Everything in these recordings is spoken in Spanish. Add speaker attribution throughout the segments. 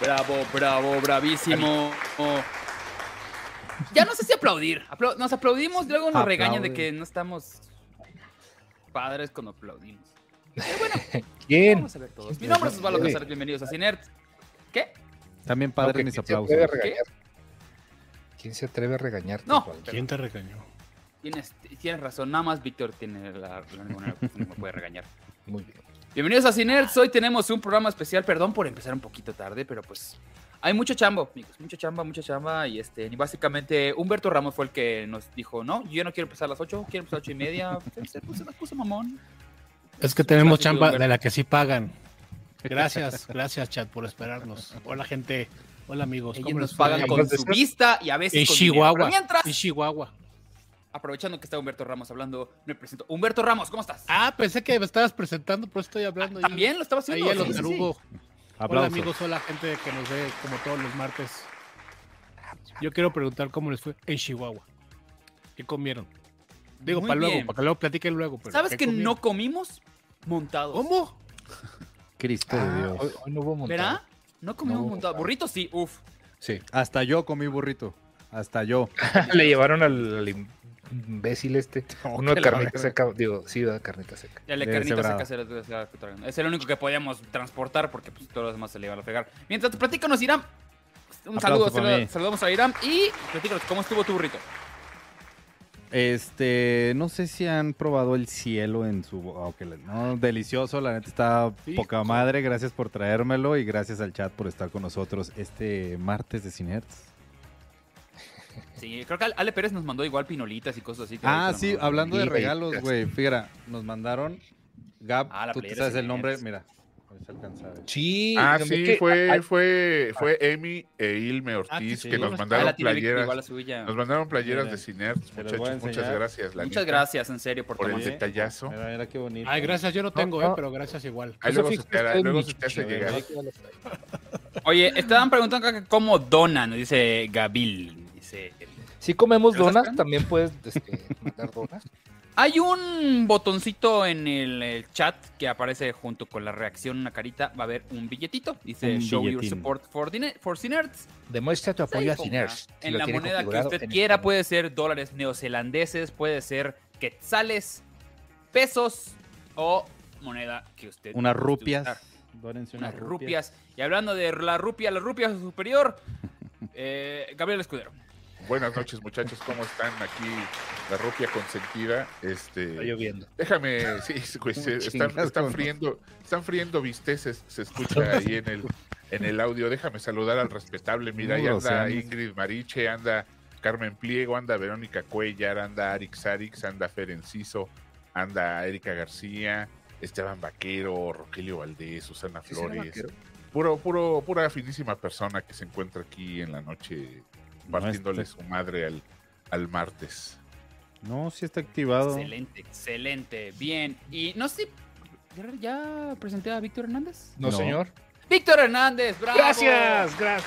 Speaker 1: Bravo, bravo, bravísimo. Ya no sé si aplaudir. Apla- nos aplaudimos, luego nos
Speaker 2: Aplaude.
Speaker 1: regañan de que no estamos padres cuando aplaudimos. Pero bueno,
Speaker 3: ¿Quién?
Speaker 1: vamos a ver todos. Mi nombre es Osvaldo Casares, bienvenidos a Cinert. ¿Qué?
Speaker 2: También
Speaker 3: No,
Speaker 2: padre
Speaker 3: que
Speaker 2: mis
Speaker 3: ¿quién se atreve a
Speaker 2: aplausos.
Speaker 3: regañar? ¿Quién se atreve a regañarte?
Speaker 1: No.
Speaker 3: Juan?
Speaker 4: ¿Quién te regañó?
Speaker 1: Tienes, tienes razón, nada más Víctor tiene la... la ninguna- no me puede regañar.
Speaker 3: Muy bien.
Speaker 1: Bienvenidos a Cinerts, hoy tenemos un programa especial, perdón por empezar un poquito tarde, pero pues hay mucho chambo, amigos, mucha chamba, mucha chamba, y este, y básicamente Humberto Ramos fue el que nos dijo, no, yo no quiero empezar a las 8, quiero empezar a las 8 y media, se puso una cosa mamón.
Speaker 4: Es que tenemos
Speaker 1: Gracias,
Speaker 4: chamba
Speaker 1: Humberto.
Speaker 4: de la que sí pagan. Gracias, gracias, chat, por esperarnos. Hola, gente. Hola, amigos.
Speaker 1: Ellos
Speaker 4: ¿Cómo
Speaker 1: nos
Speaker 4: les fue?
Speaker 1: pagan
Speaker 3: fue?
Speaker 1: con su vista y a veces
Speaker 4: En
Speaker 1: con dinero. Pero
Speaker 4: Chihuahua.
Speaker 1: Mientras,
Speaker 4: Y Chihuahua.
Speaker 1: aprovechando que está Humberto Ramos hablando, me presento. Humberto Ramos, ¿cómo estás?
Speaker 4: Ah, pensé que me estabas presentando, pero estoy hablando. ahí-
Speaker 1: También lo estaba
Speaker 4: Ahí
Speaker 1: haciendo.
Speaker 4: a los
Speaker 1: Sí, sí, sí.
Speaker 4: tarugo. Hola,
Speaker 2: Aplausos.
Speaker 4: amigos. Hola, gente que nos ve como todos los martes. Yo quiero preguntar cómo les fue en Chihuahua. ¿Qué comieron? Digo,
Speaker 1: Muy
Speaker 4: para luego,
Speaker 1: bien.
Speaker 4: para que luego platiquen luego. pero
Speaker 1: ¿Sabes
Speaker 4: ¿qué
Speaker 1: que
Speaker 4: comieron?
Speaker 1: no comimos montados?
Speaker 4: ¿Cómo?
Speaker 2: Cristo de
Speaker 3: Ah, hoy,
Speaker 2: Dios.
Speaker 3: hoy no hubo montón.
Speaker 1: ¿Verdad? No comimos
Speaker 3: No,
Speaker 1: montados.
Speaker 3: claro.
Speaker 1: Burritos sí, uff.
Speaker 3: Sí.
Speaker 2: Hasta yo comí burrito. Hasta yo.
Speaker 3: Le llevaron al, al imbécil este.
Speaker 2: No,
Speaker 3: Uno de
Speaker 2: que la
Speaker 3: carnita
Speaker 2: verga.
Speaker 3: seca. Digo, sí, de carnita seca.
Speaker 1: Ya le
Speaker 2: De
Speaker 1: carnita
Speaker 2: cebrada.
Speaker 1: seca se la- se la- se la- Es el único que podíamos transportar porque pues, todo lo demás se le iba a fregar. Mientras, platícanos, Irán. Un
Speaker 2: Aplauso
Speaker 1: saludo,
Speaker 2: para
Speaker 1: saludo-
Speaker 2: mí.
Speaker 1: saludamos a Irán y platícanos cómo estuvo tu burrito.
Speaker 2: Este, no sé si han probado el cielo en su bo- aunque le- no, delicioso, la neta está
Speaker 4: Sí,
Speaker 2: poca
Speaker 4: sí.
Speaker 2: madre, gracias por traérmelo y gracias al chat por estar con nosotros este martes de Cinerts.
Speaker 1: Sí, creo que Ale Pérez nos mandó igual pinolitas y cosas así. que
Speaker 2: Ah,
Speaker 1: ahorita
Speaker 2: sí,
Speaker 1: nos-
Speaker 2: hablando de
Speaker 3: Sí,
Speaker 2: regalos,
Speaker 3: gracias.
Speaker 2: güey, fíjate, nos mandaron Gab,
Speaker 1: Ah, la
Speaker 2: tú te
Speaker 1: playera de
Speaker 2: sabes el nombre,
Speaker 1: Cinerts.
Speaker 2: mira, a ver si alcanza a ver.
Speaker 3: Sí.
Speaker 5: Ah,
Speaker 3: dígame
Speaker 5: sí,
Speaker 3: que-
Speaker 5: fue,
Speaker 3: ay,
Speaker 5: fue, fue Emi e Ilme
Speaker 4: Ah, que
Speaker 5: Ortiz
Speaker 4: sí,
Speaker 5: que
Speaker 4: sí.
Speaker 5: nos
Speaker 1: Ah, la
Speaker 5: mandaron
Speaker 1: tiene Víctor igual
Speaker 5: playeras.
Speaker 1: la suya.
Speaker 5: Nos mandaron playeras
Speaker 2: Miren,
Speaker 5: de Cinerts,
Speaker 2: se las voy a
Speaker 5: muchachos. Muchas
Speaker 2: enseñar.
Speaker 5: gracias, la
Speaker 1: Muchas
Speaker 5: neta,
Speaker 1: gracias, en serio, por ¿eh?
Speaker 5: por el
Speaker 1: tomar.
Speaker 2: Tomás.
Speaker 5: detallazo.
Speaker 2: Mira, mira qué bonito.
Speaker 4: Ay, gracias, yo no tengo, eh,
Speaker 3: no.
Speaker 4: pero gracias igual.
Speaker 5: Ahí
Speaker 3: Eso
Speaker 5: luego se
Speaker 3: fíjate,
Speaker 5: te, hará-
Speaker 3: estoy
Speaker 5: luego
Speaker 3: muy ¿eh?
Speaker 5: se te hace
Speaker 2: chiquito,
Speaker 5: llegar.
Speaker 1: Oye, estaban preguntando acá que cómo donan, dice Gabil. Dice,
Speaker 3: Si comemos
Speaker 1: ¿Pero
Speaker 3: donas,
Speaker 1: sacan?
Speaker 3: también puedes este, mandar donas.
Speaker 1: Hay un botoncito en el, el chat que aparece junto con la reacción, una carita, va a haber un billetito. Dice
Speaker 2: Un
Speaker 1: Show your
Speaker 2: billetín.
Speaker 1: support for, Dine- for Cinerts.
Speaker 3: Demuestra tu apoyo a
Speaker 1: Sí,
Speaker 3: Ciners.
Speaker 1: En la moneda que usted quiera,
Speaker 2: este
Speaker 1: puede ser dólares neozelandeses, puede ser quetzales, pesos o moneda que usted
Speaker 2: Unas
Speaker 1: guste usar.
Speaker 2: rupias. Dórense
Speaker 1: Unas rupias. Y hablando de la rupia, la rupia superior, eh, Gabriel Escudero.
Speaker 5: Buenas noches, muchachos. ¿Cómo están? Aquí la rupia consentida. Este,
Speaker 3: Está lloviendo.
Speaker 5: Déjame, sí, güey, se- están,
Speaker 2: chingas
Speaker 5: están
Speaker 2: con-
Speaker 5: friendo, están friendo bisteces, se escucha ahí en el, en el audio. Déjame saludar al respetable, mira, ahí
Speaker 2: Puro
Speaker 5: anda
Speaker 2: océanos.
Speaker 5: Ingrid Mariche, anda Carmen Pliego, anda Verónica Cuellar, anda Arix Arix, anda Fer Enciso, anda Erika García, Esteban Vaquero, Rogelio Valdés, Susana
Speaker 3: ¿Sí será
Speaker 5: Flores.
Speaker 3: vaquero?
Speaker 5: Puro, puro, pura finísima persona que se encuentra aquí en la noche
Speaker 2: No,
Speaker 5: partiéndole
Speaker 2: este-
Speaker 5: su madre al, al martes.
Speaker 2: No, sí está activado.
Speaker 1: Excelente, excelente. Bien. Y no sé, ¿ya presenté a Víctor Hernández?
Speaker 3: No,
Speaker 2: No.
Speaker 3: señor.
Speaker 1: Víctor Hernández, bravo.
Speaker 3: Gracias, gracias.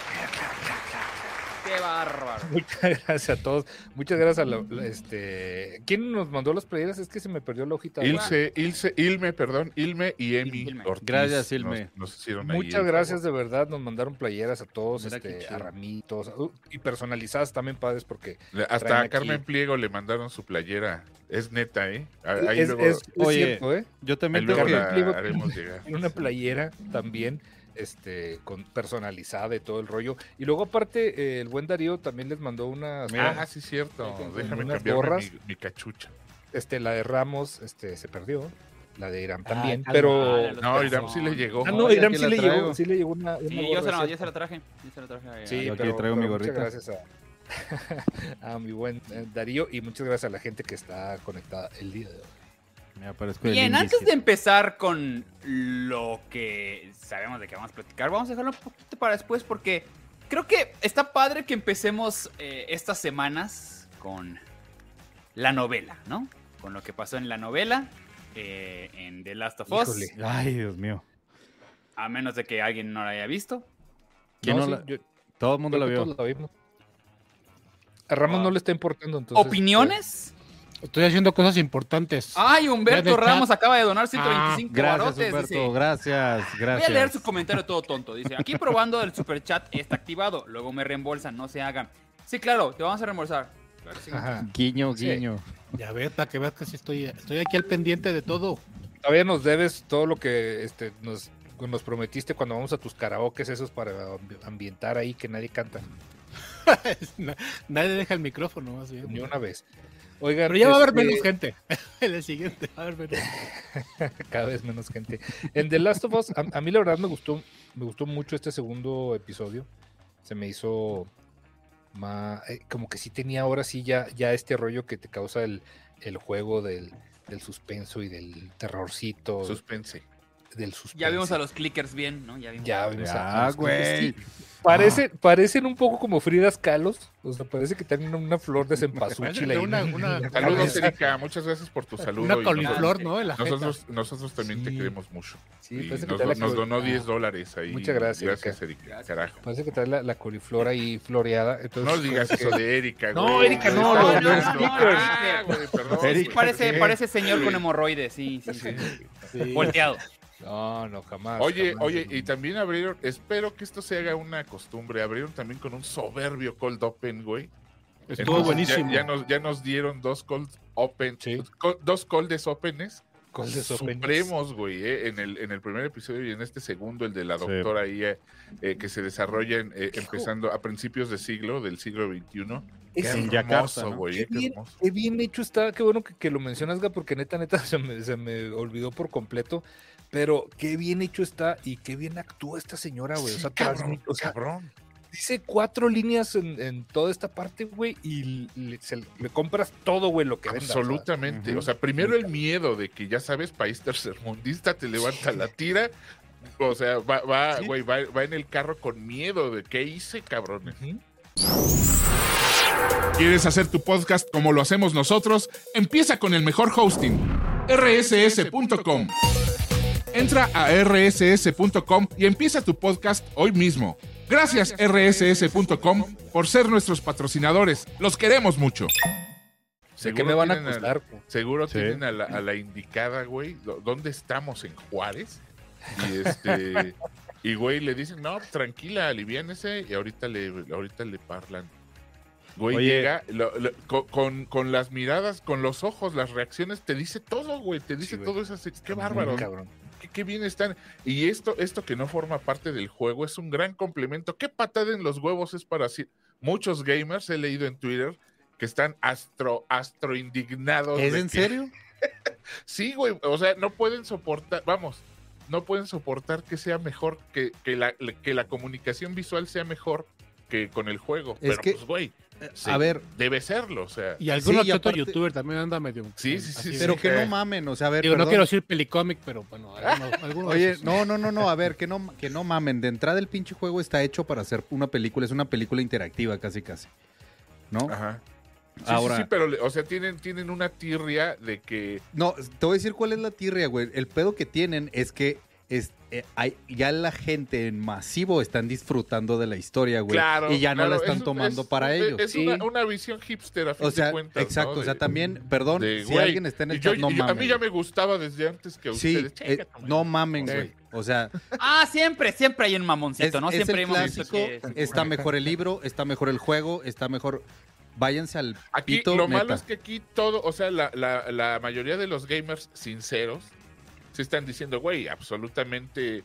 Speaker 1: Qué bárbaro.
Speaker 3: Muchas gracias a todos. Muchas gracias a la- la- este. ¿Quién nos mandó las playeras? Es que se me perdió la hojita.
Speaker 5: Ilse, Ilse, Ilme, perdón, Ilme y Emi.
Speaker 1: Ilme.
Speaker 5: Ortiz
Speaker 2: Gracias,
Speaker 5: nos-
Speaker 2: Ilme.
Speaker 5: nos hicieron ahí
Speaker 3: Muchas
Speaker 5: el
Speaker 3: gracias
Speaker 5: favor.
Speaker 3: de verdad, nos mandaron playeras a todos,
Speaker 2: Mira qué
Speaker 3: este,
Speaker 2: chido.
Speaker 3: a Ramitos, uh, y personalizadas también padres porque
Speaker 5: Le- Hasta
Speaker 3: Traen
Speaker 5: a
Speaker 3: aquí.
Speaker 5: Carmen Pliego le mandaron su playera. Es neta, ¿eh? A- Ahí
Speaker 3: es,
Speaker 5: luego,
Speaker 3: es- es
Speaker 2: Oye,
Speaker 3: cierto, ¿eh?
Speaker 2: Yo
Speaker 5: ahí
Speaker 2: también
Speaker 5: luego
Speaker 2: tengo
Speaker 3: Carmen
Speaker 5: la
Speaker 2: que...
Speaker 3: Pliego-
Speaker 5: haremos llegar.
Speaker 3: En una playera también, este, con personalizada y todo el rollo. Y luego aparte, eh, el buen Darío también les mandó unas,
Speaker 5: Ah, sí, cierto.
Speaker 3: Ahí con- con
Speaker 5: Déjame
Speaker 3: unas
Speaker 5: cambiar
Speaker 3: gorras.
Speaker 5: mi, mi cachucha.
Speaker 3: este, la de Ramos, este, se perdió, la de Irán
Speaker 4: Ah,
Speaker 3: también,
Speaker 4: calma.
Speaker 3: pero...
Speaker 1: Ah, la- Los
Speaker 5: No,
Speaker 1: calzones.
Speaker 5: Irán sí le llegó.
Speaker 3: Ah,
Speaker 2: no,
Speaker 3: no, Irán
Speaker 2: aquí
Speaker 3: sí
Speaker 2: la
Speaker 3: le
Speaker 2: traigo.
Speaker 3: llegó, sí le llegó una, una
Speaker 1: Sí, yo se,
Speaker 3: gorra
Speaker 1: la,
Speaker 3: de
Speaker 1: yo
Speaker 3: esa.
Speaker 1: se la traje. Yo se la traje. a-
Speaker 3: Sí,
Speaker 2: Yo aquí
Speaker 3: pero,
Speaker 2: Eh, traigo mi
Speaker 3: pero muchas
Speaker 2: gorrita.
Speaker 3: gracias a, a mi buen eh, Darío y muchas gracias a la gente que está conectada el día de hoy.
Speaker 2: Me aparezco el
Speaker 1: Bien,
Speaker 2: índice.
Speaker 1: antes de empezar con lo que sabemos de que vamos a platicar, vamos a dejarlo un poquito para después porque creo que está padre que empecemos eh, estas semanas con la novela, ¿no? Con lo que pasó en la novela, eh, en The Last of Us,
Speaker 3: Híjole.
Speaker 2: Ay, Dios mío.
Speaker 1: a menos de que alguien no la haya visto.
Speaker 2: ¿Quién no
Speaker 3: sí,
Speaker 2: la-
Speaker 3: yo-
Speaker 2: Todo el mundo
Speaker 3: Creo
Speaker 2: la
Speaker 3: que
Speaker 2: vio.
Speaker 3: todos la vimos. A Ramos
Speaker 1: Wow.
Speaker 4: Ah.
Speaker 3: no le está importando entonces.
Speaker 1: ¿Opiniones?
Speaker 4: Estoy haciendo cosas importantes.
Speaker 1: eh, Ay,
Speaker 4: Vean
Speaker 1: Humberto
Speaker 4: el chat.
Speaker 1: Ramos acaba de donar 125
Speaker 2: Ah, Gracias,
Speaker 1: barotes,
Speaker 2: Humberto.
Speaker 1: dice.
Speaker 2: Gracias,
Speaker 1: Voy a leer
Speaker 2: gracias.
Speaker 1: su comentario todo tonto. Dice, aquí probando el super chat está activado. Luego me reembolsan, no se hagan. Sí, claro, te vamos a reembolsar. Claro que sí.
Speaker 3: este, Ajá.
Speaker 2: Guiño,
Speaker 3: Sí.
Speaker 2: guiño.
Speaker 4: Ya ves, para que veas que sí estoy, estoy aquí al pendiente de todo.
Speaker 3: Todavía nos debes todo lo que este, nos, nos prometiste cuando vamos a tus karaokes esos para ambi- ambientar ahí que nadie canta.
Speaker 4: Na- Nadie deja el micrófono, más bien.
Speaker 3: Ni una vez. Oigan,
Speaker 4: Pero ya va a haber
Speaker 3: este,
Speaker 4: menos gente. En el siguiente va a haber menos.
Speaker 3: cada vez menos gente. En The Last of Us, a, a mí la verdad me gustó, me gustó mucho este segundo episodio. Se me hizo más, como que sí tenía ahora sí ya, ya este rollo que te causa el, el juego del, del suspenso y del terrorcito,
Speaker 5: Suspense.
Speaker 3: del suspenso.
Speaker 1: Ya vimos a los clickers bien, ¿no? Ya vimos.
Speaker 3: Ya vimos a- a
Speaker 1: Ah,
Speaker 2: Ya,
Speaker 3: los-
Speaker 2: güey.
Speaker 3: Parece,
Speaker 5: Ah.
Speaker 3: Parecen un poco como Fridas Kalos. O sea, parece que tienen una flor de
Speaker 4: Parece
Speaker 3: cempasúchil ahí.
Speaker 4: una, una,
Speaker 5: Saludos,
Speaker 3: cabeza.
Speaker 5: Erika. Muchas gracias por tu saludo.
Speaker 4: una
Speaker 5: y
Speaker 4: coliflor, ¿no? En la jeta.
Speaker 5: Nosotros, nosotros también te
Speaker 3: Sí.
Speaker 5: queremos mucho.
Speaker 3: Sí,
Speaker 5: Y
Speaker 3: parece que
Speaker 5: nos,
Speaker 3: trae la
Speaker 5: nos
Speaker 3: col-
Speaker 5: donó
Speaker 3: ah,
Speaker 5: 10 dólares ahí.
Speaker 3: Muchas gracias,
Speaker 5: Gracias, Erika.
Speaker 1: Gracias.
Speaker 5: Carajo.
Speaker 3: Parece que trae la, la coliflor ahí floreada. Entonces,
Speaker 5: No digas
Speaker 3: como que-
Speaker 5: eso de Erika,
Speaker 3: No,
Speaker 5: güey.
Speaker 3: Erika,
Speaker 1: no,
Speaker 5: Está
Speaker 1: no,
Speaker 5: bien
Speaker 1: no,
Speaker 5: esto.
Speaker 1: no,
Speaker 5: Ah, güey, perdón,
Speaker 1: Sí,
Speaker 5: güey.
Speaker 1: parece,
Speaker 5: Sí.
Speaker 1: parece señor con hemorroides, sí, sí, sí.
Speaker 4: Sí.
Speaker 1: Volteado.
Speaker 3: No, no, jamás.
Speaker 5: Oye,
Speaker 3: jamás,
Speaker 5: oye,
Speaker 3: jamás.
Speaker 5: y también abrieron, espero que esto se haga una costumbre, abrieron también con un soberbio cold open, güey.
Speaker 4: Estuvo
Speaker 5: Entonces,
Speaker 4: buenísimo.
Speaker 5: Ya, ya nos, ya nos dieron dos cold open,
Speaker 3: Sí.
Speaker 5: co- dos coldes openes
Speaker 3: Col de sopa en-
Speaker 5: supremos, güey, eh, en, el, en el primer episodio y en este segundo, el de la
Speaker 2: Sí.
Speaker 5: doctora ahí, eh, eh, que se desarrolla en, eh,
Speaker 3: Hijo.
Speaker 5: empezando a principios de siglo, del siglo XXI. Qué
Speaker 3: Ese-
Speaker 2: En
Speaker 5: hermoso,
Speaker 2: Yakarta, ¿no?
Speaker 5: güey,
Speaker 3: Qué
Speaker 5: eh, qué
Speaker 3: bien,
Speaker 5: hermoso.
Speaker 3: qué bien hecho está. Qué bueno que, que lo mencionas, Ga, porque neta, neta, se me, se me olvidó por completo. Pero qué bien hecho está y qué bien actúa esta señora, güey. O sea,
Speaker 5: Sí, cabrón,
Speaker 3: transmite- o sea,
Speaker 5: cabrón.
Speaker 3: dice cuatro líneas en, en toda esta parte, güey, y le, se- le compras todo, güey, lo que venda. o sea,
Speaker 5: Absolutamente.
Speaker 2: Ujú.
Speaker 5: O sea, primero el miedo de que ya sabes, país tercermundista, te levanta la tira. O sea, va, va,
Speaker 3: Sí.
Speaker 5: güey, va, va en el carro con miedo de qué hice, cabrones.
Speaker 3: Ujú.
Speaker 6: ¿Quieres hacer tu podcast como lo hacemos nosotros? Empieza con el mejor hosting, rss.com. Entra a rss.com y empieza tu podcast hoy mismo. Gracias rss.com por ser nuestros patrocinadores. Los queremos mucho.
Speaker 3: ¿De qué me van a
Speaker 5: tienen al-
Speaker 3: costar? güey?
Speaker 5: seguro
Speaker 2: Sí.
Speaker 5: tienen a la, a la indicada, güey. do- ¿Dónde estamos? ¿En Juárez? Y este. y güey, le dicen, no, tranquila, aliviánese. Y ahorita le, ahorita le parlan. Güey,
Speaker 2: Oye.
Speaker 5: llega lo- lo- co- con, con las miradas, con los ojos, las reacciones, te dice todo, güey. Te dice
Speaker 3: güey.
Speaker 5: todo eso. así, Qué
Speaker 3: Muy
Speaker 5: bárbaro.
Speaker 3: Cabrón.
Speaker 5: qué, qué bien están. Y esto, esto que no forma parte del juego es un gran complemento. ¿Qué patada en los huevos es para sí? Muchos gamers he leído en Twitter que están astro, astro indignados.
Speaker 2: ¿Es
Speaker 5: de
Speaker 2: en
Speaker 5: que-
Speaker 2: serio?
Speaker 5: Sí, güey. O sea, no pueden soportar, vamos, no pueden soportar que sea mejor, que, que, la, que la comunicación visual sea mejor que con el juego. Pero
Speaker 2: que- eh,
Speaker 5: pues, güey, sí,
Speaker 2: A ver,
Speaker 5: debe serlo. O sea,
Speaker 4: Y algunos
Speaker 2: Sí, y
Speaker 4: que otro
Speaker 2: aparte-
Speaker 4: youtuber también anda medio.
Speaker 5: Sí, sí, sí,
Speaker 4: así.
Speaker 5: sí.
Speaker 2: pero que
Speaker 5: eh.
Speaker 2: no mamen, o sea, a ver,
Speaker 4: Digo, no
Speaker 2: perdón.
Speaker 4: quiero decir pelicomic, pero bueno, algunos. algunos de
Speaker 2: Oye,
Speaker 4: esos.
Speaker 2: no, no, no, no, a ver, que no, que no mamen. De entrada el pinche juego está hecho para hacer una película, es una película interactiva casi casi. ¿No?
Speaker 5: ajá. Sí, sí,
Speaker 2: Ahora,
Speaker 5: sí, pero, le- o sea, tienen, tienen una tirria de que
Speaker 2: no, te voy a decir cuál es la tirria, güey. El pedo que tienen es que es, eh, hay, ya la gente en masivo están disfrutando de la historia, güey.
Speaker 5: Claro.
Speaker 2: y ya no la
Speaker 5: claro,
Speaker 2: están
Speaker 5: es-
Speaker 2: tomando
Speaker 5: es-
Speaker 2: para
Speaker 5: es-
Speaker 2: ellos.
Speaker 5: Es
Speaker 3: Sí.
Speaker 5: una, una visión hipster a fin
Speaker 2: O sea,
Speaker 5: de cuentas.
Speaker 2: exacto,
Speaker 5: ¿no?
Speaker 2: o sea,
Speaker 5: De-
Speaker 2: también, perdón,
Speaker 5: de,
Speaker 2: si
Speaker 5: güey,
Speaker 2: alguien está en
Speaker 5: y
Speaker 2: el
Speaker 5: yo-
Speaker 2: chat, no
Speaker 5: y yo-
Speaker 2: mamen.
Speaker 5: A mí ya me gustaba desde antes que a
Speaker 2: Sí,
Speaker 5: ustedes.
Speaker 2: eh,
Speaker 5: Chinga tu madre.
Speaker 2: no mamen,
Speaker 5: Sí.
Speaker 2: güey. O sea,
Speaker 1: Ah, siempre, siempre hay un
Speaker 2: es,
Speaker 1: mamoncito, ¿no?
Speaker 2: es
Speaker 1: Siempre hay
Speaker 2: el
Speaker 1: un mamoncito
Speaker 2: clásico,
Speaker 1: que...
Speaker 2: está mejor el libro, está mejor el juego, está mejor... Váyanse al
Speaker 5: Aquí
Speaker 2: pito,
Speaker 5: lo
Speaker 2: neta.
Speaker 5: malo es que aquí todo, o sea, la, la, la mayoría de los gamers sinceros se están diciendo, güey, absolutamente.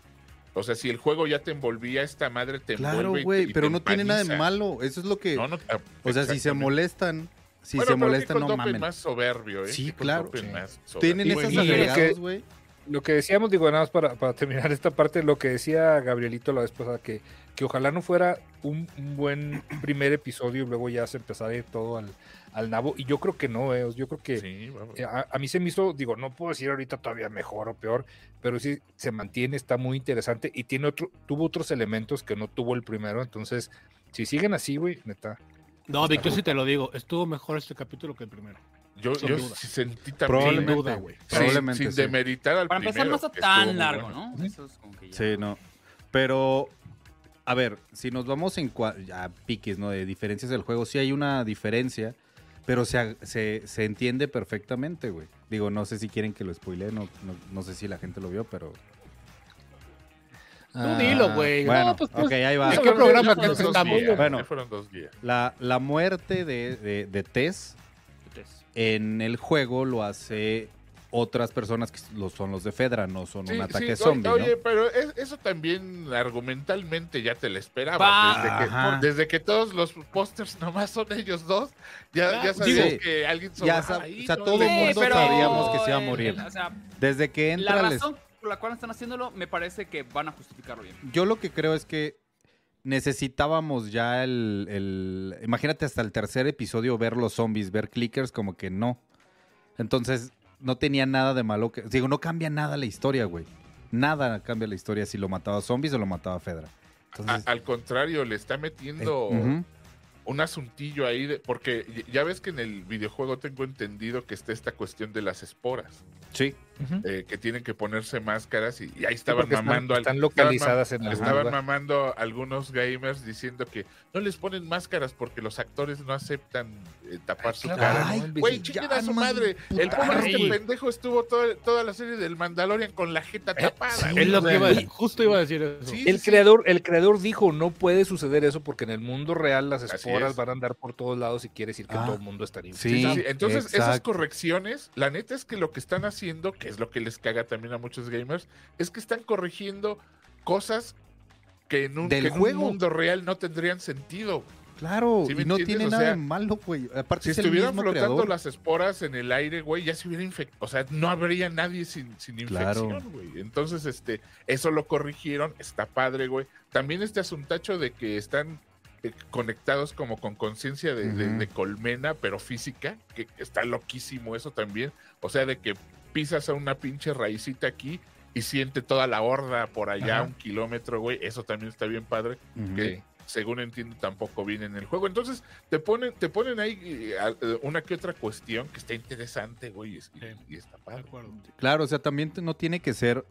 Speaker 5: O sea, si el juego ya te envolvía, esta madre te
Speaker 2: Claro,
Speaker 5: envuelve. y te- y
Speaker 2: güey,
Speaker 5: te
Speaker 2: pero no tiene nada de
Speaker 5: empaniza.
Speaker 2: malo. Eso es lo que...
Speaker 5: No, no, ah,
Speaker 2: o sea, si se
Speaker 5: exactamente.
Speaker 2: molestan, si se
Speaker 5: Bueno, pero qué
Speaker 2: molestan, no
Speaker 5: Cold Open
Speaker 2: mamen.
Speaker 5: más soberbio, ¿eh?
Speaker 2: Sí,
Speaker 5: Qué Cold
Speaker 2: claro.
Speaker 5: Open
Speaker 3: Sí.
Speaker 5: más soberbio.
Speaker 2: Tienen
Speaker 3: Y
Speaker 2: esas
Speaker 3: bueno, y es
Speaker 2: agregados,
Speaker 3: que-
Speaker 2: güey.
Speaker 3: Lo que decíamos, digo, nada más para, para terminar esta parte, lo que decía Gabrielito la vez pasada, que, que ojalá no fuera un, un buen primer episodio y luego ya se empezara a ir todo al, al nabo. Y yo creo que no, eh, yo creo que
Speaker 5: Sí, vamos.
Speaker 3: eh, a, a mí se me hizo, digo, no puedo decir ahorita todavía mejor o peor, pero sí se mantiene, está muy interesante y tiene otro, tuvo otros elementos que no tuvo el primero. Entonces, si siguen así, güey, neta.
Speaker 4: No,
Speaker 2: pues,
Speaker 4: Vic, yo sí te lo digo. Estuvo mejor este capítulo que el primero.
Speaker 5: Yo,
Speaker 4: Sin
Speaker 5: yo
Speaker 4: duda.
Speaker 5: sí sentí también.
Speaker 4: Sin
Speaker 2: Probablemente.
Speaker 4: duda, güey.
Speaker 5: Sin-
Speaker 2: Probablemente,
Speaker 5: Sin,
Speaker 2: sí.
Speaker 5: demeritar al
Speaker 1: Para empezar, no
Speaker 5: primero,
Speaker 1: está
Speaker 5: que estuvo
Speaker 1: tan
Speaker 5: muy
Speaker 1: largo,
Speaker 5: bueno.
Speaker 1: ¿no? Eso es como que ya...
Speaker 2: Sí, no. Pero, a ver, si nos vamos en cua- a piques, ¿no? De diferencias del juego, sí hay una diferencia. pero se, se, se entiende perfectamente, güey. Digo, no sé si quieren que lo spoile, no, no, no sé si la gente lo vio, pero... Ah,
Speaker 4: Tú dilo, güey.
Speaker 2: bueno,
Speaker 4: No, pues, pues,
Speaker 2: ok, ahí va.
Speaker 4: ¿de qué programa te
Speaker 5: fueron dos
Speaker 4: presentamos?
Speaker 5: guías,
Speaker 2: Bueno.
Speaker 5: ya fueron dos guías.
Speaker 2: La, la muerte de, de, de Tess en el juego lo hace otras personas que lo son los de Fedra, no son
Speaker 5: Sí,
Speaker 2: un ataque
Speaker 5: sí,
Speaker 2: zombie,
Speaker 5: Oye,
Speaker 2: ¿no?
Speaker 5: pero es- eso también argumentalmente ya te lo esperabas.
Speaker 1: Pa-
Speaker 5: Desde
Speaker 2: Ajá.
Speaker 5: que, desde que todos los pósters nomás son ellos dos, ya, ya sabías
Speaker 2: Digo,
Speaker 5: que alguien
Speaker 2: ya
Speaker 5: sobraba
Speaker 2: sab-
Speaker 5: ahí,
Speaker 2: o sea,
Speaker 5: ¿no?
Speaker 2: todo el
Speaker 5: Sí,
Speaker 2: mundo
Speaker 5: pero-
Speaker 2: sabíamos que se iba a
Speaker 1: el-
Speaker 2: morir.
Speaker 1: el- o sea,
Speaker 2: Desde que entra...
Speaker 1: la
Speaker 2: al
Speaker 1: razón por la cual están haciéndolo me parece que van a justificarlo bien.
Speaker 2: Yo lo que creo es que necesitábamos ya el, el- Imagínate hasta el tercer episodio ver los zombies, ver clickers, como que no. Entonces, no tenía nada de malo que... Digo, no cambia nada la historia, güey. Nada cambia la historia si lo mataba zombies o lo mataba Fedra.
Speaker 5: a-
Speaker 2: Entonces...
Speaker 5: al contrario, le está
Speaker 2: eh,
Speaker 5: metiendo
Speaker 2: ujú.
Speaker 5: un asuntillo ahí, de- porque y- ya ves que en el videojuego tengo entendido que está esta cuestión de las esporas,
Speaker 2: Sí.
Speaker 5: eh, que tienen que ponerse máscaras y, y ahí estaban
Speaker 3: porque están-
Speaker 5: mamando al-
Speaker 3: están
Speaker 5: estaban mam-
Speaker 3: localizadas en algún
Speaker 5: Estaban
Speaker 3: lugar.
Speaker 5: mamando algunos gamers diciendo que no les ponen máscaras porque los actores no aceptan eh, tapar su
Speaker 3: claro.
Speaker 5: cara.
Speaker 3: Ay,
Speaker 5: Güey, chinguen a su madre. El pobre este pendejo estuvo todo- toda la serie del Mandalorian con la jeta tapada. güey.
Speaker 4: Es lo que iba a decir. Justo iba a decir eso.
Speaker 5: Sí,
Speaker 3: Eh, El
Speaker 5: sí, sí.
Speaker 3: creador, el creador dijo, no puede suceder eso porque en el mundo real las
Speaker 5: Así
Speaker 3: esporas
Speaker 5: es.
Speaker 3: van a andar por todos lados y quiere decir que
Speaker 2: Ah,
Speaker 3: todo el mundo está libre.
Speaker 5: Sí, sí, sí.
Speaker 2: Sí,
Speaker 5: Entonces, esas
Speaker 2: exacto.
Speaker 5: correcciones, la neta es que lo que están haciendo, que es lo que les caga también a muchos gamers, es que están corrigiendo cosas que en un,
Speaker 2: Del
Speaker 5: que en un
Speaker 2: juego.
Speaker 5: mundo real no tendrían sentido.
Speaker 2: Claro,
Speaker 5: ¿Sí me
Speaker 2: y no
Speaker 5: entiendes?
Speaker 2: tiene
Speaker 5: O
Speaker 2: nada
Speaker 5: sea,
Speaker 2: de malo, güey. Aparte,
Speaker 5: Si
Speaker 2: es el
Speaker 5: estuvieran
Speaker 2: mismo
Speaker 5: flotando
Speaker 2: creador.
Speaker 5: las esporas en el aire, güey, ya se hubiera infectado. O sea, no habría nadie sin, sin
Speaker 2: Claro.
Speaker 5: infección, güey. Entonces, este, eso lo corrigieron, está padre, güey. También este asuntacho de que están eh, conectados como con conciencia de, de-
Speaker 2: Ujú.
Speaker 5: de colmena, pero física, que está loquísimo eso también. O sea, de que pisas a una pinche raicita aquí y siente toda la horda por allá,
Speaker 3: Ajá.
Speaker 5: un kilómetro, güey. Eso también está bien padre
Speaker 2: Ujú.
Speaker 5: que según entiendo tampoco viene en el juego. Entonces te ponen, te ponen ahí eh, a- eh, una que otra cuestión que está interesante, güey, y, es- y-
Speaker 4: Sí.
Speaker 5: y está
Speaker 4: De
Speaker 5: padre.
Speaker 4: acuerdo.
Speaker 2: Claro, o sea, también t- no tiene que ser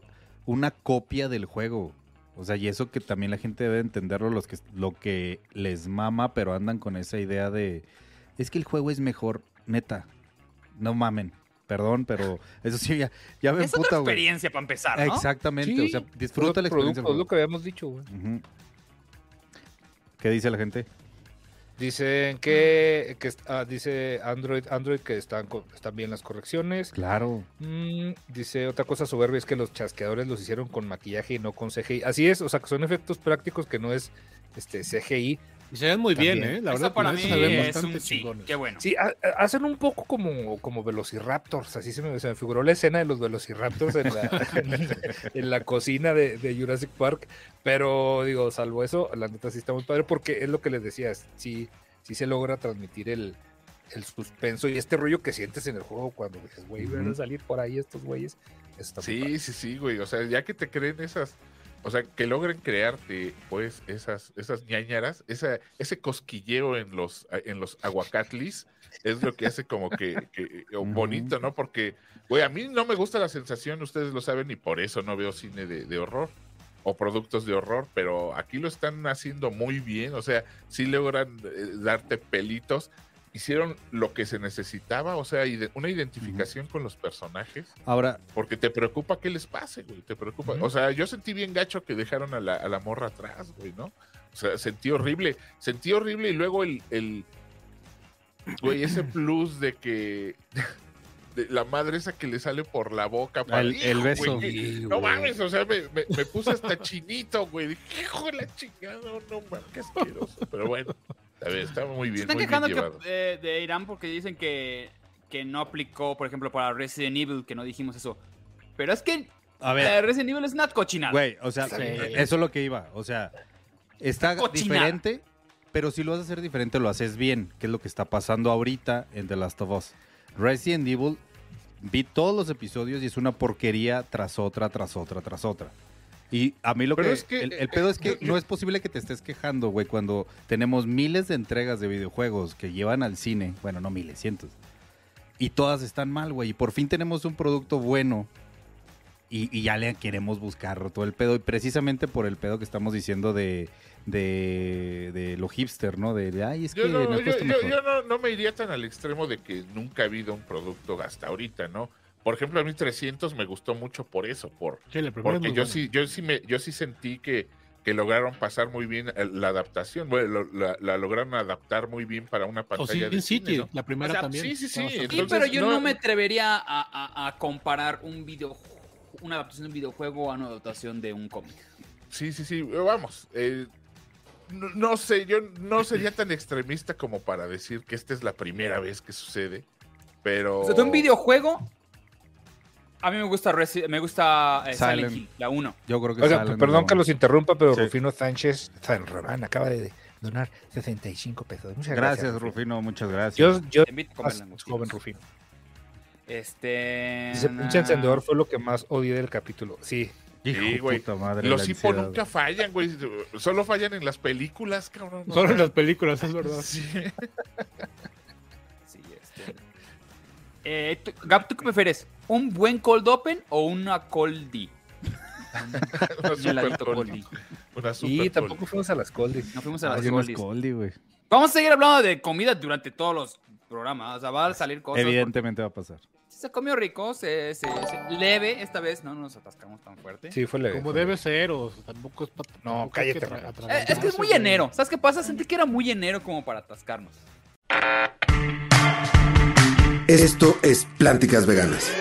Speaker 2: una copia del juego. O sea, y eso que también la gente debe entenderlo, los que, lo que les mama, pero andan con esa idea de, es que el juego es mejor, neta. No mamen, perdón, pero eso sí, ya, ya me
Speaker 1: Es otra
Speaker 2: emputa, güey.
Speaker 1: experiencia para empezar, ¿no?
Speaker 2: Exactamente, o sea,
Speaker 3: Sí,
Speaker 2: disfruta la
Speaker 3: producto,
Speaker 2: experiencia. del
Speaker 3: es lo
Speaker 2: juego.
Speaker 3: que habíamos dicho, güey.
Speaker 2: Ujú. ¿Qué dice la gente?
Speaker 3: Dicen que, que est- ah, dice Android, Android que están, co- están bien las correcciones.
Speaker 2: Claro.
Speaker 3: Mm, dice otra cosa soberbia es que los chasqueadores los hicieron con maquillaje y no con CGI. Así es, o sea que son efectos prácticos que no es este CGI.
Speaker 4: Y se ven muy bien,
Speaker 3: También.
Speaker 4: ¿eh? La
Speaker 1: Eso
Speaker 4: verdad,
Speaker 1: para
Speaker 4: con
Speaker 1: mí
Speaker 4: eso se ven
Speaker 1: es
Speaker 4: bastante
Speaker 1: un sí.
Speaker 4: chingones.
Speaker 1: Qué bueno.
Speaker 3: Sí, ha- ha- hacen un poco como, como Velociraptors, así se me, se me figuró la escena de los Velociraptors en la, en la cocina de, de Jurassic Park, pero digo, salvo eso, la neta sí está muy padre porque es lo que les decía, es- sí, sí se logra transmitir el, el suspenso y este rollo que sientes en el juego cuando dices, güey, van a
Speaker 2: Ujú.
Speaker 3: salir por ahí estos güeyes. Eso está muy padre.
Speaker 5: Sí, sí, sí, güey. O sea, ya que te creen esas, o sea, que logren crearte, pues, esas, esas ñañaras, esa, ese cosquilleo en los, en los aguacatlis, es lo que hace como que, que- o
Speaker 2: Ujú.
Speaker 5: bonito, ¿no? Porque, güey, a mí no me gusta la sensación, ustedes lo saben, y por eso no veo cine de, de horror o productos de horror, pero aquí lo están haciendo muy bien, o sea, sí logran eh, darte pelitos. Hicieron lo que se necesitaba, o sea, ide- una identificación con los personajes.
Speaker 2: Ahora,
Speaker 5: Porque te preocupa qué les pase, güey. Te preocupa.
Speaker 3: Ujú.
Speaker 5: O sea, yo sentí bien gacho que dejaron a la, a la morra atrás, güey, ¿no? O sea, sentí horrible. Sentí horrible y luego el. el güey, ese plus de que. de la madre esa que le sale por la boca. para-
Speaker 2: el, el
Speaker 5: ¡Hijo,
Speaker 2: beso.
Speaker 5: güey! No mames, o sea, me, me, me puse hasta chinito, güey. Dije, hijo de la chingada, no mames, qué asqueroso. Pero bueno, a ver, estaba muy
Speaker 1: Se
Speaker 5: bien.
Speaker 1: están
Speaker 5: muy bien
Speaker 1: quejando que-
Speaker 5: llevado.
Speaker 1: de, de Irán porque dicen que, que no aplicó, por ejemplo, para Resident Evil, que no dijimos eso. Pero es que
Speaker 2: A ver,
Speaker 1: eh, Resident Evil es una cochinada.
Speaker 2: Güey, o sea,
Speaker 4: Sí.
Speaker 2: eso es lo que iba. O sea, está
Speaker 1: Cochinada.
Speaker 2: diferente, pero si lo vas a hacer diferente, lo haces bien, que es lo que está pasando ahorita en The Last of Us. Resident Evil, vi todos los episodios y es una porquería tras otra, tras otra, tras otra. Y a mí lo
Speaker 5: Pero
Speaker 2: que,
Speaker 5: es que,
Speaker 2: el,
Speaker 5: eh,
Speaker 2: el pedo es que
Speaker 5: yo- yo-
Speaker 2: no es posible que te estés quejando, güey, cuando tenemos miles de entregas de videojuegos que llevan al cine, bueno, no miles, cientos. Y todas están mal, güey, y por fin tenemos un producto bueno y, y ya le queremos buscar todo el pedo. Y precisamente por el pedo que estamos diciendo de, de, de lo hipster, ¿no? De, de, ay, es
Speaker 5: Yo,
Speaker 2: que
Speaker 5: no,
Speaker 2: me
Speaker 5: yo,
Speaker 2: cuesta
Speaker 5: yo-
Speaker 2: mejor".
Speaker 5: yo no, no me iría tan al extremo de que nunca ha habido un producto hasta ahorita, ¿no? Por ejemplo, a mí 300 me gustó mucho por eso, por
Speaker 4: Sí, la primera es
Speaker 5: porque
Speaker 4: muy
Speaker 5: yo
Speaker 4: buena.
Speaker 5: sí, yo sí me, yo sí sentí que, que lograron pasar muy bien el- la adaptación, bueno, lo- la, la lograron adaptar muy bien para una
Speaker 4: O
Speaker 5: pantalla de
Speaker 4: Sin City,
Speaker 5: cine, ¿no?
Speaker 4: la
Speaker 1: O
Speaker 4: primera
Speaker 1: sea,
Speaker 4: también.
Speaker 5: sí, sí, sí,
Speaker 4: Está bastante-
Speaker 5: entonces-
Speaker 1: sí, pero yo
Speaker 5: no-
Speaker 1: no, me atrevería a, a- a comparar un video, una adaptación de un videojuego a una adaptación de un cómic.
Speaker 5: Sí, sí, sí, eh, vamos. eh, no, no sé, yo no sería tan extremista como para decir que esta es la primera vez que sucede, pero...
Speaker 1: O sea, de un videojuego, a mí me gusta, Resi- me gusta eh, Silent.
Speaker 2: Silent.
Speaker 1: Hill, la 1.
Speaker 2: Yo creo que
Speaker 3: Oiga,
Speaker 2: salen
Speaker 3: perdón
Speaker 2: de-
Speaker 3: que los interrumpa, pero
Speaker 2: Sí.
Speaker 3: Rufino Sánchez, San Román, acaba de donar 65 pesos. Muchas gracias.
Speaker 2: Gracias, Rufino, muchas gracias.
Speaker 3: Yo, yo
Speaker 1: Te invito a comer
Speaker 3: más
Speaker 1: langostinos.
Speaker 3: joven Rufino.
Speaker 1: Este.
Speaker 3: Dice,
Speaker 1: na-
Speaker 3: pinche encendedor fue lo que más odié del capítulo. Sí,
Speaker 2: Hijo
Speaker 5: Sí,
Speaker 2: de
Speaker 5: güey.
Speaker 2: puta madre,
Speaker 5: Los
Speaker 2: la
Speaker 5: hipo
Speaker 2: ansiedad.
Speaker 5: nunca fallan, güey. Solo fallan en las películas, cabrón.
Speaker 4: Solo en las películas, es verdad.
Speaker 5: Sí.
Speaker 1: Sí, este. Eh, tú- Gab, ¿tú qué prefieres? ¿Un buen cold open o una cold D?
Speaker 5: Una
Speaker 1: Pues Un
Speaker 5: super
Speaker 1: heladito cold
Speaker 5: coli.
Speaker 1: D.
Speaker 5: Una super
Speaker 3: y
Speaker 5: coli.
Speaker 3: tampoco fuimos a las coldes.
Speaker 1: No fuimos a
Speaker 2: Ah,
Speaker 1: las
Speaker 2: yo no es
Speaker 1: colis.
Speaker 2: Coldi, güey.
Speaker 1: Vamos a seguir hablando de comida durante todos los programas. O sea, va a salir cosas.
Speaker 2: Evidentemente va a pasar.
Speaker 1: Se comió rico, se, se- se- leve. Esta vez no nos atascamos tan fuerte.
Speaker 3: Sí, fue leve.
Speaker 4: Como
Speaker 3: fue leve.
Speaker 4: debe ser, o sea, tampoco es pa- tampoco hay
Speaker 3: cállate,
Speaker 4: que tra-
Speaker 3: Rafa.
Speaker 1: Eh,
Speaker 4: atragantarse,
Speaker 1: es que es muy
Speaker 4: güey.
Speaker 1: enero. ¿Sabes qué pasa? Sentí que era muy enero como para atascarnos.
Speaker 7: Esto es Plánticas Veganas.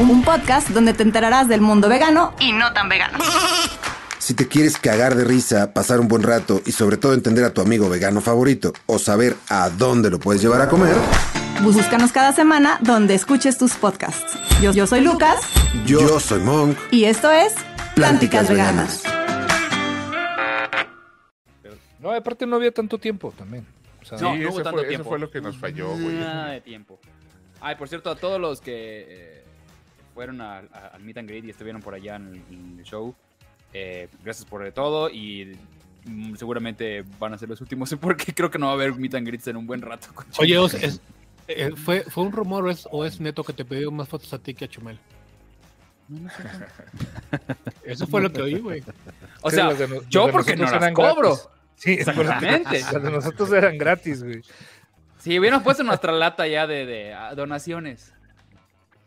Speaker 8: Un podcast donde te enterarás del mundo vegano y no tan vegano.
Speaker 7: Si te quieres cagar de risa, pasar un buen rato y sobre todo entender a tu amigo vegano favorito o saber a dónde lo puedes llevar a comer,
Speaker 8: Búscanos cada semana donde escuches tus podcasts. Yo, yo soy Lucas
Speaker 7: yo, soy Monk.
Speaker 8: y esto es Plánticas Veganas.
Speaker 3: No, aparte no había tanto tiempo también. O sea,
Speaker 5: Sí,
Speaker 1: No, no hubo
Speaker 5: eso,
Speaker 1: tanto
Speaker 5: fue, eso
Speaker 1: tiempo.
Speaker 5: fue lo que nos falló, güey.
Speaker 1: Nada de tiempo. Ay, por cierto, a todos los que eh, fueron al- a- al Meet and Greet y estuvieron por allá en el, en el show, eh, gracias por todo y mm, seguramente van a ser los últimos porque creo que no va a haber Meet and Greets en un buen rato. con
Speaker 4: Oye,
Speaker 1: Chumel.
Speaker 4: o sea, es- eh, ¿fue, ¿fue un rumor o es, o es neto que te pidió más fotos a ti que a Chumel? Eso fue lo que oí, güey.
Speaker 1: o
Speaker 3: Sí,
Speaker 1: sea,
Speaker 3: las de no-
Speaker 1: yo
Speaker 3: las de
Speaker 1: porque no
Speaker 3: nosotros
Speaker 1: las
Speaker 3: eran
Speaker 1: cobro.
Speaker 3: gratis. Sí,
Speaker 1: Exactamente.
Speaker 3: las de nosotros eran gratis, güey.
Speaker 1: Si hubiéramos puesto nuestra lata ya de, de, ah, donaciones.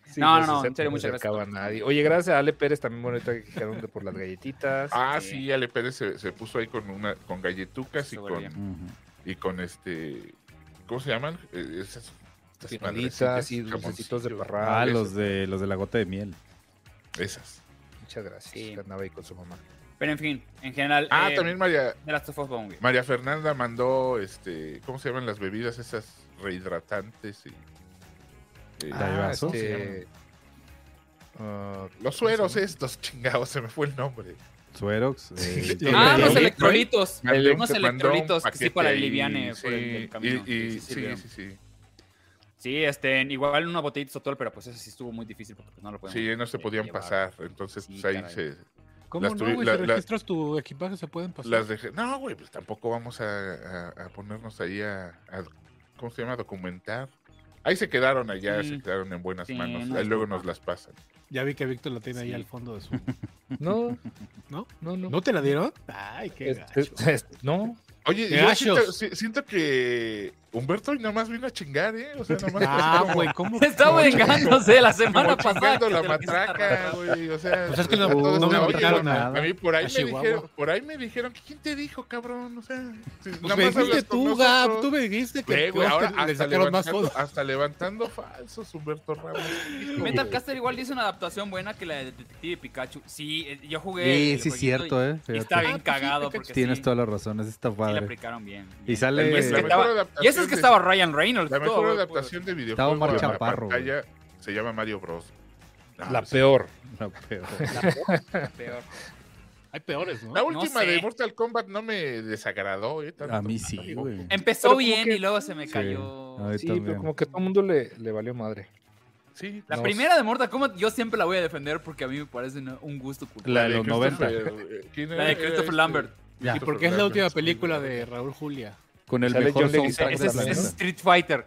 Speaker 3: Sí,
Speaker 1: No, no,
Speaker 3: pues,
Speaker 1: no,
Speaker 3: ese
Speaker 1: en serio,
Speaker 3: no se
Speaker 1: muchas gracias.
Speaker 3: acaba nadie. Oye, gracias a Ale Pérez también, bueno, ahorita que dijeron de por las galletitas.
Speaker 5: Ah,
Speaker 1: Sí.
Speaker 5: sí, Ale Pérez se, se puso ahí con una con galletucas y
Speaker 1: Estuvo
Speaker 5: con,
Speaker 1: bien.
Speaker 2: Ujú.
Speaker 5: y con este. ¿Cómo se llaman? Eh, esas- estas
Speaker 3: Piraditas
Speaker 5: madrecitas,
Speaker 3: y dulcecitos de
Speaker 5: jamoncillo.
Speaker 3: parrada.
Speaker 2: Ah,
Speaker 5: eso.
Speaker 2: los de, los de la gota de miel.
Speaker 5: Esas.
Speaker 3: Muchas gracias.
Speaker 1: Sí.
Speaker 3: que andaba ahí con su mamá.
Speaker 1: Pero en fin, en general.
Speaker 5: Ah,
Speaker 1: eh,
Speaker 5: también María,
Speaker 1: The Last of Us va muy bien.
Speaker 5: María Fernanda mandó, este, ¿cómo se llaman las bebidas esas rehidratantes? Y, eh,
Speaker 2: Ah, vasos?
Speaker 3: este, ah,
Speaker 5: los sueros estos, chingados, se me fue el nombre.
Speaker 2: Suerox. eh,
Speaker 3: Sí.
Speaker 2: todo
Speaker 1: Ah,
Speaker 2: el-
Speaker 1: los
Speaker 4: pues,
Speaker 5: electrolitos, ¿no?
Speaker 1: electrolitos.
Speaker 5: Mandó-
Speaker 1: unos
Speaker 5: mandó un
Speaker 1: electrolitos que sí
Speaker 5: paquete
Speaker 1: para
Speaker 5: ahí,
Speaker 1: aliviane por el,
Speaker 5: sí,
Speaker 1: del camino.
Speaker 5: Y, y-
Speaker 1: sí, sí,
Speaker 5: sí,
Speaker 1: sirvieron.
Speaker 5: sí, sí.
Speaker 1: Sí, este, igual una botellita total, pero pues eso sí estuvo muy difícil porque pues, no lo podemos.
Speaker 5: Sí, no se
Speaker 1: eh,
Speaker 5: podían
Speaker 1: llevar.
Speaker 5: pasar, entonces
Speaker 1: Sí,
Speaker 5: pues, ahí
Speaker 1: caray.
Speaker 5: se
Speaker 4: ¿Cómo
Speaker 5: Las
Speaker 4: no,
Speaker 5: tuvi-
Speaker 4: güey?
Speaker 5: la-
Speaker 4: si
Speaker 5: la-
Speaker 4: registras tu equipaje, se pueden pasar.
Speaker 5: las dejé. No, güey, pues tampoco vamos a, a- a ponernos ahí a, a- ¿cómo se llama? A documentar. Ahí se quedaron allá,
Speaker 1: Sí.
Speaker 5: se quedaron en buenas
Speaker 1: Sí,
Speaker 5: manos.
Speaker 1: no
Speaker 5: Ahí
Speaker 1: es
Speaker 5: luego
Speaker 1: culpa.
Speaker 5: nos las pasan.
Speaker 4: Ya vi que Víctor la tiene ahí
Speaker 1: Sí.
Speaker 4: al fondo de su...
Speaker 3: no,
Speaker 4: ¿No?
Speaker 3: no, no.
Speaker 4: ¿No te la dieron? Ay, qué
Speaker 3: Es-
Speaker 4: gacho.
Speaker 3: es- es- no,
Speaker 5: Oye,
Speaker 4: ¡Qué
Speaker 5: yo siento,
Speaker 4: gachos!
Speaker 5: si- siento que Humberto hoy nomás vino a chingar, ¿eh? O sea, nomás
Speaker 4: Ah,
Speaker 5: como-
Speaker 4: güey, ¿cómo?
Speaker 1: Está
Speaker 4: cómo-
Speaker 1: vengándose la
Speaker 5: como
Speaker 1: semana pasada.
Speaker 5: chingando la
Speaker 1: que te lo quise
Speaker 5: matraca,
Speaker 1: arrancar.
Speaker 5: güey. O sea,
Speaker 4: Pues es que no-
Speaker 5: todos-
Speaker 4: no me
Speaker 5: oye,
Speaker 4: invitaron
Speaker 5: a,
Speaker 4: a-
Speaker 5: a mí por ahí
Speaker 4: a
Speaker 5: me
Speaker 4: Chihuahua.
Speaker 5: dijeron, por ahí me dijeron, ¿quién te dijo, cabrón? O sea, si
Speaker 4: Pues
Speaker 5: nada
Speaker 4: me
Speaker 5: más
Speaker 4: dijiste
Speaker 5: hablas con
Speaker 4: tú, Gab,
Speaker 5: nosotros.
Speaker 4: tú me dijiste que
Speaker 5: Ve,
Speaker 4: te-
Speaker 5: güey, ahora
Speaker 4: le
Speaker 5: hasta
Speaker 4: sacaron más
Speaker 5: levantando,
Speaker 4: fotos.
Speaker 5: hasta levantando falsos, Humberto Ramos.
Speaker 1: Pues
Speaker 5: Eh, Hijo,
Speaker 1: Metal
Speaker 5: güey.
Speaker 1: Caster igual hizo una adaptación buena que la de Detective Pikachu. Sí, eh, yo jugué.
Speaker 2: Sí,
Speaker 1: el
Speaker 2: sí,
Speaker 1: jueguito
Speaker 2: cierto,
Speaker 1: y-
Speaker 2: eh.
Speaker 1: Y
Speaker 2: fíjate.
Speaker 1: está bien cagado porque
Speaker 2: Tienes
Speaker 1: sí,
Speaker 2: toda la razón, ese está
Speaker 1: sí le
Speaker 2: padre.
Speaker 1: aplicaron bien.
Speaker 2: Y
Speaker 1: bien.
Speaker 2: sale-
Speaker 1: Y es
Speaker 5: La
Speaker 1: que
Speaker 5: mejor
Speaker 1: estaba-
Speaker 5: adaptación
Speaker 1: y eso es que
Speaker 5: de-
Speaker 1: estaba Ryan Reynolds.
Speaker 5: La
Speaker 1: todo, pues,
Speaker 5: mejor
Speaker 1: güey,
Speaker 5: adaptación de
Speaker 2: Estaba
Speaker 5: videojuego
Speaker 2: Omar
Speaker 5: a la
Speaker 2: Chaparro, güey.
Speaker 5: pantalla se llama Mario Bros. No,
Speaker 3: la
Speaker 5: sí.
Speaker 3: peor.
Speaker 2: No, pero-
Speaker 1: pues, peor.
Speaker 4: Hay peores, ¿no?
Speaker 5: La
Speaker 1: No
Speaker 5: última de
Speaker 1: sé.
Speaker 5: Mortal Kombat no me desagradó. eh, tanto.
Speaker 2: A mí sí, güey.
Speaker 1: Empezó
Speaker 3: Pero como
Speaker 1: bien
Speaker 3: que-
Speaker 1: y luego se me
Speaker 2: Sí.
Speaker 1: cayó.
Speaker 2: A mí
Speaker 3: Sí,
Speaker 2: también.
Speaker 3: pero como que todo el mundo le, le valió madre.
Speaker 5: Sí,
Speaker 1: La
Speaker 3: No,
Speaker 1: primera de Mortal Kombat yo siempre la voy a defender porque a mí me parece una- un gusto culpable.
Speaker 2: La de los 90.
Speaker 5: Christopher, eh, ¿quién
Speaker 1: La
Speaker 5: era?
Speaker 1: de
Speaker 5: Era
Speaker 1: Christopher
Speaker 5: este,
Speaker 1: Lambert.
Speaker 2: Ya.
Speaker 4: Y porque es la última película de Raúl Julia.
Speaker 2: Con el
Speaker 3: Sale
Speaker 2: mejor
Speaker 3: John Leguizamo.
Speaker 2: soundtrack
Speaker 1: Ese
Speaker 2: del
Speaker 1: es, ese es
Speaker 2: planeta.
Speaker 1: Street Fighter.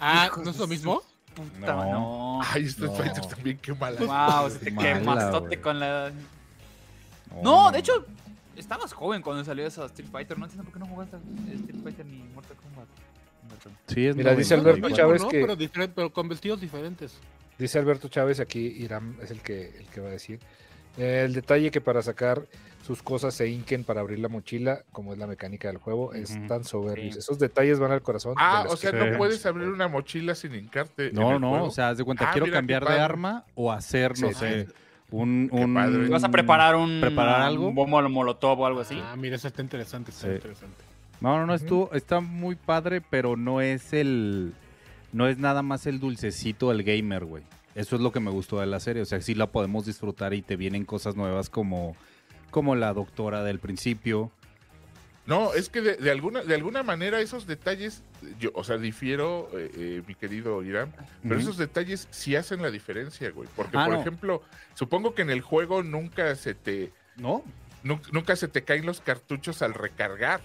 Speaker 4: Ah,
Speaker 1: Hijo
Speaker 4: ¿no es
Speaker 1: de
Speaker 4: lo
Speaker 1: su
Speaker 4: mismo?
Speaker 1: Puta,
Speaker 2: No.
Speaker 1: no.
Speaker 5: Ay, Street
Speaker 2: No.
Speaker 5: Fighter también, qué mala.
Speaker 2: Pues, ah,
Speaker 1: Wow, se te
Speaker 2: Mala,
Speaker 1: quemastote
Speaker 2: güey.
Speaker 1: con la. No,
Speaker 2: No, no,
Speaker 1: de hecho, estabas joven cuando salió esa Street Fighter. No entiendo por qué no jugaste a Street Fighter ni Mortal Kombat.
Speaker 2: Sí, es
Speaker 3: Mira,
Speaker 2: 90 y
Speaker 3: dice Alberto
Speaker 2: pico.
Speaker 3: Chávez
Speaker 4: no,
Speaker 3: que-
Speaker 4: pero, diferente, pero con vestidos diferentes.
Speaker 3: Dice Alberto Chávez, aquí Irán es el que, el que va a decir. Eh, El detalle que para sacar sus cosas se hinquen para abrir la mochila, como es la mecánica del juego, es
Speaker 2: Ujú.
Speaker 3: tan soberbios.
Speaker 1: Sí.
Speaker 3: Esos detalles van al corazón. de
Speaker 5: Ah,
Speaker 3: los
Speaker 5: o sea,
Speaker 3: que-
Speaker 5: no puedes abrir una mochila sin hincarte. en
Speaker 2: No,
Speaker 5: el
Speaker 2: no,
Speaker 5: juego?
Speaker 2: o sea, haz de cuenta,
Speaker 5: Ah,
Speaker 2: quiero
Speaker 5: mira, qué
Speaker 2: cambiar de
Speaker 5: padre.
Speaker 2: arma o hacer, no
Speaker 3: Sí.
Speaker 2: sé, un...
Speaker 5: Qué
Speaker 2: un-
Speaker 5: padre.
Speaker 1: ¿Te vas a preparar un.
Speaker 2: ¿Preparar algo?
Speaker 1: Un bombo molotov o algo así.
Speaker 4: Ah, mira, eso está interesante. Está
Speaker 2: Sí.
Speaker 4: interesante.
Speaker 2: No, no, no,
Speaker 3: Ujú.
Speaker 2: estuvo- está muy padre, pero no es el... No es nada más el dulcecito del gamer, güey. Eso es lo que me gustó de la serie. O sea, sí la podemos disfrutar y te vienen cosas nuevas como, como la doctora del principio.
Speaker 5: No, es que de, de alguna, de alguna manera esos detalles, yo, o sea, difiero, eh, eh, mi querido Irán, pero
Speaker 2: Ujú.
Speaker 5: esos detalles sí hacen la diferencia, güey. Porque,
Speaker 2: Ah,
Speaker 5: por
Speaker 2: no.
Speaker 5: ejemplo, supongo que en el juego nunca se te,
Speaker 2: ¿No?
Speaker 5: nu- nunca se te caen los cartuchos al recargar.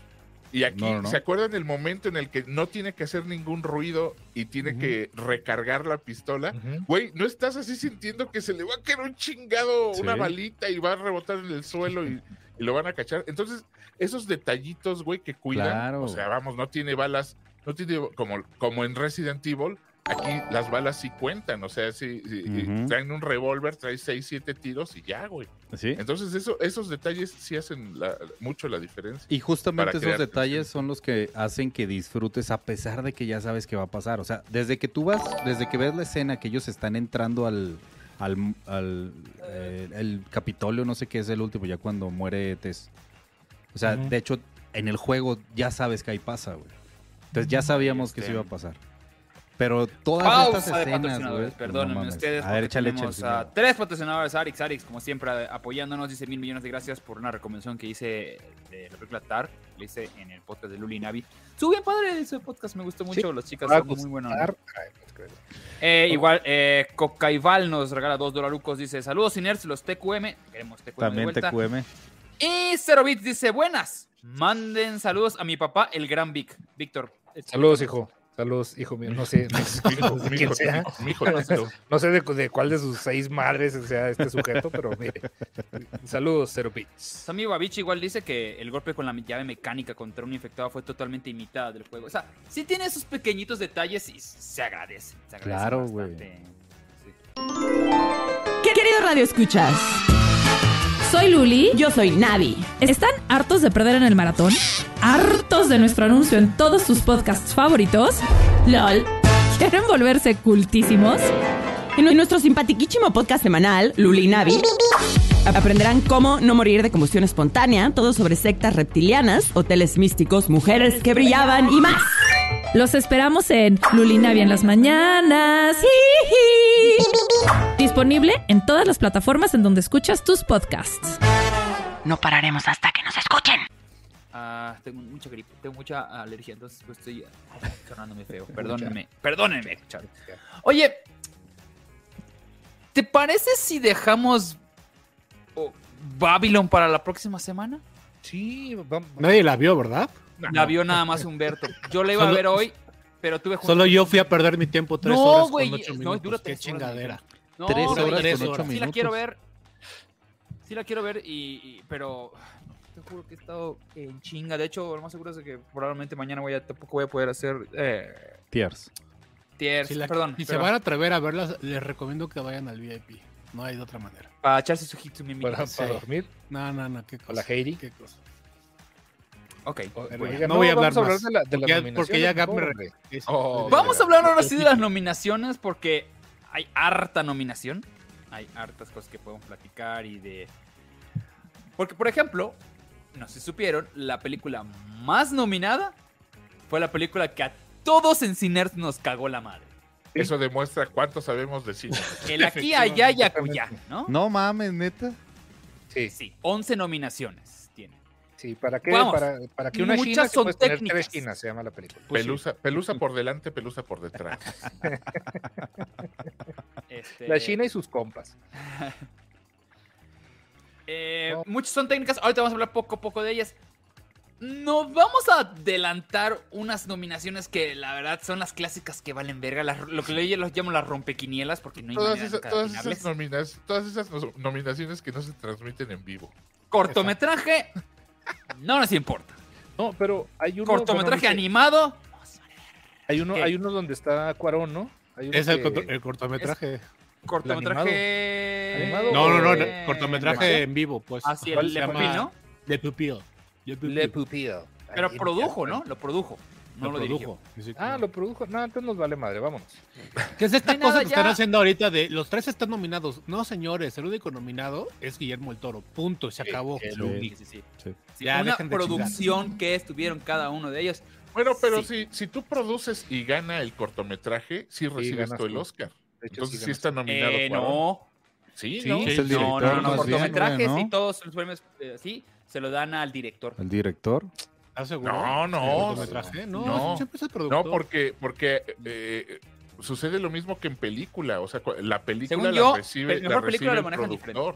Speaker 5: Y aquí,
Speaker 2: No, no, no.
Speaker 5: ¿se acuerdan el momento en el que no tiene que hacer ningún ruido y tiene que recargar la pistola?
Speaker 3: Ujú.
Speaker 5: Güey, ¿no estás así sintiendo que se le va a caer un chingado,
Speaker 2: Sí.
Speaker 5: una balita y va a rebotar en el suelo y, y lo van a cachar? Entonces, esos detallitos, güey, que cuidan,
Speaker 2: Claro.
Speaker 5: o sea, vamos, no tiene balas, no tiene, como, como en Resident Evil, aquí las balas sí cuentan, o sea, sí, sí,
Speaker 2: Ujú.
Speaker 5: traen un revólver, trae 6, 7 tiros y ya, güey.
Speaker 2: ¿Sí?
Speaker 5: Entonces, eso, esos detalles sí hacen la- mucho la diferencia.
Speaker 2: Y justamente
Speaker 5: para
Speaker 2: esos
Speaker 5: crear
Speaker 2: detalles
Speaker 5: tensión.
Speaker 2: son los que hacen que disfrutes a pesar de que ya sabes que va a pasar. O sea, desde que tú vas, desde que ves la escena que ellos están entrando al, al, al, eh, el Capitolio, no sé qué es el último, ya cuando muere Tess. O sea,
Speaker 3: Ujú.
Speaker 2: de hecho, en el juego ya sabes que ahí pasa, güey. Entonces ya sabíamos que eso iba a pasar. Pero todas
Speaker 1: Pausa
Speaker 2: estas
Speaker 1: de
Speaker 2: escenas,
Speaker 1: patrocinadores,
Speaker 2: güey. pues,
Speaker 1: perdónenme
Speaker 2: no mames.
Speaker 1: ustedes.
Speaker 2: A ver,
Speaker 1: porque
Speaker 2: échale, échale.
Speaker 1: tenemos a tres patrocinadores, Arix, Arix, como siempre, a- apoyándonos. Dice mil millones de gracias por una recomendación que hice de la película Tar. Le hice en el podcast de Luli y Navi. Estuvo bien padre ese podcast, me gustó mucho. Los chicas
Speaker 3: Va a
Speaker 1: son muy buenos.
Speaker 3: gustar. Ay, no te creas.
Speaker 1: Eh, igual, eh, Cocaival nos regala dos dolarucos. Dice: Saludos, Inerts, los TQM. Queremos TQM. de
Speaker 2: También
Speaker 1: vuelta.
Speaker 2: TQM.
Speaker 1: Y Zero Bits dice: Buenas. Manden saludos a mi papá, el gran Vic. Víctor.
Speaker 3: Saludos, hijo. Saludos, hijo mío. No sé, no sé,
Speaker 5: Mijo,
Speaker 3: no sé
Speaker 5: mijo,
Speaker 3: quién sea.
Speaker 5: mijo,
Speaker 3: No sé, no sé de, cu- de cuál de sus seis madres sea este sujeto, pero mire. Saludos, Zero Bits.
Speaker 1: Sammy Babich igual dice que el golpe con la llave mecánica contra un infectado fue totalmente imitada del juego. O sea, sí tiene esos pequeñitos detalles y se agradece. se agradece
Speaker 2: Claro,
Speaker 1: bastante. Sí.
Speaker 8: ¿Qué- Querido Radio Escuchas, soy Luli, yo soy Navi.
Speaker 9: ¿Están hartos de perder en el maratón? ¿Hartos de nuestro anuncio en todos sus podcasts favoritos? ¿Lol? ¿Quieren volverse cultísimos?
Speaker 10: En nuestro simpatiquísimo podcast semanal, Luli y Navi, aprenderán cómo no morir de combustión espontánea, todo sobre sectas reptilianas, hoteles místicos, mujeres que brillaban y más.
Speaker 9: Los esperamos en Lulinavia en las mañanas. Disponible en todas las plataformas en donde escuchas tus podcasts.
Speaker 10: No pararemos hasta que nos escuchen.
Speaker 1: Ah, tengo mucha gripe, tengo mucha alergia, entonces pues, estoy ah, sonándome feo. Perdónenme, perdónenme, Charlie. Oye, ¿te parece si dejamos oh, Babylon para la próxima semana?
Speaker 3: Sí, vamos.
Speaker 4: Nadie la vio, ¿verdad?
Speaker 1: La vio nada más Humberto. Yo la iba a
Speaker 4: Solo-
Speaker 1: ver hoy, pero tuve juntas
Speaker 4: Solo yo fui a perder mi tiempo tres
Speaker 1: No,
Speaker 4: horas
Speaker 1: güey,
Speaker 4: con ocho
Speaker 1: no,
Speaker 4: minutos.
Speaker 1: dura
Speaker 4: Qué
Speaker 1: tres horas,
Speaker 4: chingadera.
Speaker 1: No,
Speaker 2: Tres
Speaker 1: güey,
Speaker 4: horas
Speaker 1: tres
Speaker 4: con ocho
Speaker 1: Sí la quiero
Speaker 2: minutos.
Speaker 1: ver. Sí la quiero ver y, y- pero te juro que he estado en chinga. De hecho, lo más seguro es de que probablemente mañana voy a, tampoco voy a poder hacer eh,
Speaker 2: Tiers.
Speaker 1: tiers.
Speaker 4: Si, la-
Speaker 1: perdón.
Speaker 4: si se
Speaker 1: pero
Speaker 4: van a atrever a verlas, les recomiendo que vayan al VIP. No hay de otra manera.
Speaker 1: Para echarse su hit to me
Speaker 3: Para,
Speaker 1: meetings.
Speaker 4: sí.
Speaker 3: para dormir.
Speaker 4: No, no, no, qué cosa.
Speaker 3: Hola, Heidi.
Speaker 4: Qué cosa.
Speaker 1: Ok.
Speaker 3: O-
Speaker 4: Pero
Speaker 3: oiga,
Speaker 4: ya no voy a hablar
Speaker 3: vamos
Speaker 4: más.
Speaker 3: de la, de las
Speaker 4: Porque ya-
Speaker 3: nominaciones,
Speaker 4: porque ya Gab me
Speaker 3: hombre.
Speaker 4: re- Es-
Speaker 5: Oh,
Speaker 1: Vamos a hablar ahora sí de las nominaciones porque hay harta nominación. Hay hartas cosas que podemos platicar y de... Porque, por ejemplo, no sé si supieron, la película más nominada fue la película que a todos en Ciners nos cagó la madre.
Speaker 5: Eso demuestra cuánto sabemos de cine.
Speaker 1: El aquí, allá y acullá, ¿no?
Speaker 2: No mames, neta.
Speaker 3: Sí,
Speaker 1: Sí, 11 nominaciones tiene.
Speaker 3: sí, ¿para qué?
Speaker 1: Vamos.
Speaker 3: Para, para que una
Speaker 1: Muchas
Speaker 3: China se
Speaker 1: son
Speaker 3: puede tener
Speaker 1: técnicas.
Speaker 3: tres Chinas, se llama la película.
Speaker 1: Pues
Speaker 5: pelusa, pelusa por delante, pelusa por detrás.
Speaker 1: Este,
Speaker 3: La China y sus compas.
Speaker 1: eh,
Speaker 3: No.
Speaker 1: Muchas son técnicas, ahorita vamos a hablar poco a poco de ellas. Nos vamos a adelantar unas nominaciones que la verdad son las clásicas que valen verga, las- lo que yo los llamo las rompequinielas porque no hay
Speaker 5: Todas,
Speaker 1: manera
Speaker 5: esas-
Speaker 1: nunca de
Speaker 5: todas
Speaker 1: atinarles.
Speaker 5: esas nomina- todas esas no- nominaciones que no se transmiten en vivo.
Speaker 1: Cortometraje no nos importa.
Speaker 3: No, pero hay uno.
Speaker 1: Cortometraje
Speaker 3: bueno, no sé,
Speaker 1: animado
Speaker 3: Hay uno,
Speaker 1: ¿Qué?
Speaker 3: hay uno donde está Cuarón, ¿no? Hay uno
Speaker 4: Es
Speaker 3: que-
Speaker 4: el, corto- el cortometraje.
Speaker 1: Cortometraje.
Speaker 3: ¿Animado?
Speaker 4: No, no, no,
Speaker 3: eh,
Speaker 4: no, cortometraje en vivo, pues.
Speaker 1: Así Ah, el
Speaker 3: ¿Cuál se
Speaker 1: Le
Speaker 3: llama?
Speaker 1: Pupil, ¿no?
Speaker 4: Le Pupil. Le Pupil.
Speaker 3: Le Pupido.
Speaker 1: Pero
Speaker 3: Ahí,
Speaker 1: produjo,
Speaker 3: ya.
Speaker 1: ¿no? Lo produjo. No lo, dirigió.
Speaker 4: produjo. Así que-
Speaker 3: Ah, lo produjo. No, entonces nos vale madre, vámonos.
Speaker 4: ¿Qué es
Speaker 1: No hay
Speaker 4: esta
Speaker 1: nada
Speaker 4: cosa que están
Speaker 1: ya.
Speaker 4: haciendo ahorita de los tres están nominados? No, señores, el único nominado es Guillermo el Toro. Punto, se acabó.
Speaker 3: sí,
Speaker 4: Lo
Speaker 1: Sí,
Speaker 4: único.
Speaker 1: sí, sí.
Speaker 2: Sí.
Speaker 1: Sí,
Speaker 4: Ya,
Speaker 1: una
Speaker 4: dejen de chingar.
Speaker 1: producción que estuvieron cada uno de ellos.
Speaker 5: Bueno, pero
Speaker 1: Sí.
Speaker 5: si, si tú produces y gana el cortometraje, sí recibes
Speaker 3: ganas
Speaker 5: tú el
Speaker 3: tú.
Speaker 5: Oscar.
Speaker 3: De hecho,
Speaker 5: Entonces
Speaker 3: sí
Speaker 5: sí
Speaker 3: ganas.
Speaker 5: está nominado.
Speaker 1: Eh,
Speaker 5: Cuarón.
Speaker 1: no.
Speaker 5: Sí,
Speaker 4: Sí,
Speaker 5: ¿no?
Speaker 4: sí.
Speaker 2: Es
Speaker 1: No,
Speaker 2: el
Speaker 1: no,
Speaker 2: director.
Speaker 1: no,
Speaker 2: más bien,
Speaker 1: cortometrajes
Speaker 2: güey,
Speaker 1: y
Speaker 2: ¿no?
Speaker 1: todos los premios eh, sí se lo dan al director.
Speaker 2: ¿El director?
Speaker 4: ¿Estás seguro?
Speaker 5: No, no,
Speaker 4: ¿El cortometraje? No,
Speaker 5: no.
Speaker 4: siempre es el productor.
Speaker 5: No, porque, porque eh, sucede lo mismo que en película. O sea, cu- la película
Speaker 1: Según
Speaker 5: la
Speaker 1: yo,
Speaker 5: recibe,
Speaker 1: pe-
Speaker 5: la
Speaker 1: mejor película
Speaker 5: recibe
Speaker 1: lo
Speaker 5: el
Speaker 1: manejan
Speaker 5: productor.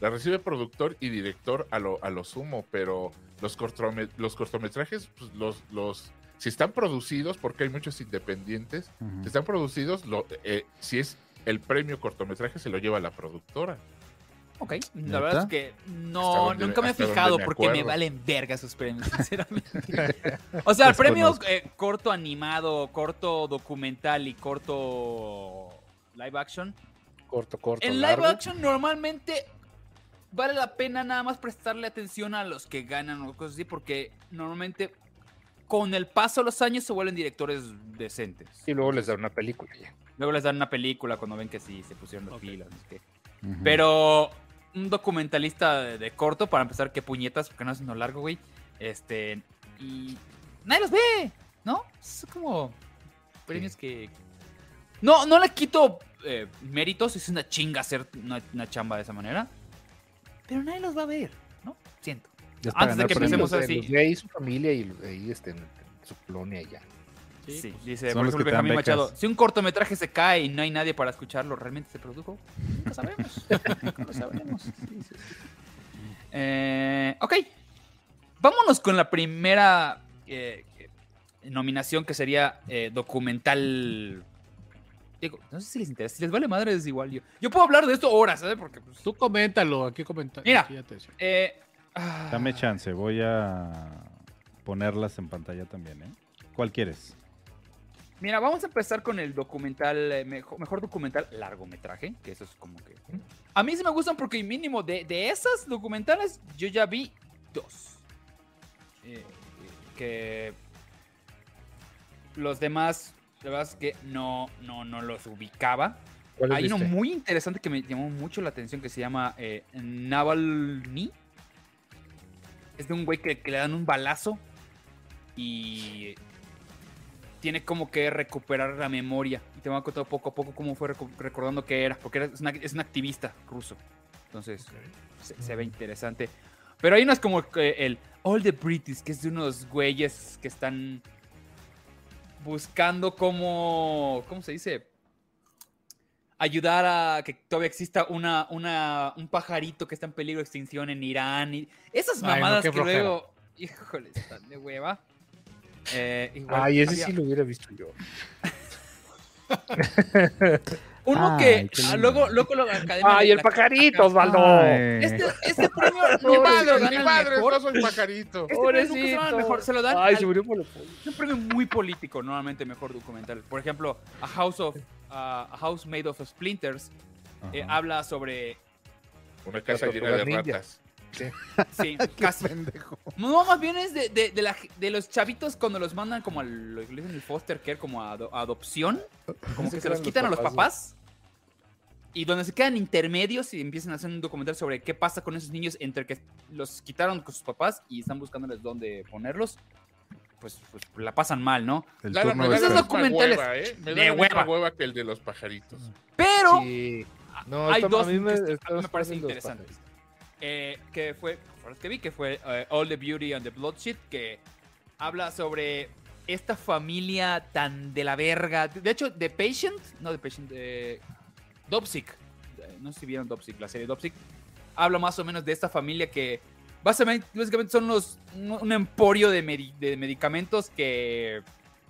Speaker 5: La recibe productor y director a lo, a lo sumo, pero los, cortome- los cortometrajes, pues, los, los, si están producidos, porque hay muchos independientes, si
Speaker 1: Pues,
Speaker 5: están producidos, lo, eh, si es el premio cortometraje, se lo lleva la productora.
Speaker 1: Ok. La
Speaker 2: ¿Neta?
Speaker 1: verdad es que no,
Speaker 5: Hasta donde-
Speaker 1: nunca me he
Speaker 5: hasta donde
Speaker 1: fijado
Speaker 5: me
Speaker 1: porque me
Speaker 5: acuerdo.
Speaker 1: valen verga esos premios, sinceramente. o sea, el premio eh, corto animado, corto documental y corto live action.
Speaker 3: Corto, corto.
Speaker 1: En live
Speaker 3: largo.
Speaker 1: action normalmente vale la pena nada más prestarle atención a los que ganan o cosas así porque normalmente con el paso de los años se vuelven directores decentes.
Speaker 3: Y luego les da una película ya.
Speaker 1: Luego les dan una película cuando ven que sí se pusieron las
Speaker 4: Ok.
Speaker 1: pilas. no sé qué.
Speaker 2: Ujú.
Speaker 1: Pero un documentalista de, de corto, para empezar, qué puñetas, porque no es uno largo, güey. Este. Y. Nadie los ve, ¿no? Es como. Premios que. No, no le quito eh, méritos, es una chinga hacer una, una chamba de esa manera. Pero nadie los va a ver, ¿no? Siento.
Speaker 2: Ya es para
Speaker 1: Antes de
Speaker 2: ganar
Speaker 1: que
Speaker 2: premios.
Speaker 1: empecemos
Speaker 3: Sí, los de-
Speaker 1: así.
Speaker 3: los de ahí su familia y los de ahí este, en- en su colonia y ya.
Speaker 1: Sí,
Speaker 4: Sí,
Speaker 1: dice,
Speaker 2: son
Speaker 1: por
Speaker 2: los que
Speaker 1: ejemplo,
Speaker 2: te dan
Speaker 1: Benjamín
Speaker 2: becas.
Speaker 1: Machado. Si un cortometraje se cae y no hay nadie para escucharlo, ¿realmente se produjo? Nunca sabemos. Nunca lo sabremos. Sí, sí, sí. Eh, ok. Vámonos con la primera eh, eh, nominación que sería eh, documental. Digo, no sé si les interesa. Si les vale madre, es igual. Yo, yo puedo hablar de esto horas, ¿sabes? Porque. pues,
Speaker 4: Tú coméntalo, aquí comenta.
Speaker 1: Mira.
Speaker 4: aquí ya te decía.
Speaker 1: eh, ah,
Speaker 2: Dame chance, voy a ponerlas en pantalla también, ¿eh? ¿Cuál quieres?
Speaker 1: Mira, vamos a empezar con el documental, eh, mejo- mejor, documental largometraje, que eso es como que... A mí sí me gustan porque mínimo de, de esas documentales yo ya vi dos. Eh, eh, que los demás, la verdad es que no, no, no los ubicaba.
Speaker 3: ¿Cuáles
Speaker 1: Hay uno
Speaker 3: viste?
Speaker 1: muy interesante que me llamó mucho la atención que se llama eh, Navalny. Es de un güey que, que le dan un balazo y tiene como que recuperar la memoria. Y te van a contar poco a poco cómo fue recu- recordando qué era, porque era- es, una- es un activista ruso. Entonces, se, se ve interesante. Pero hay unas como que el All the British, que es de unos güeyes que están buscando cómo, ¿cómo se dice? Ayudar a que todavía exista una, una, un pajarito que está en peligro de extinción en Irán. Y esas
Speaker 4: Ay, no,
Speaker 1: mamadas
Speaker 4: qué
Speaker 1: que
Speaker 4: flojera.
Speaker 1: luego, híjole, están de hueva. Eh, igual
Speaker 3: Ay, ese
Speaker 1: había-
Speaker 3: sí lo hubiera visto yo.
Speaker 1: Uno
Speaker 2: Ay,
Speaker 1: que
Speaker 2: qué
Speaker 1: ah,
Speaker 2: lindo.
Speaker 1: luego, luego la academia.
Speaker 3: Ay,
Speaker 1: de-
Speaker 3: el
Speaker 1: la-
Speaker 3: pajarito, Osvaldo.
Speaker 1: Este, este premio
Speaker 5: Mi
Speaker 1: no se lo
Speaker 5: madre,
Speaker 1: dan
Speaker 5: mi
Speaker 1: al
Speaker 5: madre,
Speaker 1: mejor.
Speaker 5: no soy pajarito.
Speaker 1: Este premio nunca se lo dan al mejor, se lo dan
Speaker 3: Ay,
Speaker 1: al-
Speaker 3: se murió por el pollo.
Speaker 1: es un premio muy político, normalmente mejor documental. Por ejemplo, A House of a A House Made of Splinters eh,
Speaker 2: Ajá.
Speaker 1: habla sobre
Speaker 5: Una casa
Speaker 3: Las
Speaker 5: llena de
Speaker 3: tortugas ninja.
Speaker 5: ratas.
Speaker 1: sí, casi. No, más bien es de, de- de la- de los chavitos cuando los mandan como al lo que le dicen el foster care, como a, ado- a adopción, como
Speaker 3: Sí,
Speaker 1: que se los
Speaker 3: eran
Speaker 1: quitan a los
Speaker 3: papás,
Speaker 1: papás. Y donde se quedan intermedios y empiezan a hacer un documental sobre qué pasa con esos niños entre que los quitaron con sus papás y están buscándoles dónde ponerlos, pues, pues la pasan mal, ¿no?
Speaker 2: El
Speaker 5: Lara,
Speaker 2: turno
Speaker 5: me da
Speaker 1: Esos
Speaker 5: la
Speaker 2: de...
Speaker 5: misma
Speaker 1: documentales
Speaker 5: hueva, ¿eh? Me da
Speaker 1: de
Speaker 5: la misma
Speaker 1: hueva.
Speaker 5: hueva que el de los pajaritos.
Speaker 1: Pero
Speaker 3: Sí. No,
Speaker 1: hay
Speaker 3: esta-
Speaker 1: dos
Speaker 3: a mí me,
Speaker 1: que est-
Speaker 3: esta-
Speaker 1: me parecen
Speaker 3: los
Speaker 1: interesantes.
Speaker 3: pajares.
Speaker 1: eh, que fue, por lo que vi, que fue eh, All the Beauty and the Bloodshed, que habla sobre esta familia tan de la verga. De hecho, The Patient, no The Patient, eh, de Dopsic, eh, no sé si vieron Dopsic, la serie Dopsic, habla más o menos de esta familia que Básicamente, básicamente son los, un un emporio de, medi- de medicamentos que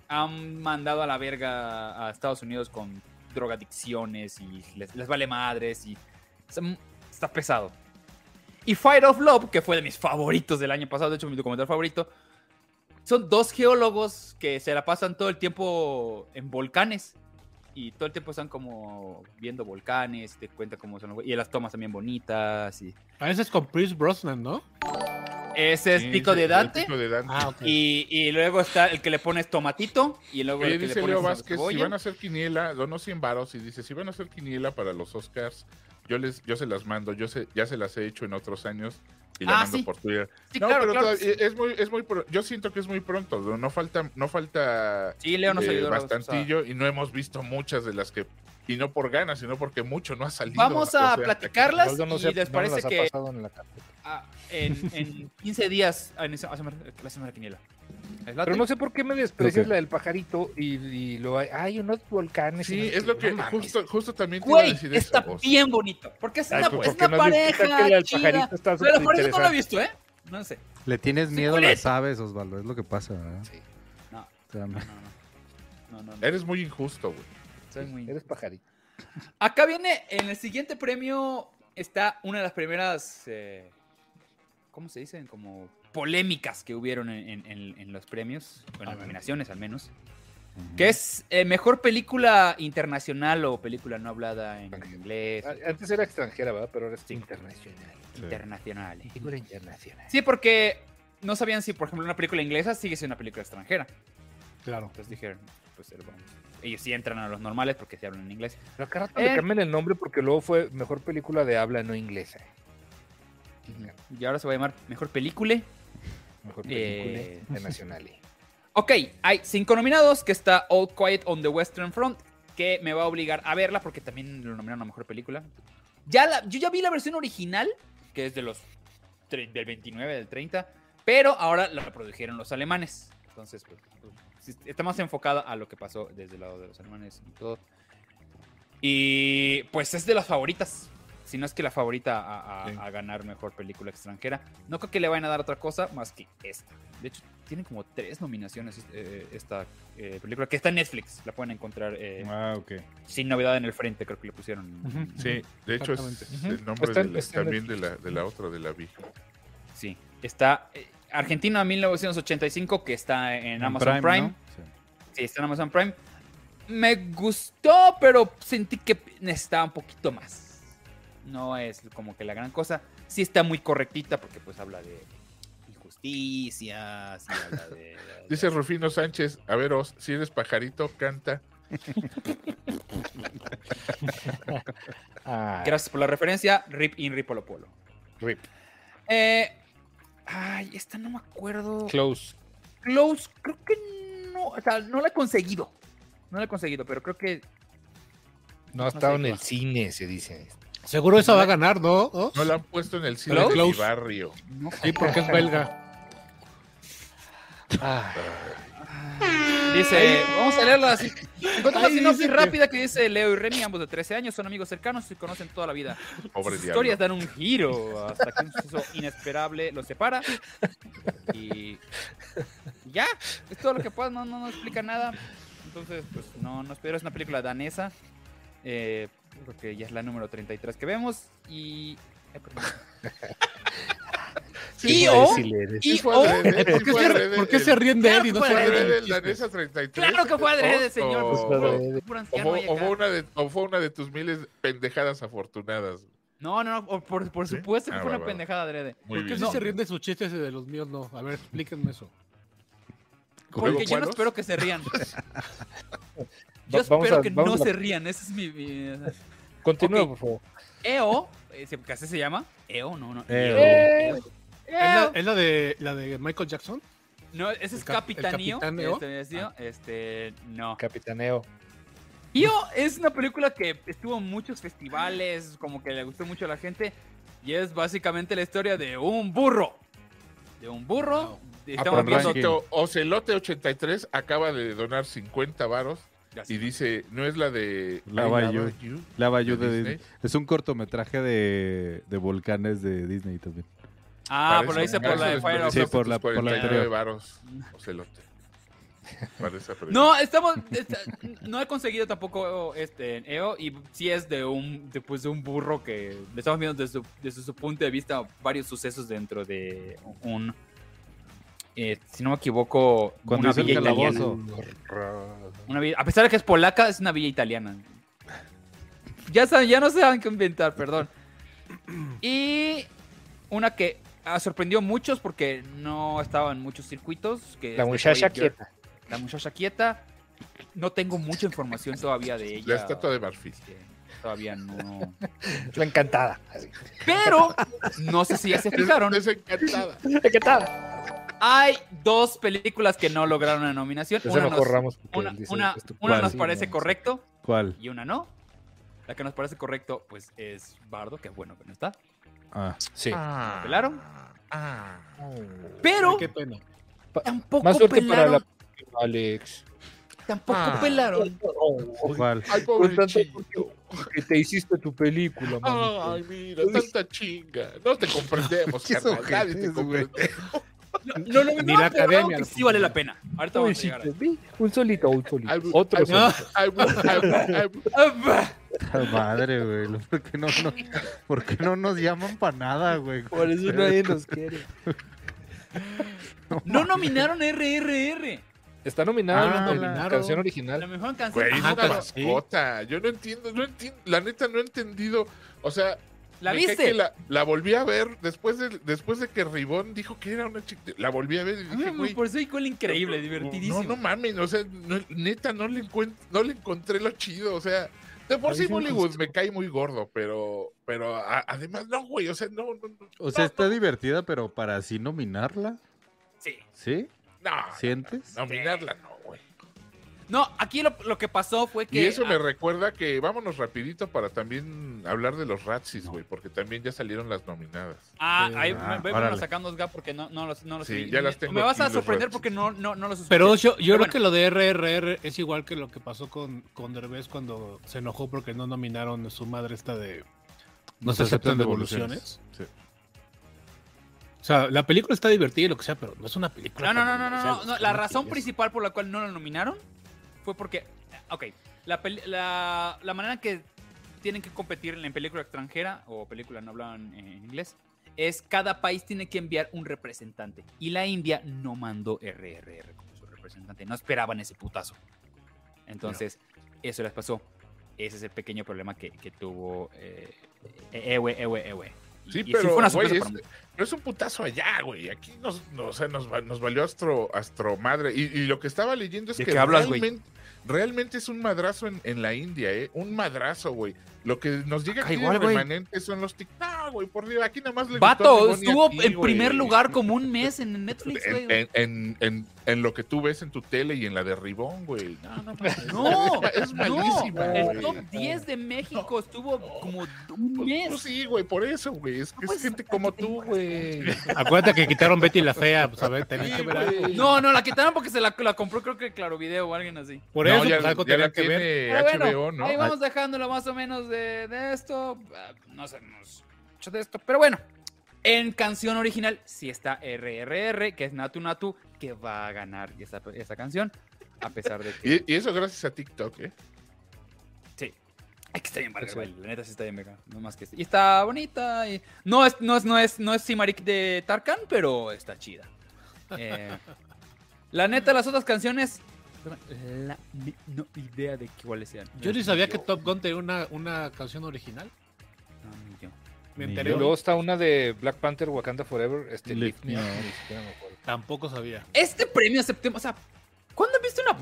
Speaker 1: han mandado a la verga a Estados Unidos con drogadicciones y les, les vale madres y está, está pesado. Y Fire of Love, que fue de mis favoritos del año pasado, de hecho mi documental favorito, son dos geólogos que se la pasan todo el tiempo en volcanes y todo el tiempo están como viendo volcanes, te cuenta cómo son los vol- y las tomas también bonitas y
Speaker 4: A veces Ah, con Pierce Brosnan, ¿no?
Speaker 1: ese es
Speaker 5: Sí,
Speaker 1: Pico
Speaker 5: sí,
Speaker 1: de
Speaker 5: el
Speaker 1: Dante.
Speaker 5: Pico de Dante.
Speaker 4: Ah, ok.
Speaker 1: Y, y luego está el que le pones tomatito y luego el
Speaker 5: Oye,
Speaker 1: que le
Speaker 5: dice
Speaker 1: pones
Speaker 5: Leo Vázquez, si
Speaker 1: cebolla.
Speaker 5: van a hacer quiniela, donó 100 varos y dice, si van a hacer quiniela para los Oscars, yo les yo se las mando, yo se, ya se las he hecho en otros años y la
Speaker 1: Ah,
Speaker 5: mando
Speaker 1: sí.
Speaker 5: por Twitter.
Speaker 1: Sí,
Speaker 5: no,
Speaker 1: claro,
Speaker 5: pero
Speaker 1: claro.
Speaker 5: todavía- es muy es muy pro- yo siento que es muy pronto, no, no falta no falta
Speaker 1: Sí, Leo nos
Speaker 5: eh,
Speaker 1: ayudó la vez pasada.
Speaker 5: bastantillo y no hemos visto muchas de las que y no por ganas, sino porque mucho no ha salido.
Speaker 1: Vamos a
Speaker 5: O sea,
Speaker 1: platicarlas
Speaker 3: Osvaldo no
Speaker 1: y
Speaker 3: se-
Speaker 1: les
Speaker 3: no me
Speaker 1: parece
Speaker 3: las ha
Speaker 1: que
Speaker 3: pasado en la carpeta.
Speaker 1: ah, en, en 15 días ah, en esa- hacemos hacemos la quiniela. ¿Les late?
Speaker 3: Pero no sé por qué me desprecias
Speaker 2: Ok.
Speaker 3: la del pajarito y, y lo hay. Hay unos volcanes. y
Speaker 5: Sí,
Speaker 3: no sé
Speaker 5: es lo
Speaker 3: qué.
Speaker 5: que
Speaker 3: No mames.
Speaker 5: justo justo también te iba a
Speaker 1: Güey,
Speaker 5: decir
Speaker 1: está
Speaker 5: eso. o sea,
Speaker 1: bien bonito. Porque es
Speaker 3: Ay,
Speaker 1: una,
Speaker 3: pues,
Speaker 1: es
Speaker 3: ¿por qué
Speaker 1: una
Speaker 3: no dices que la
Speaker 1: pareja
Speaker 3: del
Speaker 1: chida.
Speaker 3: pajarito está
Speaker 1: Pero por eso no lo he
Speaker 3: superinteresante?
Speaker 1: visto, ¿eh? No sé.
Speaker 2: Le tienes miedo a
Speaker 1: culero.
Speaker 2: las aves, Osvaldo, es lo que pasa, ¿verdad?
Speaker 1: Sí. No,
Speaker 2: O sea,
Speaker 1: no, no. No, no, no, no.
Speaker 5: Eres muy injusto, güey.
Speaker 1: Soy muy-
Speaker 3: Eres pajarito.
Speaker 1: Acá viene, en el siguiente premio está una de las primeras, eh, ¿cómo se dicen? Como polémicas que hubieron en, en- en- en los premios, o en las nominaciones al menos, que es eh, mejor película internacional o película no hablada en inglés,
Speaker 3: A- Antes era extranjera, ¿verdad? Pero ahora es internacional.
Speaker 1: internacional.
Speaker 3: Figura internacional.
Speaker 1: Sí, porque no sabían si, por ejemplo, una película inglesa sigue siendo una película extranjera.
Speaker 4: Claro.
Speaker 1: Entonces dijeron, pues vamos. Ellos sí entran a los normales porque se hablan en inglés.
Speaker 3: Pero acá rato le
Speaker 1: Eh.
Speaker 3: cambian el nombre porque luego fue mejor película de habla no inglesa.
Speaker 1: Y ahora se va a llamar mejor película
Speaker 3: Mejor película
Speaker 1: Eh.
Speaker 3: internacional.
Speaker 1: Ok, hay cinco nominados, que está All Quiet on the Western Front, que me va a obligar a verla porque también lo nominaron a Mejor Película. Ya la- yo ya vi la versión original, que es de los tre- del 29, del 30, pero ahora la produjeron los alemanes. Entonces, pues, pues, sí, está más enfocada a lo que pasó desde el lado de los alemanes y todo. Y pues es de las favoritas. Si no es que la favorita a, a-
Speaker 5: Sí.
Speaker 1: a ganar mejor película extranjera. No creo que le vayan a dar otra cosa más que esta. De hecho, tiene como tres nominaciones eh, esta eh, película, que está en Netflix. La pueden encontrar eh,
Speaker 2: Ah, ok.
Speaker 1: sin novedad en el frente, creo que le pusieron.
Speaker 4: Ujú.
Speaker 5: Sí, de hecho es
Speaker 4: Exactamente.
Speaker 5: el nombre
Speaker 3: Está-
Speaker 5: de la-
Speaker 3: está en
Speaker 5: también de la, de la otra, de la vieja.
Speaker 1: Sí, está eh, Argentina 1985, que está en Amazon Prime.
Speaker 2: ¿no? Sí.
Speaker 1: Sí, está en Amazon Prime. Me gustó, pero sentí que necesitaba un poquito más. No es como que la gran cosa. Sí está muy correctita porque pues habla de injusticias. y habla de-
Speaker 5: Dice Rufino Sánchez, a ver, Oz, si eres pajarito, canta.
Speaker 3: Ah,
Speaker 1: Gracias por la referencia. Rip in Ripolo Polo.
Speaker 3: rip.
Speaker 1: Eh, ay, esta no me acuerdo.
Speaker 3: Close.
Speaker 1: Close, creo que no. O sea, no la he conseguido. No la he conseguido, pero creo que
Speaker 3: No ha estado en
Speaker 1: qué
Speaker 3: el
Speaker 1: va.
Speaker 3: cine, se dice.
Speaker 4: Seguro esa va a ganar, ¿no? ¿No?
Speaker 5: No la han puesto en el cine
Speaker 1: ¿Hello?
Speaker 5: de mi
Speaker 4: Close.
Speaker 5: barrio.
Speaker 4: Sí, porque es belga.
Speaker 1: Dice, vamos a leerla así. Encuentro una
Speaker 4: Ahí
Speaker 1: sinopsis
Speaker 4: dice que-
Speaker 1: rápida que dice Leo y Remy, ambos de 13 años, son amigos cercanos y se conocen toda la vida.
Speaker 5: Pobre
Speaker 1: Sus
Speaker 5: diablo.
Speaker 1: historias dan un giro hasta que un suceso inesperable los separa. Y y ya, es todo lo que pasa, no, no, no explica nada. Entonces, pues no, no espero, es una película danesa. Eh, creo que ya es la número 33 que vemos. Y... ay, perdón.
Speaker 5: Sí,
Speaker 1: y
Speaker 5: fue-
Speaker 1: o...
Speaker 3: Sí le eres.
Speaker 5: sí
Speaker 1: Y
Speaker 5: fue
Speaker 1: o...
Speaker 5: adrede, sí
Speaker 4: ¿Por qué,
Speaker 5: fue
Speaker 4: se,
Speaker 5: adrede
Speaker 4: por qué
Speaker 5: el-
Speaker 4: se ríen de él y no
Speaker 1: Claro,
Speaker 4: se
Speaker 5: fue
Speaker 4: ríen
Speaker 5: adrede
Speaker 4: de
Speaker 5: el danesa 33?
Speaker 1: Claro que fue adrede,
Speaker 5: O-
Speaker 1: señor.
Speaker 5: o-
Speaker 3: Pues fue adrede.
Speaker 1: puro
Speaker 5: O,
Speaker 1: anciano
Speaker 5: fue-
Speaker 1: ahí
Speaker 5: o
Speaker 1: acá.
Speaker 5: fue una de, o fue una de tus miles pendejadas afortunadas.
Speaker 1: No, no, no, por, por, por
Speaker 5: ¿Sí?
Speaker 1: supuesto que
Speaker 5: Ah,
Speaker 1: fue
Speaker 5: va,
Speaker 1: una
Speaker 5: va, va.
Speaker 1: pendejada adrede.
Speaker 4: ¿Por
Speaker 5: Muy
Speaker 4: qué
Speaker 5: bien.
Speaker 4: sí
Speaker 5: No.
Speaker 4: se ríen de sus chistes y de los míos no? A ver, explíquenme eso.
Speaker 5: ¿Luego
Speaker 1: Porque yo no
Speaker 5: cuáles?
Speaker 1: espero que se rían. Yo
Speaker 3: Va- vamos
Speaker 1: espero
Speaker 3: a-
Speaker 1: que
Speaker 3: vamos
Speaker 1: no
Speaker 3: a-
Speaker 1: se rían, ese es mi... mi-
Speaker 3: Continúa,
Speaker 1: Ok.
Speaker 3: por favor.
Speaker 1: EO, eh, se- ¿qué así se llama? EO, no, no. EO.
Speaker 2: EO.
Speaker 1: eh,
Speaker 4: ¿Es la, es la de, la de Michael Jackson?
Speaker 1: No, ese es
Speaker 4: el cap- el
Speaker 1: Capitanio.
Speaker 4: capitán EO.
Speaker 1: Este, este, este, no.
Speaker 3: Capitaneo.
Speaker 1: EO es una película que estuvo en muchos festivales, como que le gustó mucho a la gente, y es básicamente la historia de un burro. De un burro.
Speaker 5: ah,
Speaker 1: Estamos
Speaker 2: pero
Speaker 1: viendo
Speaker 2: ranking.
Speaker 5: Ocelote, Ocelote 83 acaba de donar 50 varos
Speaker 1: Gracias.
Speaker 5: y dice, no es la de...
Speaker 2: La
Speaker 5: I
Speaker 2: Bayou.
Speaker 5: Love You?
Speaker 2: La Bayou
Speaker 5: ¿De
Speaker 2: de
Speaker 5: Disney?
Speaker 2: Disney. Es un cortometraje de, de volcanes de Disney también.
Speaker 1: Ah,
Speaker 5: Para
Speaker 1: por
Speaker 5: eso
Speaker 1: lo hice por la de
Speaker 5: gastas
Speaker 1: Fire of
Speaker 2: Sí,
Speaker 5: tus
Speaker 2: por la- por la
Speaker 5: 49
Speaker 2: anterior.
Speaker 5: varos, ocelote. Para esa pregunta.
Speaker 1: No, estamos. esta- no he conseguido tampoco este en EO. Y sí es de un, de, pues, de un burro que le estamos viendo desde, su- desde su punto de vista varios sucesos dentro de un. eh, si no me equivoco,
Speaker 2: Cuando
Speaker 1: una
Speaker 2: hizo el
Speaker 1: villa italiana.
Speaker 2: calabozo.
Speaker 1: Una villa- a pesar de que es polaca, es una villa italiana. Ya, saben, ya no saben qué inventar, perdón. Y una que ah, sorprendió a muchos porque no estaba en muchos circuitos. Que
Speaker 3: La
Speaker 1: es de
Speaker 3: muchacha
Speaker 1: Boy George.
Speaker 3: quieta.
Speaker 1: La muchacha quieta. No tengo mucha información todavía de ella.
Speaker 5: La estatua de marfil.
Speaker 1: que Todavía no.
Speaker 3: La encantada. así.
Speaker 1: Pero no sé si ya se fijaron.
Speaker 5: Es encantada.
Speaker 3: Encantada.
Speaker 1: Hay dos películas que no lograron la nominación.
Speaker 3: Ya Se
Speaker 1: Una
Speaker 3: enojó
Speaker 1: nos,
Speaker 3: Ramos porque
Speaker 1: una-
Speaker 3: él dice
Speaker 1: una-
Speaker 3: esto-
Speaker 1: una
Speaker 3: Sí,
Speaker 1: nos
Speaker 3: no,
Speaker 1: parece
Speaker 3: no.
Speaker 1: correcto
Speaker 2: ¿Cuál?
Speaker 1: y una no. La que nos parece correcto, pues es Bardo, que es bueno que no está.
Speaker 2: Ah.
Speaker 3: Sí.
Speaker 1: ¿Pelaron?
Speaker 5: Ah.
Speaker 1: Pero
Speaker 4: Qué pena.
Speaker 1: tampoco
Speaker 3: Más suerte para
Speaker 1: pelaron.
Speaker 3: la. Alex.
Speaker 1: Tampoco
Speaker 5: Ah.
Speaker 1: pelaron.
Speaker 2: ¿Cuál?
Speaker 5: Ay,
Speaker 3: Por tanto,
Speaker 5: pobrecito.
Speaker 3: que te hiciste tu película,
Speaker 1: Ah,
Speaker 3: manito.
Speaker 5: Ay, mira, tanta chinga. No te comprendemos,
Speaker 2: Qué
Speaker 5: carnal. Nadie
Speaker 2: ojetes,
Speaker 5: te
Speaker 2: güey.
Speaker 5: comprende.
Speaker 1: No, no, no,
Speaker 4: Ni la
Speaker 1: pero algo
Speaker 4: academia
Speaker 1: que
Speaker 4: lo
Speaker 1: sí vale la pena. Ahorita vamos a llegar.
Speaker 3: Pobrecito, ve, pues, Un solito, un solito.
Speaker 5: Ay, bu-
Speaker 3: Otro
Speaker 5: ay,
Speaker 3: solito.
Speaker 5: ay, bu- ay, bu- ay, bu-
Speaker 1: Ah,
Speaker 2: Puta madre, güey. ¿Por qué no, no- por qué no nos llaman para nada, güey?
Speaker 11: Por eso nadie nos quiere.
Speaker 1: No nominaron RRR.
Speaker 3: Está nominada
Speaker 2: Ah,
Speaker 3: la
Speaker 2: la-
Speaker 3: canción
Speaker 1: La
Speaker 3: original.
Speaker 1: mejor canción.
Speaker 5: Güey, es
Speaker 1: Ajá,
Speaker 5: una
Speaker 1: pero-
Speaker 5: mascota. Yo no entiendo, no entiendo. La neta, no he entendido. O sea,
Speaker 1: ¿La
Speaker 5: me cae
Speaker 1: viste?
Speaker 5: que La, la volví a ver después de, después de que Ribón dijo que era una chica. La volví a ver y
Speaker 1: A mí
Speaker 5: dije,
Speaker 1: me
Speaker 5: güey.
Speaker 1: pareció igual increíble, divertidísimo.
Speaker 5: No, no mames, o sea, no- neta, no le, encuent- no le encontré lo chido, o sea, de por sí Bollywood me cae muy gordo, pero, pero a- además no, güey, o sea, no, no, no,
Speaker 2: O sea, está divertida, pero para así nominarla,
Speaker 1: Sí.
Speaker 2: ¿sí?
Speaker 5: no,
Speaker 2: ¿Sientes?
Speaker 5: nominarla no, güey.
Speaker 1: No, aquí lo, lo que pasó fue que.
Speaker 5: Y eso me
Speaker 1: ah,
Speaker 5: recuerda que vámonos rapidito para también hablar de los Ratsis, güey, porque también ya salieron las nominadas.
Speaker 1: Ah, ahí
Speaker 2: Ah,
Speaker 1: me,
Speaker 2: órale.
Speaker 1: me sacando los gaps porque no, no los, no los
Speaker 5: Sí,
Speaker 1: vi.
Speaker 5: ya
Speaker 1: Me-
Speaker 5: las tengo
Speaker 1: Me vas
Speaker 5: aquí,
Speaker 1: a
Speaker 5: los
Speaker 1: sorprender
Speaker 5: Ratchets.
Speaker 1: porque no, no, no los escuché.
Speaker 4: Pero yo, yo creo
Speaker 1: bueno.
Speaker 4: que lo de RRR es igual que lo que pasó con, con Derbez cuando se enojó porque no nominaron a su madre esta de No se aceptan devoluciones. O sea, la película está divertida y lo que sea, pero no es una película.
Speaker 1: No, no, no,
Speaker 4: para
Speaker 1: no, no,
Speaker 4: nominar,
Speaker 1: no,
Speaker 4: o
Speaker 1: no,
Speaker 4: sea,
Speaker 1: La
Speaker 4: no
Speaker 1: razón
Speaker 4: quieres.
Speaker 1: principal por la cual no lo nominaron fue porque, ok, la, peli- la, la manera en que tienen que competir en película extranjera o película no hablan en inglés es cada país tiene que enviar un representante y la India no mandó RRR como su representante, no esperaban ese putazo. Entonces, eso les pasó. Ese es el pequeño problema que, que tuvo eh, Ewe, Ewe, Ewe. Y-
Speaker 5: Sí,
Speaker 1: y
Speaker 5: pero, güey,
Speaker 1: sorpresa
Speaker 5: es-
Speaker 1: para mí.
Speaker 5: Pero es un putazo allá, güey, aquí nos, no, o sea, nos, va- nos valió astro, astro madre, y, y lo que estaba leyendo es
Speaker 1: ¿De
Speaker 5: que
Speaker 1: qué hablas, güey?
Speaker 5: realmente, realmente es un madrazo en, en la India, ¿eh? Un madrazo, güey. Lo que nos llega
Speaker 1: Acá
Speaker 5: aquí
Speaker 1: igual,
Speaker 5: de
Speaker 1: güey.
Speaker 5: permanente son los TikTok, güey, por Dios, aquí nada más le gustó a
Speaker 1: Vato,
Speaker 5: Ribón y a
Speaker 1: estuvo
Speaker 5: ti,
Speaker 1: en
Speaker 5: güey.
Speaker 1: primer lugar como un mes en Netflix, güey.
Speaker 5: En, en, en, en- en lo que tú ves en tu tele y en la de Ribón, güey. No, no, mames.
Speaker 1: No,
Speaker 5: es malísima,
Speaker 1: no, el
Speaker 5: güey.
Speaker 1: top 10 de México estuvo como un
Speaker 5: Pues, pues
Speaker 1: mes.
Speaker 5: sí, güey, por eso, güey. Es que es
Speaker 1: puedes
Speaker 5: gente
Speaker 1: sacar
Speaker 5: como
Speaker 1: que te
Speaker 5: tú, güey.
Speaker 4: Acuérdate que quitaron Betty la Fea, pues a ver, tenés
Speaker 5: Sí,
Speaker 4: que ver algo.
Speaker 5: güey.
Speaker 1: No, no, la quitaron porque se la, la compró creo que Claro Video o alguien así.
Speaker 4: Por
Speaker 5: No,
Speaker 4: eso,
Speaker 5: ya,
Speaker 4: pues, algo
Speaker 5: ya
Speaker 4: tenía
Speaker 5: la
Speaker 4: que ver.
Speaker 5: tiene
Speaker 1: Pero bueno,
Speaker 5: HBO, ¿no? Ah.
Speaker 1: ahí vamos dejándolo más o menos de, de esto. Ah, No sé, mucho de esto. Pero bueno, en canción original sí está RRR, que es Natu Natu, que va a ganar esa, esa canción. A pesar de que...
Speaker 5: Y, y eso gracias a TikTok, ¿eh?
Speaker 1: Sí. Ay, que está bien verga, güey. La neta sí está bien verga. No más que este. Y está bonita. y- No es, no es, no es, no es Simarik de Tarkan, pero está chida. Eh, la neta, las otras canciones. La mi- no idea de cuáles sean.
Speaker 4: Yo ni sabía que Top Gun tenía una, una canción original.
Speaker 1: No, ni yo.
Speaker 4: Me
Speaker 2: Ni
Speaker 3: Y
Speaker 4: enteré.
Speaker 3: luego está una de Black Panther Wakanda Forever. Este
Speaker 2: Live
Speaker 3: Live Me Up,
Speaker 2: Me
Speaker 3: ni siquiera me acuerdo.
Speaker 4: Tampoco sabía.
Speaker 1: Este premio septiembre. O sea, ¿cuándo viste una.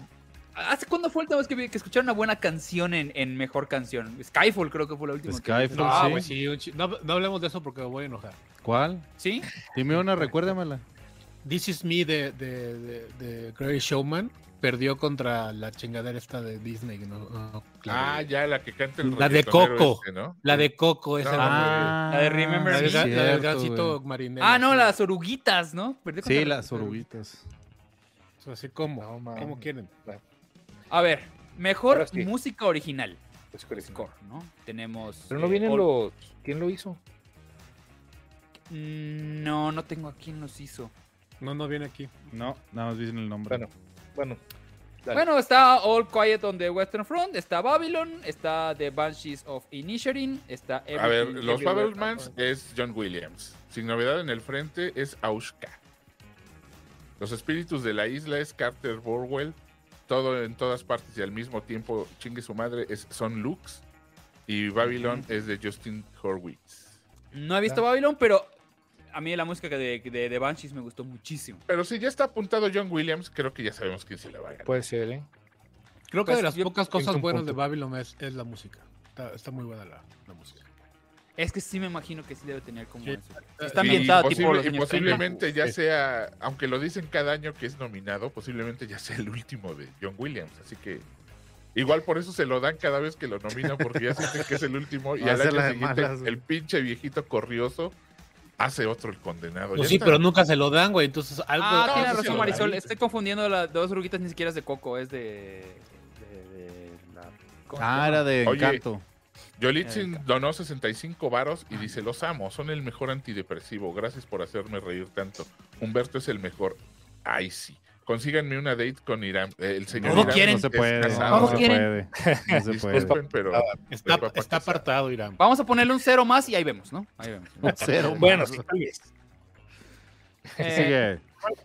Speaker 1: ¿Hace cuándo fue la última vez que, vi- que escucharon una buena canción en, en mejor canción? Skyfall creo que fue la última. que-
Speaker 2: Skyfall,
Speaker 4: Ah,
Speaker 2: sí.
Speaker 4: güey, sí, un chi- no, no hablemos de eso porque me voy a enojar.
Speaker 2: ¿Cuál?
Speaker 1: ¿Sí?
Speaker 2: Dime una, recuérdamela.
Speaker 4: This Is Me de, de, de, de Great Showman perdió contra la chingadera esta de Disney. ¿no? No, la,
Speaker 5: Ah,
Speaker 4: de,
Speaker 5: ya, la que canta el
Speaker 4: La de
Speaker 5: reggaetonero
Speaker 4: Coco.
Speaker 5: este, ¿no?
Speaker 4: la de Coco, esa.
Speaker 5: No,
Speaker 4: la,
Speaker 1: La de Remember
Speaker 4: la del
Speaker 1: sí,
Speaker 4: ga- la del
Speaker 2: Ah, cierto,
Speaker 4: gancito
Speaker 2: güey.
Speaker 4: marinero.
Speaker 1: Ah, no,
Speaker 4: sí.
Speaker 1: las oruguitas, ¿no? Perdió
Speaker 2: Sí,
Speaker 1: contra-
Speaker 2: las oruguitas.
Speaker 4: O sea, Así como,
Speaker 3: No, man.
Speaker 4: como quieren.
Speaker 1: A ver, mejor
Speaker 3: Ahora sí.
Speaker 1: música original.
Speaker 3: Es correcto.
Speaker 1: Score, ¿no? Tenemos.
Speaker 3: Pero no
Speaker 1: eh,
Speaker 3: vienen
Speaker 1: All-
Speaker 3: los. ¿Quién lo hizo?
Speaker 1: Mm, No, no tengo a quién los hizo.
Speaker 4: No, no viene aquí.
Speaker 2: No, nada más dicen el nombre.
Speaker 3: Bueno, bueno. dale.
Speaker 1: Bueno, está All Quiet on the Western Front, está Babylon, está The Banshees of Inisherin, está
Speaker 5: A ver,
Speaker 1: Everything
Speaker 5: los
Speaker 1: Everywhere
Speaker 5: Babelmans
Speaker 1: at
Speaker 5: es John Williams. Sin novedad en el frente es Aushka. Los espíritus de la isla es Carter Borwell. Todo en todas partes y al mismo tiempo, chingue su madre, es Son Lux. Y Babylon es de Justin Horwitz.
Speaker 1: once. No he visto Babylon, pero a mí la música de, de, de Banshees me gustó muchísimo.
Speaker 5: Pero si ya está apuntado John Williams, creo que ya sabemos quién se la va a ganar.
Speaker 3: Puede ser, ¿eh?
Speaker 4: Creo que
Speaker 1: Pues
Speaker 4: de las
Speaker 1: yo-
Speaker 4: pocas cosas
Speaker 3: un
Speaker 4: buenas
Speaker 3: punto.
Speaker 4: de Babylon es, es la música. Está, está muy buena la, la música.
Speaker 1: Es que sí me imagino que sí debe tener como
Speaker 4: Sí.
Speaker 1: eso.
Speaker 4: Eh,
Speaker 1: Está
Speaker 5: Y
Speaker 1: ambientada
Speaker 5: posible-
Speaker 1: tipo los
Speaker 5: y
Speaker 1: años 30.
Speaker 5: posiblemente ya
Speaker 3: Sí.
Speaker 5: sea, aunque lo dicen cada año que es nominado, posiblemente ya sea el último de John Williams. Así que igual por eso se lo dan cada vez que lo nominan, porque ya sienten que es el último. Y
Speaker 2: Va a
Speaker 5: al
Speaker 2: ser
Speaker 5: año
Speaker 2: la de
Speaker 5: siguiente,
Speaker 2: malas, güey.
Speaker 5: el pinche viejito corrioso hace otro el condenado.
Speaker 4: Pues
Speaker 5: Ya
Speaker 4: sí,
Speaker 5: está.
Speaker 4: pero nunca se lo dan, güey. Entonces, algo.
Speaker 1: Ah,
Speaker 5: No,
Speaker 1: tienes
Speaker 5: sí,
Speaker 1: razón,
Speaker 5: sí,
Speaker 1: Marisol.
Speaker 5: ahí.
Speaker 1: Estoy confundiendo las dos ruguitas, ni siquiera es de Coco, es de. de- de la- ¿cómo se
Speaker 2: Ah,
Speaker 1: llama?
Speaker 2: era de
Speaker 5: Oye.
Speaker 2: encanto.
Speaker 5: Yolitzin donó 65 varos y dice, los amo, son el mejor antidepresivo, gracias por hacerme reír tanto. Humberto es el mejor. Ay, sí. Consíganme una date con Irán. Eh, El señor
Speaker 1: ¿Cómo
Speaker 5: Irán
Speaker 1: quieren?
Speaker 2: No se
Speaker 5: es
Speaker 2: puede.
Speaker 5: casado.
Speaker 2: No
Speaker 1: ¿Cómo
Speaker 2: se puede.
Speaker 1: quieren?
Speaker 2: No se puede.
Speaker 5: Disculpen, Pues, pero...
Speaker 2: ah,
Speaker 4: Está,
Speaker 5: Pero va a
Speaker 4: está
Speaker 5: pasar.
Speaker 4: apartado, Irán.
Speaker 1: Vamos a ponerle un cero más y ahí vemos, ¿no? Ahí vemos.
Speaker 2: Cero.
Speaker 3: Bueno, sí, tal vez.
Speaker 1: Eh,
Speaker 2: Sigue.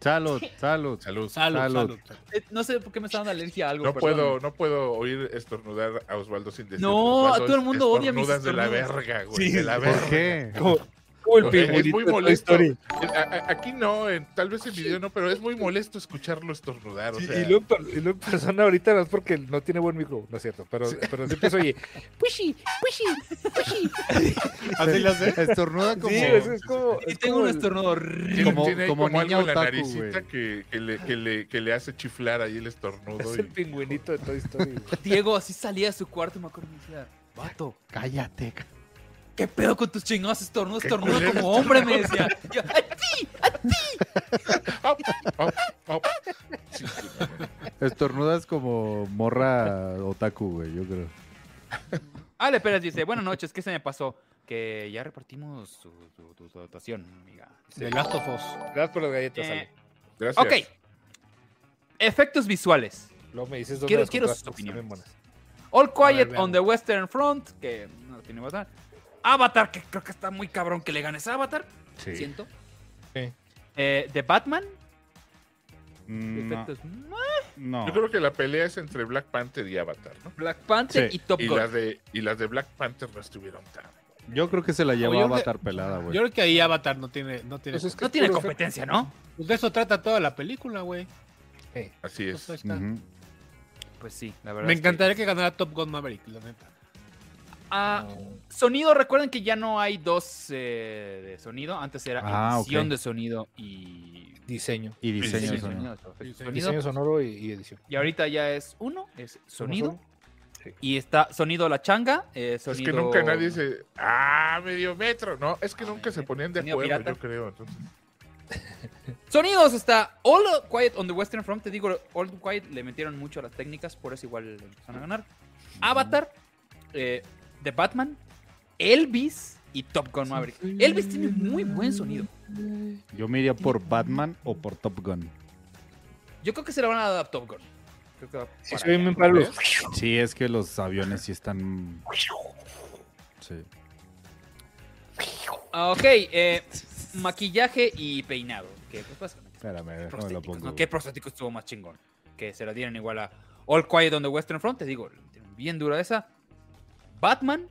Speaker 2: Salud, salud.
Speaker 5: Salud.
Speaker 4: Salud,
Speaker 2: Salud.
Speaker 4: salud.
Speaker 1: eh, no sé por qué me está dando alergia a algo.
Speaker 5: No
Speaker 1: perdón.
Speaker 5: puedo, no puedo oír estornudar a Osvaldo sin decir.
Speaker 1: No,
Speaker 5: Osvaldo
Speaker 1: a todo el mundo odia mis
Speaker 5: estornudas de la
Speaker 1: estornudos.
Speaker 5: verga, güey.
Speaker 4: Sí,
Speaker 5: de la verga.
Speaker 2: ¿Por qué?
Speaker 5: Es- es muy molesto. Eh, A- a- Aquí no, en- tal vez en video no, pero es muy molesto escucharlo estornudar. O
Speaker 3: Sí,
Speaker 5: sea,
Speaker 3: y, luego, en per- y luego en persona ahorita no es porque no tiene buen micro, no es cierto, pero, pero siempre se oye. "Pushi, pushi, pushi".
Speaker 2: ¿Así lo hace? Estornuda como,
Speaker 3: Sí, es, es como.
Speaker 1: Y
Speaker 3: es
Speaker 1: tengo
Speaker 3: como
Speaker 1: un
Speaker 3: el-
Speaker 1: estornudo horrible.
Speaker 5: tiene,
Speaker 2: como-
Speaker 5: tiene ahí
Speaker 2: como
Speaker 5: como
Speaker 2: niña
Speaker 5: algo en la
Speaker 2: otaku,
Speaker 5: naricita
Speaker 2: güey.
Speaker 5: que, que le, que, le, que le hace chiflar ahí el estornudo.
Speaker 3: Es
Speaker 5: y-
Speaker 3: el pingüinito de Toy Story. güey.
Speaker 1: Diego así salía de su cuarto y me acuerdo y me decía, vato, cállate. ¿Qué pedo con tus chingados estornudos?
Speaker 5: Qué
Speaker 1: Estornudo
Speaker 5: culero
Speaker 1: como hombre, me decía. Yo, "Ay,
Speaker 5: Op, op, op. Sí, sí, no, no, no.
Speaker 2: Estornudas como morra otaku, güey, yo creo.
Speaker 1: Ale Pérez dice, buenas noches, ¿qué se me pasó? Que ya repartimos su, su- su- su dotación, amiga.
Speaker 4: De Last of Us.
Speaker 3: Gracias por las galletas,
Speaker 1: Eh,
Speaker 3: Ale.
Speaker 5: Gracias.
Speaker 1: ok. Efectos visuales.
Speaker 3: Luego me dices dónde
Speaker 1: quiero-
Speaker 3: las
Speaker 1: quiero
Speaker 3: compraste,
Speaker 1: sus
Speaker 3: porque están bien
Speaker 1: opiniones.
Speaker 3: buenas.
Speaker 1: All
Speaker 4: ver,
Speaker 1: Quiet
Speaker 4: veamos.
Speaker 1: on the Western Front, que no tiene Avatar. Avatar, que creo que está muy cabrón que le ganes a Avatar, siento.
Speaker 3: Sí.
Speaker 1: Eh, The Batman,
Speaker 2: Mm, No,
Speaker 1: efectos
Speaker 2: no.
Speaker 5: Yo creo que la pelea es entre Black Panther y Avatar, ¿no?
Speaker 1: Black Panther
Speaker 2: Sí.
Speaker 1: y Top
Speaker 5: Y
Speaker 1: Gun.
Speaker 5: las de, y las de Black Panther no estuvieron tan.
Speaker 2: Yo creo que se la
Speaker 4: yo
Speaker 2: llevó
Speaker 4: creo
Speaker 2: Avatar pelada,
Speaker 4: Yo
Speaker 2: güey.
Speaker 4: creo que ahí Avatar no tiene. No tiene
Speaker 3: Entonces,
Speaker 1: No
Speaker 3: Pues es
Speaker 1: tiene
Speaker 3: puro
Speaker 1: competencia, ¿no?
Speaker 4: pues de eso trata toda la película, güey.
Speaker 3: Eh,
Speaker 5: Así es.
Speaker 4: Pues ahí está.
Speaker 2: Ujú.
Speaker 1: Pues sí, la verdad.
Speaker 4: Me
Speaker 1: es que-
Speaker 4: encantaría que ganara Top Gun Maverick, la neta.
Speaker 1: Ah, Sonido, recuerden que ya no hay dos eh, de sonido. Antes era
Speaker 2: Ah,
Speaker 1: edición
Speaker 2: ok.
Speaker 1: de sonido y
Speaker 3: Diseño.
Speaker 2: Y diseño.
Speaker 1: Sí,
Speaker 2: eso, ¿no?
Speaker 1: sonido, efectos,
Speaker 4: Diseño.
Speaker 1: sonido.
Speaker 3: Diseño sonoro y, y edición.
Speaker 1: Y ahorita ya es uno, es sonido.
Speaker 3: Sí.
Speaker 1: Y está sonido la changa, eh,
Speaker 5: Es
Speaker 1: sonido.
Speaker 5: que nunca nadie se. ¡Ah, medio metro! No, es que
Speaker 1: Ah,
Speaker 5: nunca
Speaker 1: medio
Speaker 5: se
Speaker 1: metro.
Speaker 5: ponían de
Speaker 1: Sonido
Speaker 5: acuerdo,
Speaker 1: pirata.
Speaker 5: yo creo. Entonces,
Speaker 1: Sonidos está All Quiet on the Western Front. Te digo, All Quiet le metieron mucho a las técnicas, por eso igual le empezaron a ganar. Avatar, eh, The Batman, Elvis y Top Gun Maverick. Elvis tiene muy buen sonido.
Speaker 2: Yo me iría por Batman o por Top Gun.
Speaker 1: Yo creo que se le van a dar a Top Gun. Creo que va
Speaker 3: Sí,
Speaker 1: para
Speaker 3: se ven
Speaker 1: allá.
Speaker 3: bien para los.
Speaker 2: Sí, es que los aviones sí están. Sí.
Speaker 1: Ah, ok, eh, maquillaje y peinado. Que pues básicamente es
Speaker 2: Espérame, déjame lo
Speaker 1: prostéticos,
Speaker 2: pongo.
Speaker 1: ¿no? ¿Qué prostético estuvo más chingón? Que se la dieron igual a All Quiet on the Western Front, te digo, tienen bien dura esa. Batman,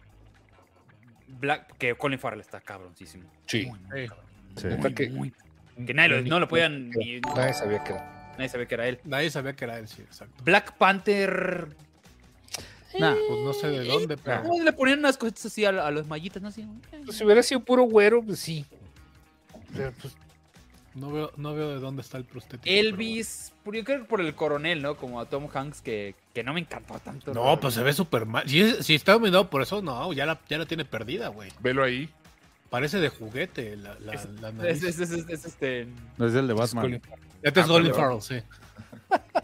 Speaker 1: Black, que Colin Farrell está cabroncísimo.
Speaker 3: Sí.
Speaker 1: Muy, muy
Speaker 5: Sí.
Speaker 1: cabrón,
Speaker 2: Sí.
Speaker 1: muy,
Speaker 3: Neta que-
Speaker 1: muy- que nadie lo, no lo podían, ni,
Speaker 3: Nadie sabía que era.
Speaker 1: nadie sabía que era él.
Speaker 4: Nadie sabía que era él, sí, exacto.
Speaker 1: Black Panther,
Speaker 2: Nah.
Speaker 4: Pues no sé de dónde, pero.
Speaker 1: ¿cómo le ponían unas cositas así a, a los mallitas? No, Así, eh.
Speaker 3: Pues, si hubiera sido puro güero, pues sí. Pero, pues,
Speaker 4: No veo, no veo de dónde está el prostético. pero
Speaker 1: Elvis, por, yo creo que por el coronel, ¿no? Como a Tom Hanks, que, que no me encantó tanto.
Speaker 4: bueno.
Speaker 1: la
Speaker 4: No, pues se ve súper mal. Si, es- si está dominado por eso, no, ya la, ya la tiene perdida, güey.
Speaker 5: velo ahí.
Speaker 4: Parece de juguete la, la,
Speaker 1: Es-
Speaker 4: la
Speaker 1: verdad.
Speaker 4: nariz.
Speaker 1: Es, es- es- es- es este.
Speaker 2: No es el de Batman.
Speaker 3: Colin-
Speaker 4: Este es
Speaker 5: Ah,
Speaker 4: Colin
Speaker 5: pero-
Speaker 4: Farrell, sí.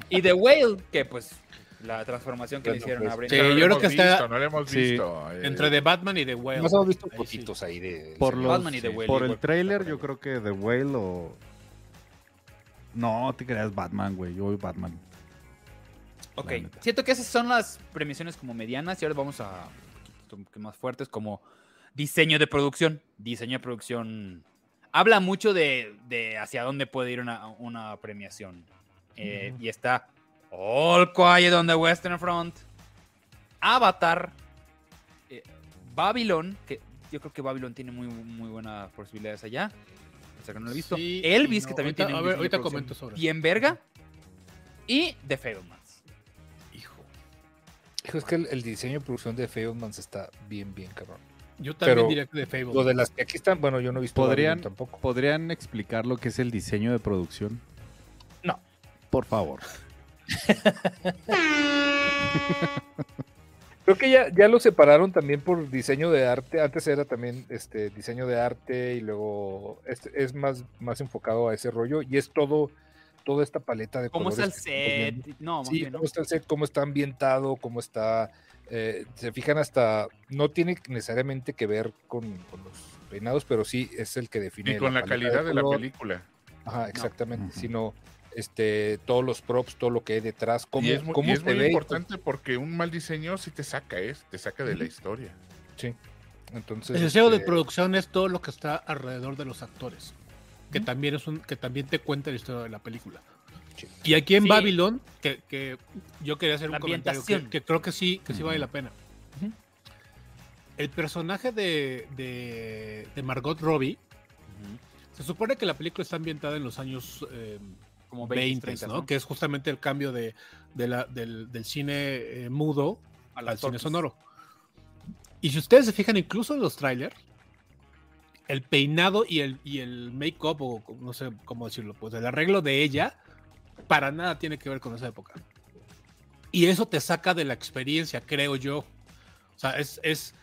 Speaker 1: Y The Whale, que pues La transformación que le hicieron a
Speaker 5: Sí,
Speaker 1: Brenda.
Speaker 4: yo
Speaker 5: no lo
Speaker 4: creo
Speaker 5: hemos
Speaker 4: que está-
Speaker 5: visto, no lo hemos
Speaker 2: sí.
Speaker 5: visto. eh.
Speaker 4: Entre The Batman y The Whale.
Speaker 3: Nos hemos visto
Speaker 4: Ahí sí.
Speaker 3: poquitos ahí de.
Speaker 2: Por,
Speaker 3: de-
Speaker 2: los-
Speaker 1: Batman y The Whale,
Speaker 2: por el
Speaker 1: igual.
Speaker 2: trailer, yo creo que The Whale o. No, te creas Batman, güey. Yo voy Batman.
Speaker 1: Ok,
Speaker 2: La neta.
Speaker 1: siento que esas son las premisiones como medianas y ahora vamos a un poquito más fuertes como diseño de producción. Diseño de producción habla mucho de, de hacia dónde puede ir una, una premiación. Eh, Y está All Quiet on the Western Front, Avatar, eh, Babylon, que yo creo que Babylon tiene muy, muy buenas posibilidades allá. O sea que no lo he visto.
Speaker 4: Sí,
Speaker 1: Elvis,
Speaker 4: no,
Speaker 1: que también
Speaker 4: ahorita-
Speaker 1: tiene
Speaker 4: a
Speaker 1: un
Speaker 4: ver,
Speaker 1: diseño
Speaker 4: ahorita
Speaker 1: de producción
Speaker 4: comento sobre eso.
Speaker 1: Bien verga. Y The Fablemans.
Speaker 3: Hijo. Hijo, es que el, el diseño y producción de Fablemans está bien, bien cabrón.
Speaker 4: Yo también
Speaker 3: Pero-
Speaker 4: diría que de Fable.
Speaker 3: Lo de las que aquí están, bueno, yo no he visto
Speaker 2: ¿Podrían,
Speaker 3: Babylon tampoco.
Speaker 2: ¿Podrían explicar lo que es el diseño de producción?
Speaker 3: No.
Speaker 2: Por favor.
Speaker 3: Creo que ya, ya lo separaron también por diseño de arte. Antes era también este diseño de arte y luego es, es más, más enfocado a ese rollo y es todo toda esta paleta de
Speaker 1: ¿Cómo está el
Speaker 3: colores que estamos viendo.
Speaker 1: set? No, Ah, más
Speaker 3: Sí,
Speaker 1: bien, ¿no?
Speaker 3: cómo está el set, cómo está ambientado, cómo está. eh, se fijan hasta. No tiene necesariamente que ver con, con los peinados, pero sí es el que define.
Speaker 5: Ni con la
Speaker 3: paleta
Speaker 5: calidad de la
Speaker 3: color.
Speaker 5: película.
Speaker 3: Ajá, exactamente.
Speaker 2: Ujú.
Speaker 3: Sino este, todos los props, todo lo que hay detrás, cómo,
Speaker 5: y es muy,
Speaker 3: cómo
Speaker 5: y es
Speaker 3: se
Speaker 5: muy
Speaker 3: ve. pues.
Speaker 5: importante porque un mal diseño sí te saca, ¿eh? te saca de la historia.
Speaker 3: Entonces,
Speaker 4: El deseo de
Speaker 3: este,
Speaker 4: producción es todo lo que está alrededor de los actores, que también es un, que también te cuenta la historia de la película.
Speaker 3: Sí.
Speaker 4: Y aquí en
Speaker 1: Sí.
Speaker 4: Babylon, que, que yo quería hacer
Speaker 1: La
Speaker 4: un comentario que,
Speaker 1: ambientación.
Speaker 4: que creo que sí, que sí vale la pena. El personaje de, de, de Margot Robbie, se supone que la película está ambientada en los años eh,
Speaker 1: Como
Speaker 4: 20,
Speaker 1: 30,
Speaker 4: ¿no?
Speaker 1: ¿no?
Speaker 4: Que es justamente el cambio de, de la- del, del cine eh, mudo
Speaker 1: Al
Speaker 4: al cine
Speaker 1: torpes.
Speaker 4: sonoro. Y si ustedes se fijan, incluso en los trailers, el peinado y el, y el make-up, o co- no sé cómo decirlo, pues el arreglo de ella, para nada tiene que ver con esa época. Y eso te saca de la experiencia, creo yo. O sea, es, es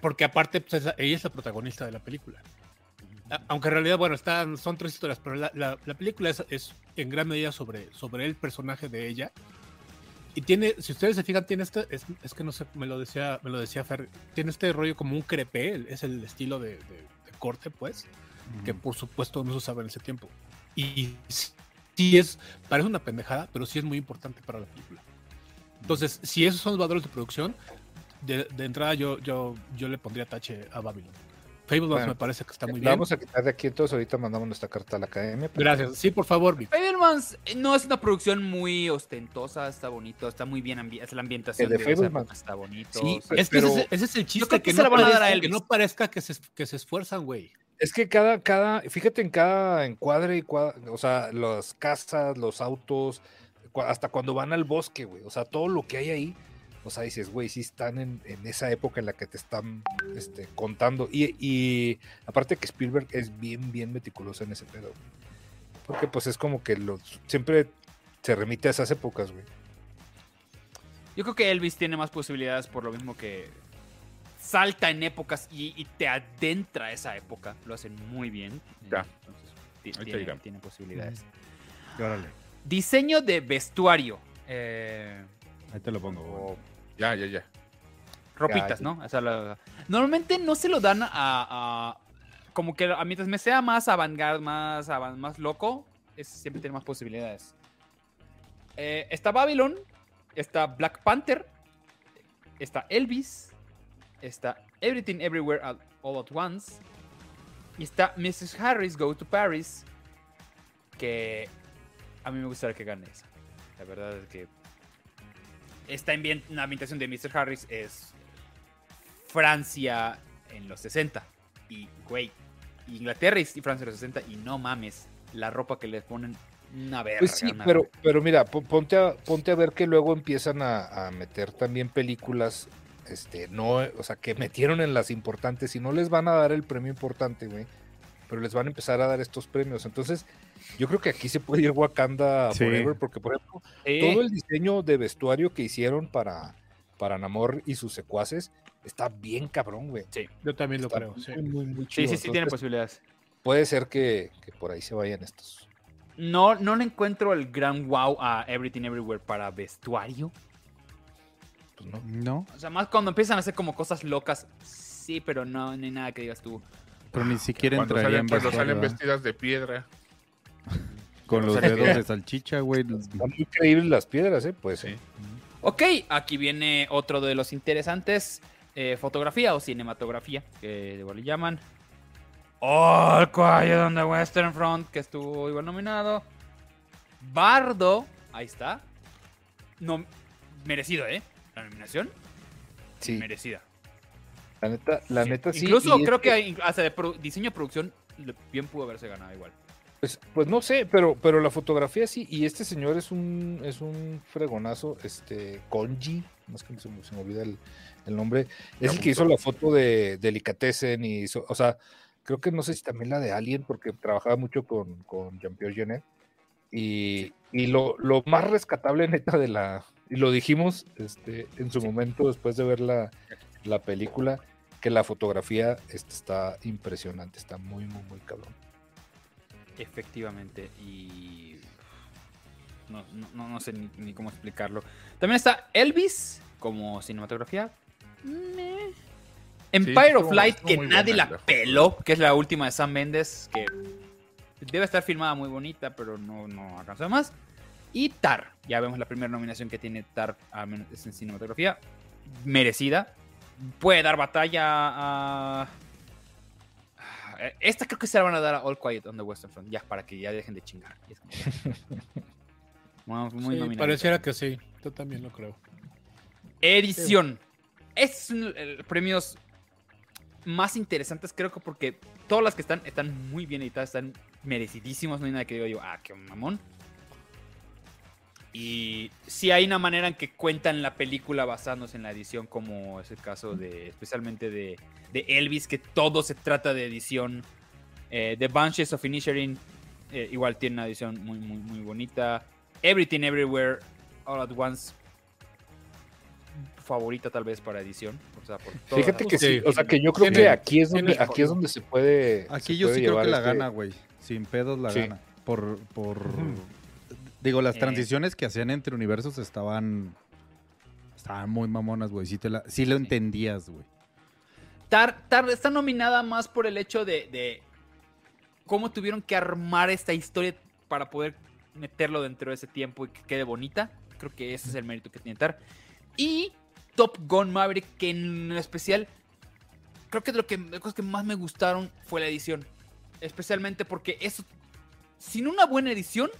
Speaker 4: porque aparte pues, esa- ella es la protagonista de la película. A- Aunque en realidad, bueno, están, son tres historias, pero la, la- la película es, es en gran medida sobre, sobre el personaje de ella. Y tiene, si ustedes se fijan, tiene este, es, es que no sé, me lo decía, me lo decía Fer, tiene este rollo como un crepé, el- es el estilo de, de- de corte, pues, que por supuesto no se usaba en ese tiempo. Y sí, sí es, parece una pendejada, pero sí es muy importante para la película. Entonces, si esos son los valores de producción, de, de entrada yo, yo, yo le pondría tache a Babylon. Fable
Speaker 3: Bueno,
Speaker 4: me parece que está muy
Speaker 3: la eh,
Speaker 4: bien.
Speaker 3: Vamos a quitar de aquí, entonces ahorita mandamos nuestra carta a la academia. pero-
Speaker 4: Gracias. Sí, por favor, Vic.
Speaker 1: Fablemans eh, no es una producción muy ostentosa, está bonito, está muy bien ambi- es la ambientación
Speaker 3: El de
Speaker 1: de, esa
Speaker 3: Fableman.
Speaker 1: época está bonito.
Speaker 3: Sí,
Speaker 1: Sí,
Speaker 3: pe-
Speaker 4: Es que
Speaker 3: pero
Speaker 4: ese, ese es el chiste
Speaker 1: pues, creo que
Speaker 4: que,
Speaker 1: se
Speaker 4: no
Speaker 1: la van a dar a
Speaker 4: parezca, que
Speaker 1: Elvis.
Speaker 4: no parezca que se, que se esfuerzan, güey.
Speaker 3: es que cada, cada, fíjate en cada encuadre y cua- o sea, las casas, los autos, cua- hasta cuando van al bosque, güey. O sea, todo lo que hay ahí. O sea, dices, güey, sí están en, en esa época en la que te están este, contando. Y, y aparte que Spielberg es bien, bien meticuloso en ese pedo. güey. Porque pues es como que lo, siempre se remite a esas épocas, güey.
Speaker 1: Yo creo que Elvis tiene más posibilidades por lo mismo que salta en épocas y, y te adentra a esa época. Lo hacen muy bien.
Speaker 5: Ya.
Speaker 1: Eh, entonces, ti-
Speaker 5: Ahorita
Speaker 1: tiene,
Speaker 5: llegamos.
Speaker 1: tiene posibilidades.
Speaker 2: Órale,
Speaker 1: Diseño de vestuario. eh,
Speaker 2: ahí te lo pongo.
Speaker 5: O- Ya, ya, ya.
Speaker 1: ropitas, ¿no? O sea, la- normalmente no se lo dan a, a- como que a mientras me sea más avant-garde, más, avan- más loco, es- siempre tiene más posibilidades. Eh, está Babylon, está Black Panther, está Elvis, está Everything Everywhere at- All at Once y está Mrs. Harris Go to Paris, que a mí me gustaría que gane esa. La verdad es que esta ambien- la ambientación de Mr. Harris es Francia en los 60. Y, güey, Inglaterra y Francia en los 60. Y no mames, la ropa que les ponen, una verga.
Speaker 3: Pues sí,
Speaker 1: una
Speaker 3: pero,
Speaker 1: verga.
Speaker 3: pero mira, po- ponte a, ponte a ver que luego empiezan a, a meter también películas, este, no, eh, o sea, que metieron en las importantes y no les van a dar el premio importante, güey, pero les van a empezar a dar estos premios. Entonces, yo creo que aquí se puede ir Wakanda
Speaker 2: Sí.
Speaker 3: Forever, porque por ejemplo,
Speaker 1: Sí.
Speaker 3: todo el diseño de vestuario que hicieron para, para Namor y sus secuaces está bien cabrón, güey.
Speaker 4: Yo también lo
Speaker 3: Está
Speaker 4: creo. sí.
Speaker 3: muy, muy, muy
Speaker 1: sí,
Speaker 3: chido.
Speaker 1: sí, sí, tiene pues.
Speaker 3: Entonces,
Speaker 1: posibilidades.
Speaker 3: Puede ser que, que por ahí se vayan estos.
Speaker 1: No, no le encuentro el gran wow a Everything Everywhere para vestuario.
Speaker 3: pues no.
Speaker 2: No,
Speaker 1: O sea, más cuando empiezan a hacer como cosas locas, sí, pero no, no hay nada que digas tú.
Speaker 2: pero ni siquiera
Speaker 5: Cuando
Speaker 2: entraría
Speaker 5: salen,
Speaker 2: en
Speaker 5: cuando
Speaker 2: Best
Speaker 5: salen
Speaker 2: Buy, ¿verdad?
Speaker 5: vestidas de piedra.
Speaker 2: Con los
Speaker 5: salen-
Speaker 2: dedos de salchicha, güey.
Speaker 3: Están muy creíbles las piedras, ¿eh? Pues sí.
Speaker 1: Ok, aquí viene otro de los interesantes. eh, fotografía o cinematografía, que igual le llaman. All Quiet on the Western Front, que estuvo igual nominado. Bardo, ahí está. No, merecido, ¿eh? La nominación,
Speaker 3: Sí,
Speaker 1: merecida.
Speaker 3: la neta, la neta sí.
Speaker 1: Incluso
Speaker 3: y es
Speaker 1: creo que, hay- hasta de pro- diseño de producción le- bien pudo haberse ganado igual.
Speaker 3: Pues, pues no sé, pero, pero la fotografía sí, y este señor es un, es un fregonazo, este, Konji, no es que se, me- se me olvida el, el nombre, es el que hizo la foto de Delicatessen y hizo, o sea, creo que no sé si también la de Alien, porque trabajaba mucho con, con Jean-Pierre Jeunet, y, y lo, lo más rescatable neta de la, y lo dijimos este, en su momento después de ver la, la película, que la fotografía este, está impresionante, está muy, muy, muy cabrón.
Speaker 1: Efectivamente, y. No, no- no- no sé ni, ni cómo explicarlo. También está Elvis como cinematografía. Meh. Empire
Speaker 5: estuvo-
Speaker 1: of Light,
Speaker 5: estuvo
Speaker 1: que
Speaker 5: muy
Speaker 1: nadie
Speaker 5: buena
Speaker 1: la
Speaker 5: la-
Speaker 1: peló, que es la última de Sam Mendes, que debe estar filmada muy bonita, pero no, no alcanzó más. Y Tar, ya vemos la primera nominación que tiene Tar al menos es en cinematografía, merecida. Puede dar batalla a eh, Esta creo que se la van a dar a All Quiet on the Western Front. Ya, para que ya dejen de chingar. Y es como- Bueno, muy
Speaker 4: Sí,
Speaker 1: nominadita.
Speaker 4: pareciera que sí. Yo también lo creo.
Speaker 1: Edición. Es uno de los premios más interesantes, creo que porque todas las que están están muy bien editadas, están merecidísimos. No hay nada que diga yo, ah, qué mamón. Y sí hay una manera en que cuentan la película basándose en la edición, como es el caso de, especialmente de, de Elvis, que todo se trata de edición. Eh, The Bunches of Inisherin eh, igual tiene una edición muy, muy, muy bonita. Everything Everywhere All at Once favorita tal vez para edición. O sea, por todas
Speaker 3: Fíjate
Speaker 1: las-
Speaker 3: que sí, o sea que yo creo
Speaker 4: Tiene-
Speaker 3: que aquí es
Speaker 4: tiene
Speaker 3: donde,
Speaker 4: el
Speaker 3: aquí es donde se puede.
Speaker 2: Aquí
Speaker 3: se
Speaker 2: yo
Speaker 3: puede
Speaker 2: sí creo
Speaker 3: llevar
Speaker 2: que la
Speaker 3: este-
Speaker 2: gana, güey. Sin pedos la
Speaker 3: Sí.
Speaker 2: gana. Por, por... Digo, las
Speaker 1: Eh.
Speaker 2: transiciones que hacían entre universos estaban... Estaban muy mamonas, güey. Sí, te la... sí lo entendías, güey.
Speaker 1: Tar, Tar está nominada más por el hecho de, de cómo tuvieron que armar esta historia para poder meterlo dentro de ese tiempo y que quede bonita. Creo que ese es el mérito que tiene Tar. Y Top Gun Maverick, que en lo especial, creo que de lo que, de las cosas que más me gustaron fue la edición. Especialmente porque eso, sin una buena edición,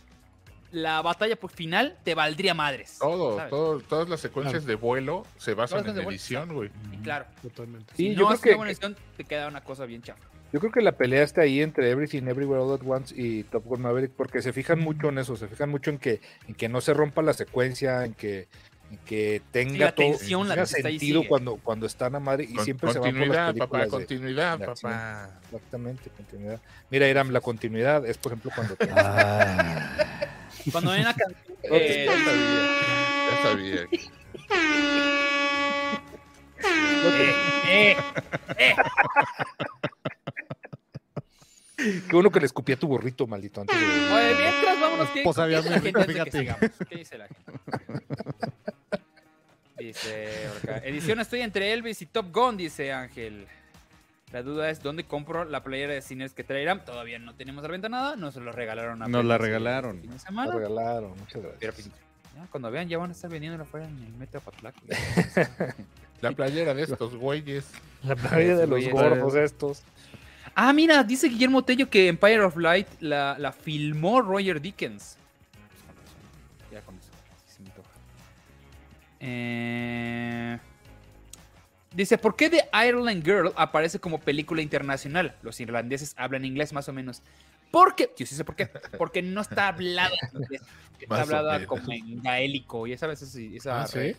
Speaker 1: la batalla por final te valdría madres.
Speaker 5: Todo,
Speaker 1: ¿sabes?
Speaker 5: todo, todas las secuencias de vuelo se basan
Speaker 1: Todas las
Speaker 5: en
Speaker 1: de vuelo,
Speaker 5: edición, güey.
Speaker 1: Y claro,
Speaker 4: Totalmente.
Speaker 3: Sí,
Speaker 1: si
Speaker 3: yo
Speaker 1: no haces una
Speaker 3: creo
Speaker 1: buena
Speaker 3: que
Speaker 1: edición, te queda una cosa bien chafa.
Speaker 3: yo creo que la pelea está ahí entre Everything Everywhere All at Once y Top Gun Maverick porque se fijan mucho en eso, se fijan mucho en que en que no se rompa la secuencia, en que en que tenga todo
Speaker 1: tensión, la
Speaker 3: tenga
Speaker 1: que está ahí
Speaker 3: sentido
Speaker 1: sigue.
Speaker 3: cuando cuando están a madre y
Speaker 5: Con-
Speaker 3: siempre se van por las
Speaker 5: continuidad, papá,
Speaker 3: películas de-
Speaker 5: continuidad,
Speaker 3: de acción.
Speaker 5: papá.
Speaker 3: exactamente continuidad. Mira, Iram, la continuidad es por ejemplo cuando te-
Speaker 2: Ah.
Speaker 1: Cuando hay una canción
Speaker 5: No, pues,
Speaker 1: que-
Speaker 5: ya sabía, ya sabía.
Speaker 1: Eh,
Speaker 3: que uno que le escupía tu burrito, maldito antes de-
Speaker 1: oye, mientras vámonos, ¿qué,
Speaker 2: Pues, había
Speaker 1: qué dice la
Speaker 2: muy
Speaker 1: gente antes de
Speaker 2: rica,
Speaker 1: que sigamos? ¿Qué dice la gente? Dice por acá, edición estoy entre Elvis y Top Gun, dice Ángel. La duda es dónde compro la playera de cines que traerán. Todavía no tenemos a la venta nada, nos lo regalaron.
Speaker 2: Nos la
Speaker 1: apenas el
Speaker 2: regalaron.
Speaker 1: fin de
Speaker 3: La
Speaker 1: semana.
Speaker 3: regalaron, muchas
Speaker 1: Pero,
Speaker 3: gracias.
Speaker 1: pues, ya, cuando vean, ya van a estar vendiéndola afuera en el Metro Patlac.
Speaker 5: La playera de estos güeyes.
Speaker 3: La playa de los
Speaker 1: Oye,
Speaker 3: gordos estos.
Speaker 1: Ah, mira, dice Guillermo Tello que Empire of Light la, la filmó Roger Dickens. Pues con razón, Ya con eso, sí se me antoja. Eh, Dice, ¿por qué The Ireland Girl aparece como película internacional? Los irlandeses hablan inglés más o menos. Porque, yo sí sé por qué, porque no está hablada en inglés, está
Speaker 5: Más o
Speaker 1: hablada
Speaker 5: menos.
Speaker 1: como en gaélico, ya sabes, eso, esa
Speaker 4: Ah,
Speaker 1: red,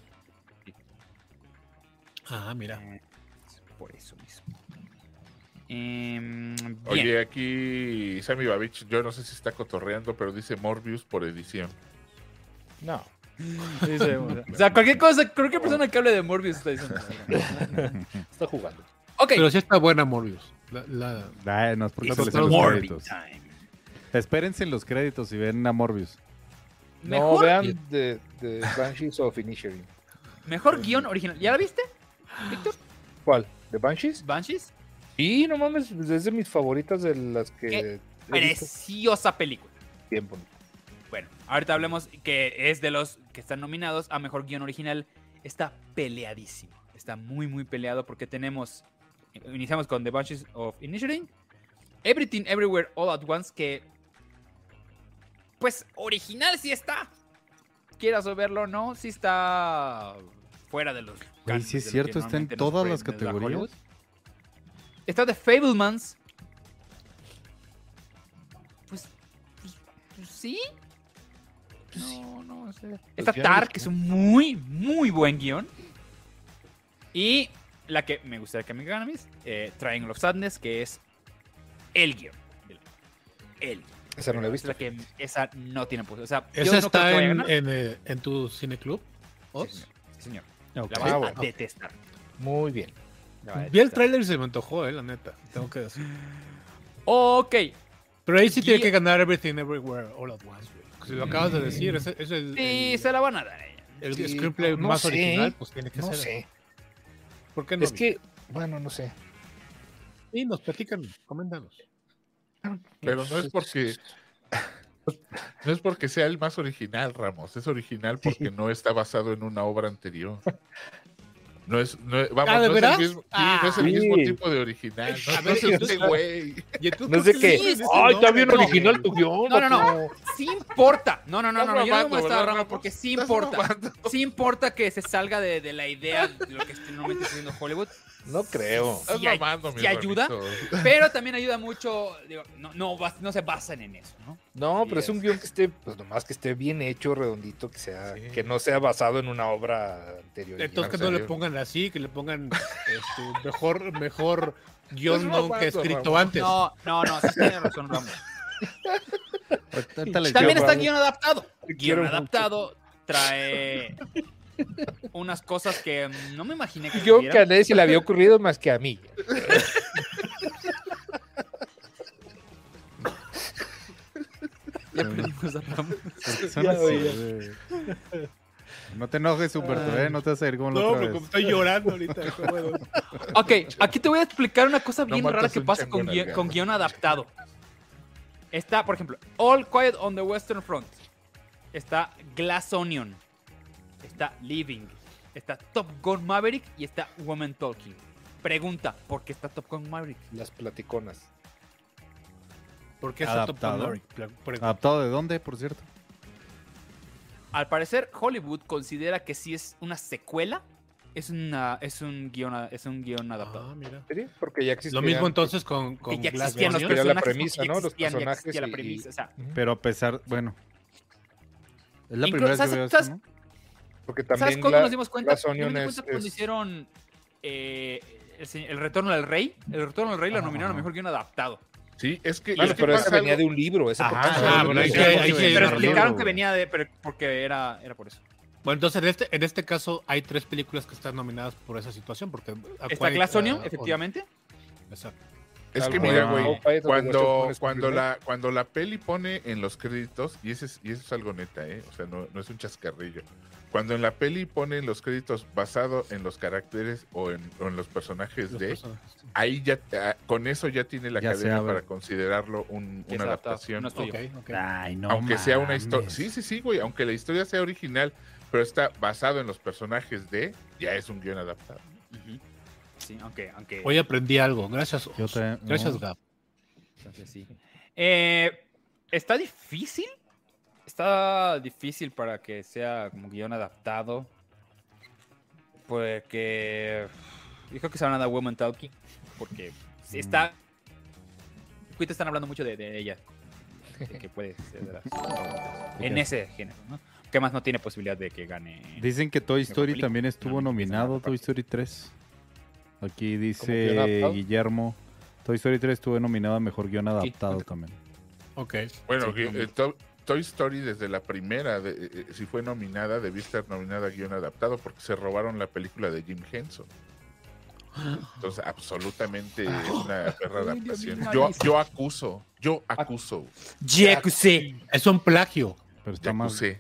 Speaker 4: sí. Ah, mira.
Speaker 1: por eso mismo. Em, bien.
Speaker 5: Oye, aquí Sammy Babich, yo no sé si está cotorreando, pero dice Morbius por edición.
Speaker 3: No.
Speaker 1: O sea, cualquier cosa, cualquier persona que hable de Morbius está diciendo.
Speaker 3: Está jugando.
Speaker 1: Ok.
Speaker 4: Pero sí está buena Morbius. La, la-
Speaker 2: Ay, no, es porque
Speaker 1: It's
Speaker 2: se les en los
Speaker 1: Morbius
Speaker 2: créditos.
Speaker 1: time.
Speaker 2: Espérense en los créditos y ven a Morbius.
Speaker 1: Mejor,
Speaker 3: No, vean de, de Banshees of Inisherin.
Speaker 1: Mejor guión original. ¿Ya la viste, Víctor?
Speaker 3: ¿Cuál? ¿De Banshees?
Speaker 1: ¿Banshees?
Speaker 3: Sí, no mames, pues es de mis favoritas de las que. he visto
Speaker 1: Preciosa película.
Speaker 3: tiempo.
Speaker 1: Bueno, ahorita hablemos que es de los que están nominados a mejor guión original. Está peleadísimo. Está muy, muy peleado porque tenemos. Iniciamos con The Bunches of Initiating. Everything Everywhere All at Once, que. Pues original sí está. Quieras o verlo o no, sí está fuera de los.
Speaker 2: Güey,
Speaker 1: cánones
Speaker 2: sí es
Speaker 1: de lo que
Speaker 2: cierto, está en
Speaker 1: normalmente nos
Speaker 2: todas las
Speaker 1: premios de Hollywood.
Speaker 2: categorías.
Speaker 1: Está The Fablemans. Pues, pues, pues, sí. No, no sé. Está
Speaker 3: Pues ya
Speaker 1: Tar,
Speaker 3: ves,
Speaker 1: que es un muy, muy buen guión. Y la que me gustaría que me ganen es eh, Triangle of Sadness, que es el guión. del- El guión.
Speaker 3: Esa no la he
Speaker 1: Es
Speaker 3: visto.
Speaker 1: la que esa no tiene punto. O sea, yo
Speaker 4: ¿Esa
Speaker 1: no creo
Speaker 4: está
Speaker 1: que vaya a
Speaker 4: en,
Speaker 1: ganar.
Speaker 4: en, eh, en tu cineclub?
Speaker 1: Sí,
Speaker 4: Oz?
Speaker 1: señor. Sí, señor.
Speaker 4: Ok.
Speaker 1: La vas
Speaker 3: Ah,
Speaker 1: a
Speaker 3: bueno.
Speaker 1: detestar.
Speaker 3: Muy bien.
Speaker 1: La vas a
Speaker 4: Vi el
Speaker 1: detestar.
Speaker 4: tráiler y se me antojó, eh, la neta. Tengo que decir.
Speaker 1: Ok.
Speaker 4: Pero ahí sí tiene
Speaker 1: Y-
Speaker 4: que ganar Everything Everywhere All at Once, güey. Si lo acabas
Speaker 1: Mm.
Speaker 4: de decir, ese es el,
Speaker 1: Sí,
Speaker 4: el-
Speaker 1: se la van a dar a ella.
Speaker 4: el
Speaker 3: Sí,
Speaker 4: screenplay
Speaker 3: no
Speaker 4: más
Speaker 3: sé.
Speaker 4: original, pues tiene que
Speaker 3: No
Speaker 4: ser.
Speaker 3: sé.
Speaker 4: ¿Por qué no?
Speaker 3: Es que, bueno, no sé.
Speaker 4: Y nos platican, coméntanos.
Speaker 5: Pero no es porque. No es porque sea el más original, Ramos. Es original porque no está basado en una obra anterior. No es, no, es- vamos,
Speaker 4: Ah, ¿de
Speaker 5: no es
Speaker 4: veras?
Speaker 5: el mismo, sí,
Speaker 4: Ah.
Speaker 5: no es el mismo
Speaker 3: Sí.
Speaker 5: tipo de original. No,
Speaker 4: A
Speaker 5: no
Speaker 4: ver,
Speaker 5: es este
Speaker 4: entonces-
Speaker 5: güey.
Speaker 4: ¿Y tú
Speaker 3: No
Speaker 4: por
Speaker 3: sé
Speaker 4: le
Speaker 3: qué.
Speaker 4: dices ese
Speaker 3: ¡Ay, está
Speaker 4: nombre,
Speaker 3: bien
Speaker 4: güey?
Speaker 3: original tu guión!
Speaker 1: No, no, no.
Speaker 3: vato!
Speaker 1: Sí importa. No, no, no,
Speaker 5: Estás
Speaker 1: no. no, Yo no
Speaker 5: robando,
Speaker 1: me estaba
Speaker 5: ¿verdad,
Speaker 1: hablando
Speaker 5: Ramos?
Speaker 1: porque sí
Speaker 5: Estás
Speaker 1: importa.
Speaker 5: robando.
Speaker 1: Sí importa que se salga de, de la idea de lo que está- normalmente está haciendo Hollywood.
Speaker 3: No creo.
Speaker 5: Estás
Speaker 1: Sí ay-
Speaker 5: mamando, mi
Speaker 1: sí ayuda.
Speaker 5: Ramito.
Speaker 1: Pero también ayuda mucho. digo, no, no, bas- no se basan en eso, ¿no?
Speaker 3: No,
Speaker 1: Sí
Speaker 3: pero es un
Speaker 1: es.
Speaker 3: guión que esté, pues nomás que esté bien hecho, redondito, que sea, que no sea basado en una obra anterior.
Speaker 4: Entonces que
Speaker 5: En
Speaker 4: no le
Speaker 5: serio.
Speaker 4: pongan así, que le pongan este, mejor, mejor guión
Speaker 5: robando,
Speaker 4: nunca escrito
Speaker 5: Ramón.
Speaker 4: antes.
Speaker 1: No, no, no. Sí tiene razón, Ramos.
Speaker 2: Ahorita les
Speaker 1: También
Speaker 2: digo,
Speaker 1: está
Speaker 2: Raúl.
Speaker 1: guión adaptado.
Speaker 3: quiero
Speaker 1: Guión
Speaker 3: mucho.
Speaker 1: adaptado trae unas cosas que no me imaginé que
Speaker 3: Yo que a
Speaker 1: tuvieran.
Speaker 3: nadie se le había ocurrido más que a mí.
Speaker 1: Le aprendimos a Ramos.
Speaker 2: Son
Speaker 3: Ya,
Speaker 2: así,
Speaker 3: oye.
Speaker 2: güey. No te enojes, Humberto, ¿eh? No te vas a ir como la
Speaker 4: No,
Speaker 2: otra
Speaker 4: pero
Speaker 2: vez.
Speaker 4: como estoy llorando ahorita. güey, bueno.
Speaker 1: Ok, aquí te voy a explicar una cosa
Speaker 5: No
Speaker 1: bien rara
Speaker 5: matas
Speaker 1: que
Speaker 5: un
Speaker 1: pasa con,
Speaker 5: chango en
Speaker 1: guio-
Speaker 5: el gato.
Speaker 1: con guión adaptado. Está, por ejemplo, All Quiet on the Western Front. Está Glass Onion. Está Living. Está Top Gun Maverick y está Woman Talking. Pregunta, ¿por qué está Top Gun Maverick?
Speaker 3: Las platiconas.
Speaker 4: ¿Por qué está Top
Speaker 2: ¿Adaptado?
Speaker 4: Gun Maverick? Pre- pre-
Speaker 2: ¿Adaptado de dónde, por cierto?
Speaker 1: Al parecer, Hollywood considera que si es una secuela, es, una, es, un, guión, a- es un guión adaptado.
Speaker 4: Ah, mira.
Speaker 3: ¿Sí? Porque ya existía.
Speaker 4: Lo mismo entonces con, con
Speaker 1: Que ya
Speaker 4: Glass
Speaker 1: existían los
Speaker 4: Onion.
Speaker 3: Pero
Speaker 1: personajes.
Speaker 3: la
Speaker 1: porque
Speaker 3: premisa,
Speaker 1: ya
Speaker 3: ¿no? Los
Speaker 1: existían, ya
Speaker 3: personajes
Speaker 1: existía la
Speaker 3: y-
Speaker 1: premisa, o sea,
Speaker 2: Pero a pesar, bueno. Es la
Speaker 1: Inclu-
Speaker 2: primera vez que
Speaker 1: ¿sabes-
Speaker 2: veo esto,
Speaker 1: sabes-
Speaker 2: ¿no?
Speaker 3: Porque
Speaker 1: ¿Sabes
Speaker 3: también
Speaker 1: cuándo
Speaker 3: la-
Speaker 1: nos dimos cuenta?
Speaker 3: Glass
Speaker 1: Yo me di
Speaker 3: Onion
Speaker 1: cuenta
Speaker 3: es-
Speaker 1: cuando
Speaker 3: es-
Speaker 1: hicieron eh, el, se- el Retorno al Rey. El Retorno al Rey
Speaker 4: Ah.
Speaker 1: lo nominaron a mejor guión adaptado.
Speaker 5: Sí, es que.
Speaker 3: Bueno,
Speaker 5: es que
Speaker 3: pero esa
Speaker 5: pasa
Speaker 3: venía
Speaker 5: algo-
Speaker 3: de un libro. Esa
Speaker 2: Ajá,
Speaker 3: porque-
Speaker 4: Ah, bueno, ahí sí hay- ahí sí hay
Speaker 1: Pero
Speaker 4: un
Speaker 1: explicaron
Speaker 4: libro,
Speaker 1: que venía de. pero- porque era, era por eso.
Speaker 4: Bueno, entonces en este, en este caso hay tres películas que están nominadas por esa situación. Porque A
Speaker 1: Está
Speaker 4: Quiet,
Speaker 1: Glass
Speaker 4: ah,
Speaker 1: Onion,
Speaker 4: on-
Speaker 1: efectivamente.
Speaker 4: Exacto.
Speaker 5: Es que
Speaker 3: Algo
Speaker 5: mira,
Speaker 2: de-
Speaker 5: güey,
Speaker 3: Opa, es donde
Speaker 5: cuando,
Speaker 3: Westworld es
Speaker 5: cuando,
Speaker 3: primero.
Speaker 5: la, cuando la peli pone en los créditos, y, ese es, y eso es algo neta, ¿eh? o sea, no, no es un chascarrillo. Cuando en la peli pone en los créditos basado en los caracteres o en, o en los personajes
Speaker 4: Los
Speaker 5: de,
Speaker 4: personajes.
Speaker 5: ahí ya, ah, con eso ya tiene la
Speaker 2: Ya se
Speaker 5: cadena
Speaker 2: abre.
Speaker 5: para considerarlo un-
Speaker 1: Ya
Speaker 5: una
Speaker 1: se adaptó,
Speaker 5: adaptación.
Speaker 1: no es tuyo.
Speaker 4: Ok, ok.
Speaker 2: Ay, no
Speaker 5: aunque sea una
Speaker 2: mames.
Speaker 5: historia. Sí, sí, sí, güey, aunque la historia sea original, pero está basado en los personajes de, ya es un guión adaptado.
Speaker 1: Ujú. Sí, aunque. aunque
Speaker 4: Hoy aprendí algo. Gracias, Oz.
Speaker 2: Yo también, no.
Speaker 4: Gracias, Gab.
Speaker 1: entonces sí. Eh, está difícil. Está difícil para que sea como guión adaptado. Porque. Yo creo que se van a dar Woman Talking. Porque si está. Ahorita están hablando mucho de, de ella. de que puede ser de las favoritas En ese género, ¿no? Que más no tiene posibilidad de que gane.
Speaker 2: Dicen que Toy Story
Speaker 1: película.
Speaker 2: también estuvo
Speaker 1: No,
Speaker 2: nominado,
Speaker 1: no,
Speaker 2: Toy Story 3. Aquí
Speaker 3: guion
Speaker 2: dice
Speaker 3: adaptado?
Speaker 2: Guillermo. Toy Story 3 estuvo nominado a mejor guión adaptado también.
Speaker 4: Ok.
Speaker 5: Bueno,
Speaker 4: Sí,
Speaker 5: gui-
Speaker 4: también.
Speaker 5: eh, To- Toy Story desde la primera, de- eh, eh, si fue nominada, debía estar nominada a guión adaptado porque se robaron la película de Jim Henson. Entonces, absolutamente
Speaker 1: Ah.
Speaker 5: es una perra adaptación. Yo, yo
Speaker 3: Ah,
Speaker 5: acuso, yo acuso,
Speaker 1: Jacuzzi.
Speaker 4: Es un plagio.
Speaker 2: Pero está
Speaker 5: ya
Speaker 2: más.
Speaker 5: acusé.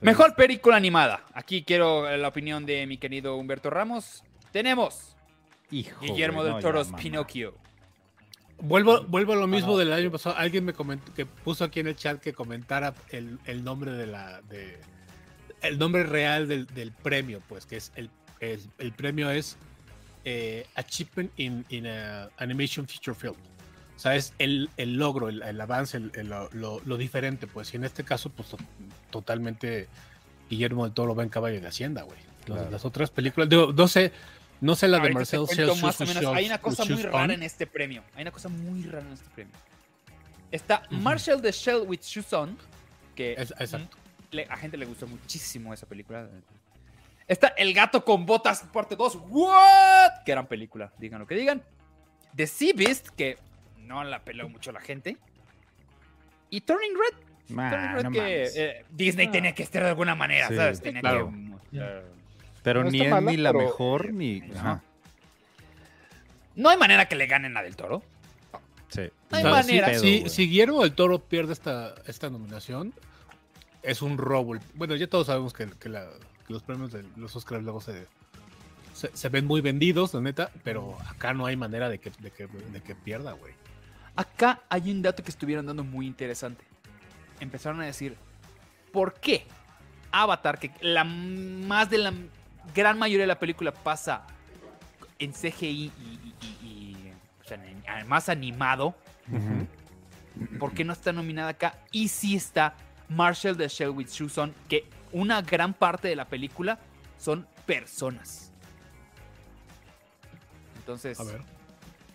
Speaker 1: Mejor película animada. Aquí quiero la opinión de mi querido Humberto Ramos. Tenemos
Speaker 2: Hijo,
Speaker 1: Guillermo
Speaker 2: güey, no,
Speaker 1: del
Speaker 2: ya,
Speaker 1: Toro's
Speaker 2: mamá.
Speaker 1: Pinocchio.
Speaker 4: Vuelvo, vuelvo a lo mismo del año pasado. Alguien me comentó, que puso aquí en el chat que comentara el, el nombre de la de el nombre real del, del premio, pues que es el, es- el premio es eh, Achievement in, in a Animation Feature Film. O sea, es el, el logro, el, el avance, el- el- lo, lo- lo diferente, pues. Y en este caso, pues to- totalmente Guillermo del Toro va en caballo de Hacienda, güey. Las, las otras películas, digo, no sé, no sé la de
Speaker 1: Ahorita
Speaker 4: Marcel
Speaker 1: te cuento
Speaker 4: Celsius,
Speaker 1: más o
Speaker 4: who
Speaker 1: menos.
Speaker 4: shows-
Speaker 1: Hay una
Speaker 4: who
Speaker 1: cosa muy
Speaker 4: shows
Speaker 1: rara
Speaker 4: on.
Speaker 1: en este premio. Hay una cosa muy rara en este premio. Está Marshall the Shell with Shoes On, que
Speaker 4: Es- exacto.
Speaker 1: le- a gente le gustó muchísimo esa película. Está El gato con botas, parte 2. ¡What! Qué gran película, digan lo que digan. The Sea Beast, que no la peló mucho la gente. Y Turning Red.
Speaker 4: Ah,
Speaker 2: Ma,
Speaker 1: Turning Red
Speaker 2: no
Speaker 1: que
Speaker 2: mames.
Speaker 1: eh, Disney tenía que estar de alguna manera,
Speaker 2: Sí,
Speaker 1: ¿sabes? Tenía
Speaker 2: claro.
Speaker 1: que mm, mostrar-
Speaker 2: Pero
Speaker 3: No
Speaker 2: ni
Speaker 3: está
Speaker 2: es
Speaker 3: mala,
Speaker 2: ni la
Speaker 3: pero-
Speaker 1: eh,
Speaker 2: mejor, ni. Ajá.
Speaker 1: No hay manera que le ganen a Del Toro.
Speaker 2: Sí.
Speaker 1: No hay
Speaker 4: O sea, si-
Speaker 1: manera.
Speaker 2: pedo,
Speaker 4: si,
Speaker 2: güey.
Speaker 4: si Guillermo del Toro pierde esta, esta nominación, es un robo. Bueno, ya todos sabemos que, que la- que los premios de los Oscars luego se, se, se ven muy vendidos, la neta, pero acá no hay manera de que, de que, de que pierda, güey.
Speaker 1: Acá hay un dato que estuvieron dando muy interesante. Empezaron a decir, ¿por qué Avatar, que la más de la gran mayoría de la película pasa en CGI y, y- y- y, o sea, en- en- más animado, ¿por qué no está nominada acá? Y sí está Marshall de Shell with Shoes On, que una gran parte de la película son personas. Entonces,
Speaker 4: A ver.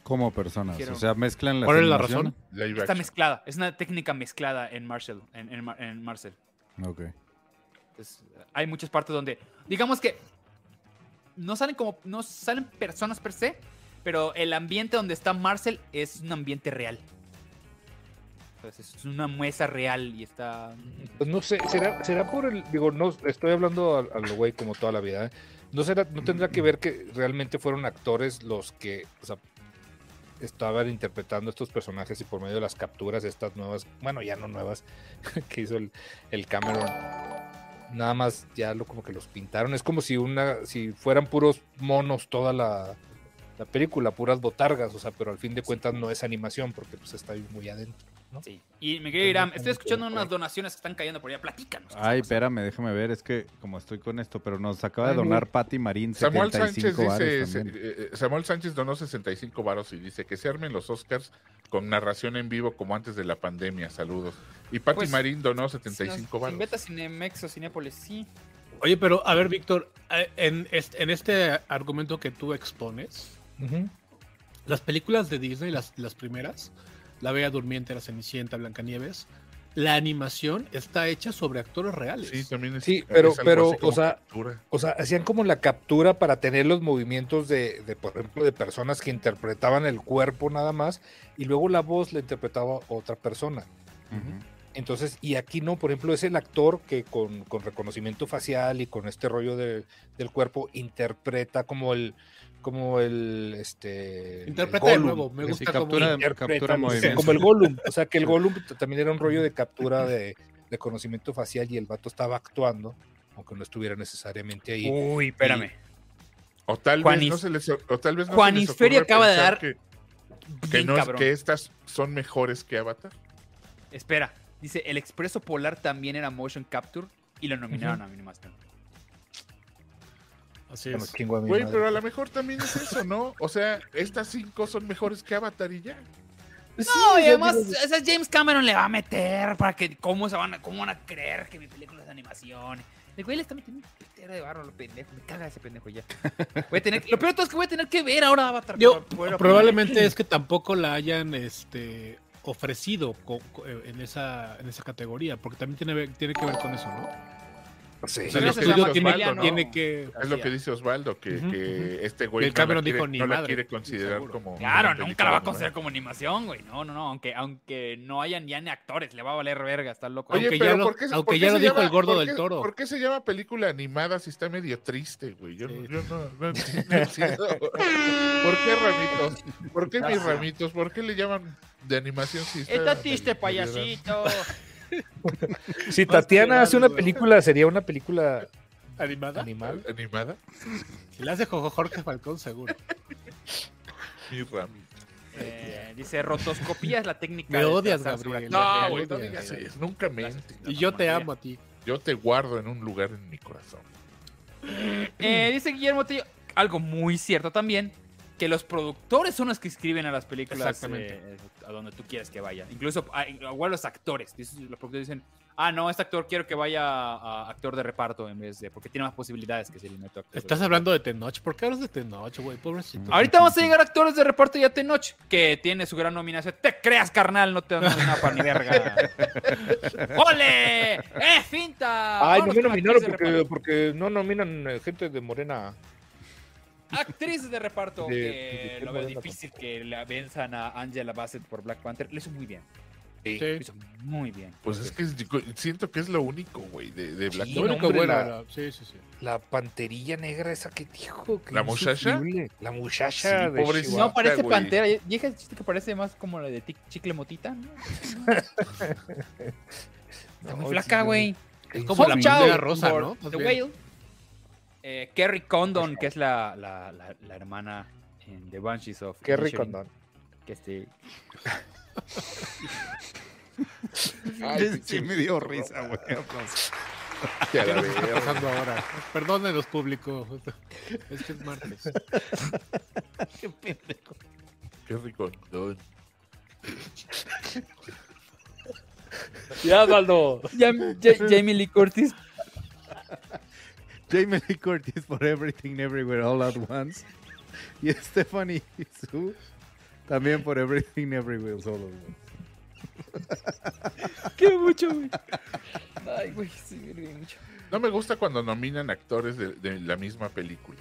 Speaker 2: Como personas.
Speaker 1: Quiero-
Speaker 2: O sea, mezclan las.
Speaker 4: ¿Cuál es la
Speaker 2: animaciones.
Speaker 5: Live
Speaker 1: está
Speaker 5: action.
Speaker 1: mezclada. Es una técnica mezclada en Marshall, en- en Mar- en Marcel.
Speaker 2: Ok.
Speaker 1: Entonces, hay muchas partes donde, digamos que no salen como, no salen personas per se, pero el ambiente donde está Marcel es un ambiente real. Entonces, es una mesa real y está.
Speaker 3: Pues no sé, será, será por el, digo, no, estoy hablando al al güey como toda la vida, ¿eh? No será, no tendrá que ver que realmente fueron actores los que, o sea, estaban interpretando estos personajes y por medio de las capturas estas nuevas, bueno, ya no nuevas, que hizo el, el Cameron, nada más ya lo como que los pintaron, es como si una, si fueran puros monos toda la, la película, puras botargas, o sea, pero al fin de cuentas no es animación porque pues está ahí muy adentro.
Speaker 1: Sí. Y mi querido Iram, estoy escuchando unas donaciones que están cayendo por allá. Platícanos. ¿qué
Speaker 2: Ay,
Speaker 1: está
Speaker 2: espérame, déjame ver. Es que como estoy con esto, pero nos acaba de
Speaker 3: Ay, güey.
Speaker 2: donar Patti Marín
Speaker 5: Samuel
Speaker 2: 75
Speaker 5: Sánchez dice,
Speaker 2: varos también.
Speaker 5: eh, eh, Samuel Sánchez donó 65 varos y dice que se armen los Oscars con narración en vivo como antes de la pandemia. Saludos. Y Pati
Speaker 1: Pues,
Speaker 5: Marín donó
Speaker 1: pasando?
Speaker 5: 75
Speaker 1: Sin
Speaker 5: varos.
Speaker 1: Beta, Cinemex o Cinépolis, sí.
Speaker 4: Oye, pero a ver, Víctor, eh, en este, en este argumento que tú expones,
Speaker 3: Ujú.
Speaker 4: las películas de Disney, las, las primeras, La Bella Durmiente, La Cenicienta, Blancanieves, la animación está hecha sobre actores reales.
Speaker 5: Sí, también es-
Speaker 3: Sí, pero-
Speaker 5: es algo
Speaker 3: pero,
Speaker 5: así como
Speaker 3: o sea,
Speaker 5: captura.
Speaker 3: O sea, hacían como la captura para tener los movimientos de, de, por ejemplo, de personas que interpretaban el cuerpo nada más y luego la voz la interpretaba otra persona.
Speaker 2: Ujú.
Speaker 3: Entonces, y aquí no, por ejemplo, es el actor que con, con reconocimiento facial y con este rollo de- del cuerpo interpreta como el, como el, este... el
Speaker 4: Interpreta de
Speaker 3: Gollum.
Speaker 4: nuevo, me
Speaker 2: Sí,
Speaker 4: gusta como
Speaker 2: captura de-
Speaker 3: Interpreta,
Speaker 2: captura
Speaker 3: no sé,
Speaker 2: movimiento.
Speaker 3: como el Gollum, o sea que el Gollum t- también era un rollo de captura de reconocimiento facial y el vato estaba actuando, aunque no estuviera necesariamente ahí.
Speaker 1: Uy, espérame.
Speaker 5: O tal
Speaker 1: Juanis-
Speaker 5: vez no se les, o tal vez no se
Speaker 1: Juan
Speaker 5: les
Speaker 1: Isferio
Speaker 5: ocurre
Speaker 1: acaba de
Speaker 5: pensar
Speaker 1: dar-
Speaker 5: que, que
Speaker 1: Bien
Speaker 5: no es-
Speaker 1: cabrón.
Speaker 5: que estas son mejores que Avatar.
Speaker 1: Espera, dice: El Expreso Polar también era motion capture y lo nominaron a Minimaster.
Speaker 4: Así
Speaker 3: Ya
Speaker 4: es.
Speaker 3: no chingo a mi
Speaker 5: Güey,
Speaker 3: madre.
Speaker 5: pero a lo mejor también es eso, ¿no? O sea, estas cinco son mejores que Avatar y ya.
Speaker 1: No, y además, o sea, James Cameron le va a meter para que cómo se van a, cómo van a creer que mi película es de animación. El güey le está metiendo un pitero de barro a lo pendejo. Me caga ese pendejo ya. Voy a tener, lo peor de todo es que voy a tener que ver ahora Avatar.
Speaker 4: Yo,
Speaker 1: para poder opinar.
Speaker 4: probablemente es que tampoco la hayan este, ofrecido co- co- eh, en, esa, en esa categoría, porque también tiene, ver- tiene que ver con eso, ¿no?
Speaker 3: Sí.
Speaker 4: O sea, el
Speaker 5: lo que
Speaker 4: estudio
Speaker 5: dice
Speaker 4: tiene,
Speaker 5: Osvaldo, ¿no?
Speaker 4: tiene que...
Speaker 5: Es lo que dice Osvaldo, que,
Speaker 4: Ujú,
Speaker 5: que este güey
Speaker 4: El
Speaker 5: no, la
Speaker 4: Cameron
Speaker 5: quiere,
Speaker 4: dijo, "Ni
Speaker 5: no la
Speaker 4: madre".
Speaker 5: quiere
Speaker 4: Sí,
Speaker 5: considerar
Speaker 4: seguro.
Speaker 5: como.
Speaker 1: Claro,
Speaker 5: una
Speaker 1: nunca la va a
Speaker 5: película, ¿no?
Speaker 1: considerar como animación, güey. No, no, no. Aunque, aunque no hayan ya ni actores, le va a valer verga, está loco.
Speaker 5: Oye,
Speaker 4: Aunque
Speaker 5: pero
Speaker 4: ya lo-
Speaker 5: ¿por qué, se-
Speaker 4: aunque
Speaker 5: por qué
Speaker 4: ya
Speaker 5: se
Speaker 4: lo dijo
Speaker 5: llama-
Speaker 4: el gordo
Speaker 5: por
Speaker 4: del
Speaker 5: qué-
Speaker 4: Toro.
Speaker 5: ¿Por qué se llama película animada si está medio triste, güey? Yo,
Speaker 4: Sí.
Speaker 5: yo no, no entiendo. no entiendo. ¿Por qué ramitos? ¿Por qué mis ramitos? ¿Por qué le llaman de animación si está
Speaker 1: Está triste,
Speaker 5: medio- medio
Speaker 1: payasito.
Speaker 3: Si Tatiana hace una
Speaker 4: güey.
Speaker 3: película, sería una película
Speaker 4: ¿Animada?
Speaker 3: animal.
Speaker 5: ¿Animada?
Speaker 4: Si la hace Jo- Jorge Falcón, seguro.
Speaker 5: Mi Rami.
Speaker 1: Eh, dice, rotoscopía es la técnica.
Speaker 4: Me
Speaker 1: de
Speaker 4: odias,
Speaker 1: trazar sobre
Speaker 4: Gabriel.
Speaker 1: la
Speaker 5: No,
Speaker 1: piel".
Speaker 5: güey, no
Speaker 4: Dios,
Speaker 5: digas
Speaker 4: Dios.
Speaker 5: eso. Nunca mente.
Speaker 4: Y yo te amo a ti.
Speaker 5: Yo te guardo en un lugar en mi corazón.
Speaker 1: Eh, dice Guillermo Tello, algo muy cierto también, que los productores son los que escriben a las películas
Speaker 5: Exactamente.
Speaker 1: eh, a donde tú quieres que vaya. Incluso a- igual los actores, dices- los productores dicen, ah, no, este actor quiero que vaya a, a actor de reparto en vez de, porque tiene más posibilidades que ser el neto actor. de
Speaker 4: Estás
Speaker 1: reparto".
Speaker 4: hablando de Tenoch. ¿Por qué hablas de Tenoch, güey? Pobrecito.
Speaker 1: Ahorita vamos a llegar a actores de reparto y a Tenoch, que tiene su gran nominación. Te creas, carnal, no te dan nada para ni verga. ¡Ole! ¡Eh, finta!
Speaker 3: Ay, no
Speaker 1: Vámonos
Speaker 3: me
Speaker 1: con
Speaker 3: nominaron
Speaker 1: actriz de
Speaker 3: porque,
Speaker 1: reparto.
Speaker 3: porque no nominan eh, gente de Morena. pues,
Speaker 1: Actriz de reparto,
Speaker 3: De-
Speaker 1: que
Speaker 3: de-
Speaker 1: lo veo difícil que la venzan a Angela Bassett por Black Panther. Lo hizo muy bien. Lo
Speaker 4: Sí.
Speaker 1: hizo muy bien.
Speaker 5: Pues es que es- siento que es lo único, güey, de, de Black
Speaker 3: Sí,
Speaker 4: Lo
Speaker 5: Mirror.
Speaker 4: único
Speaker 3: hombre,
Speaker 4: bueno,
Speaker 3: la-
Speaker 4: la- Sí, sí, sí.
Speaker 3: La panterilla negra esa que dijo. que
Speaker 5: ¿La muchacha?
Speaker 3: insufrible. La muchacha
Speaker 5: Sí,
Speaker 3: de
Speaker 5: pobrecita.
Speaker 3: Chihuahua.
Speaker 1: No, parece
Speaker 5: güey.
Speaker 1: pantera. Yo Dije el chiste que parece más como la de Tic- Chicle Motita. ¿no? Está muy
Speaker 3: No,
Speaker 1: flaca,
Speaker 3: sí,
Speaker 1: güey.
Speaker 3: qué
Speaker 4: como la
Speaker 1: Hong
Speaker 3: insufrible.
Speaker 1: Chao
Speaker 4: bandera rosa,
Speaker 1: por
Speaker 4: ¿no? Más
Speaker 1: The
Speaker 4: bien.
Speaker 1: Whale. Eh, Kerry Condon, que es la, la, la, la hermana en The Banshees of
Speaker 3: Qué rico,
Speaker 1: Inisherin,
Speaker 3: Andón.
Speaker 1: Que este,
Speaker 5: Ay,
Speaker 2: sí me dio risa, güey. aplausos.
Speaker 5: pinche a la
Speaker 4: ¿Qué está
Speaker 5: verga.
Speaker 4: pasando ahora? Perdónenos, público. Es que es martes.
Speaker 5: Qué rico.
Speaker 3: Ya, Osvaldo.
Speaker 1: Jam- Ja- Jamie Lee Curtis.
Speaker 2: Jamie Lee Curtis por Everything Everywhere All at Once. Y Stephanie Su también por Everything Everywhere All at Once.
Speaker 1: Qué mucho, güey. Ay, güey, sí, me ríe mucho.
Speaker 5: No me gusta cuando nominan actores de, de la misma película.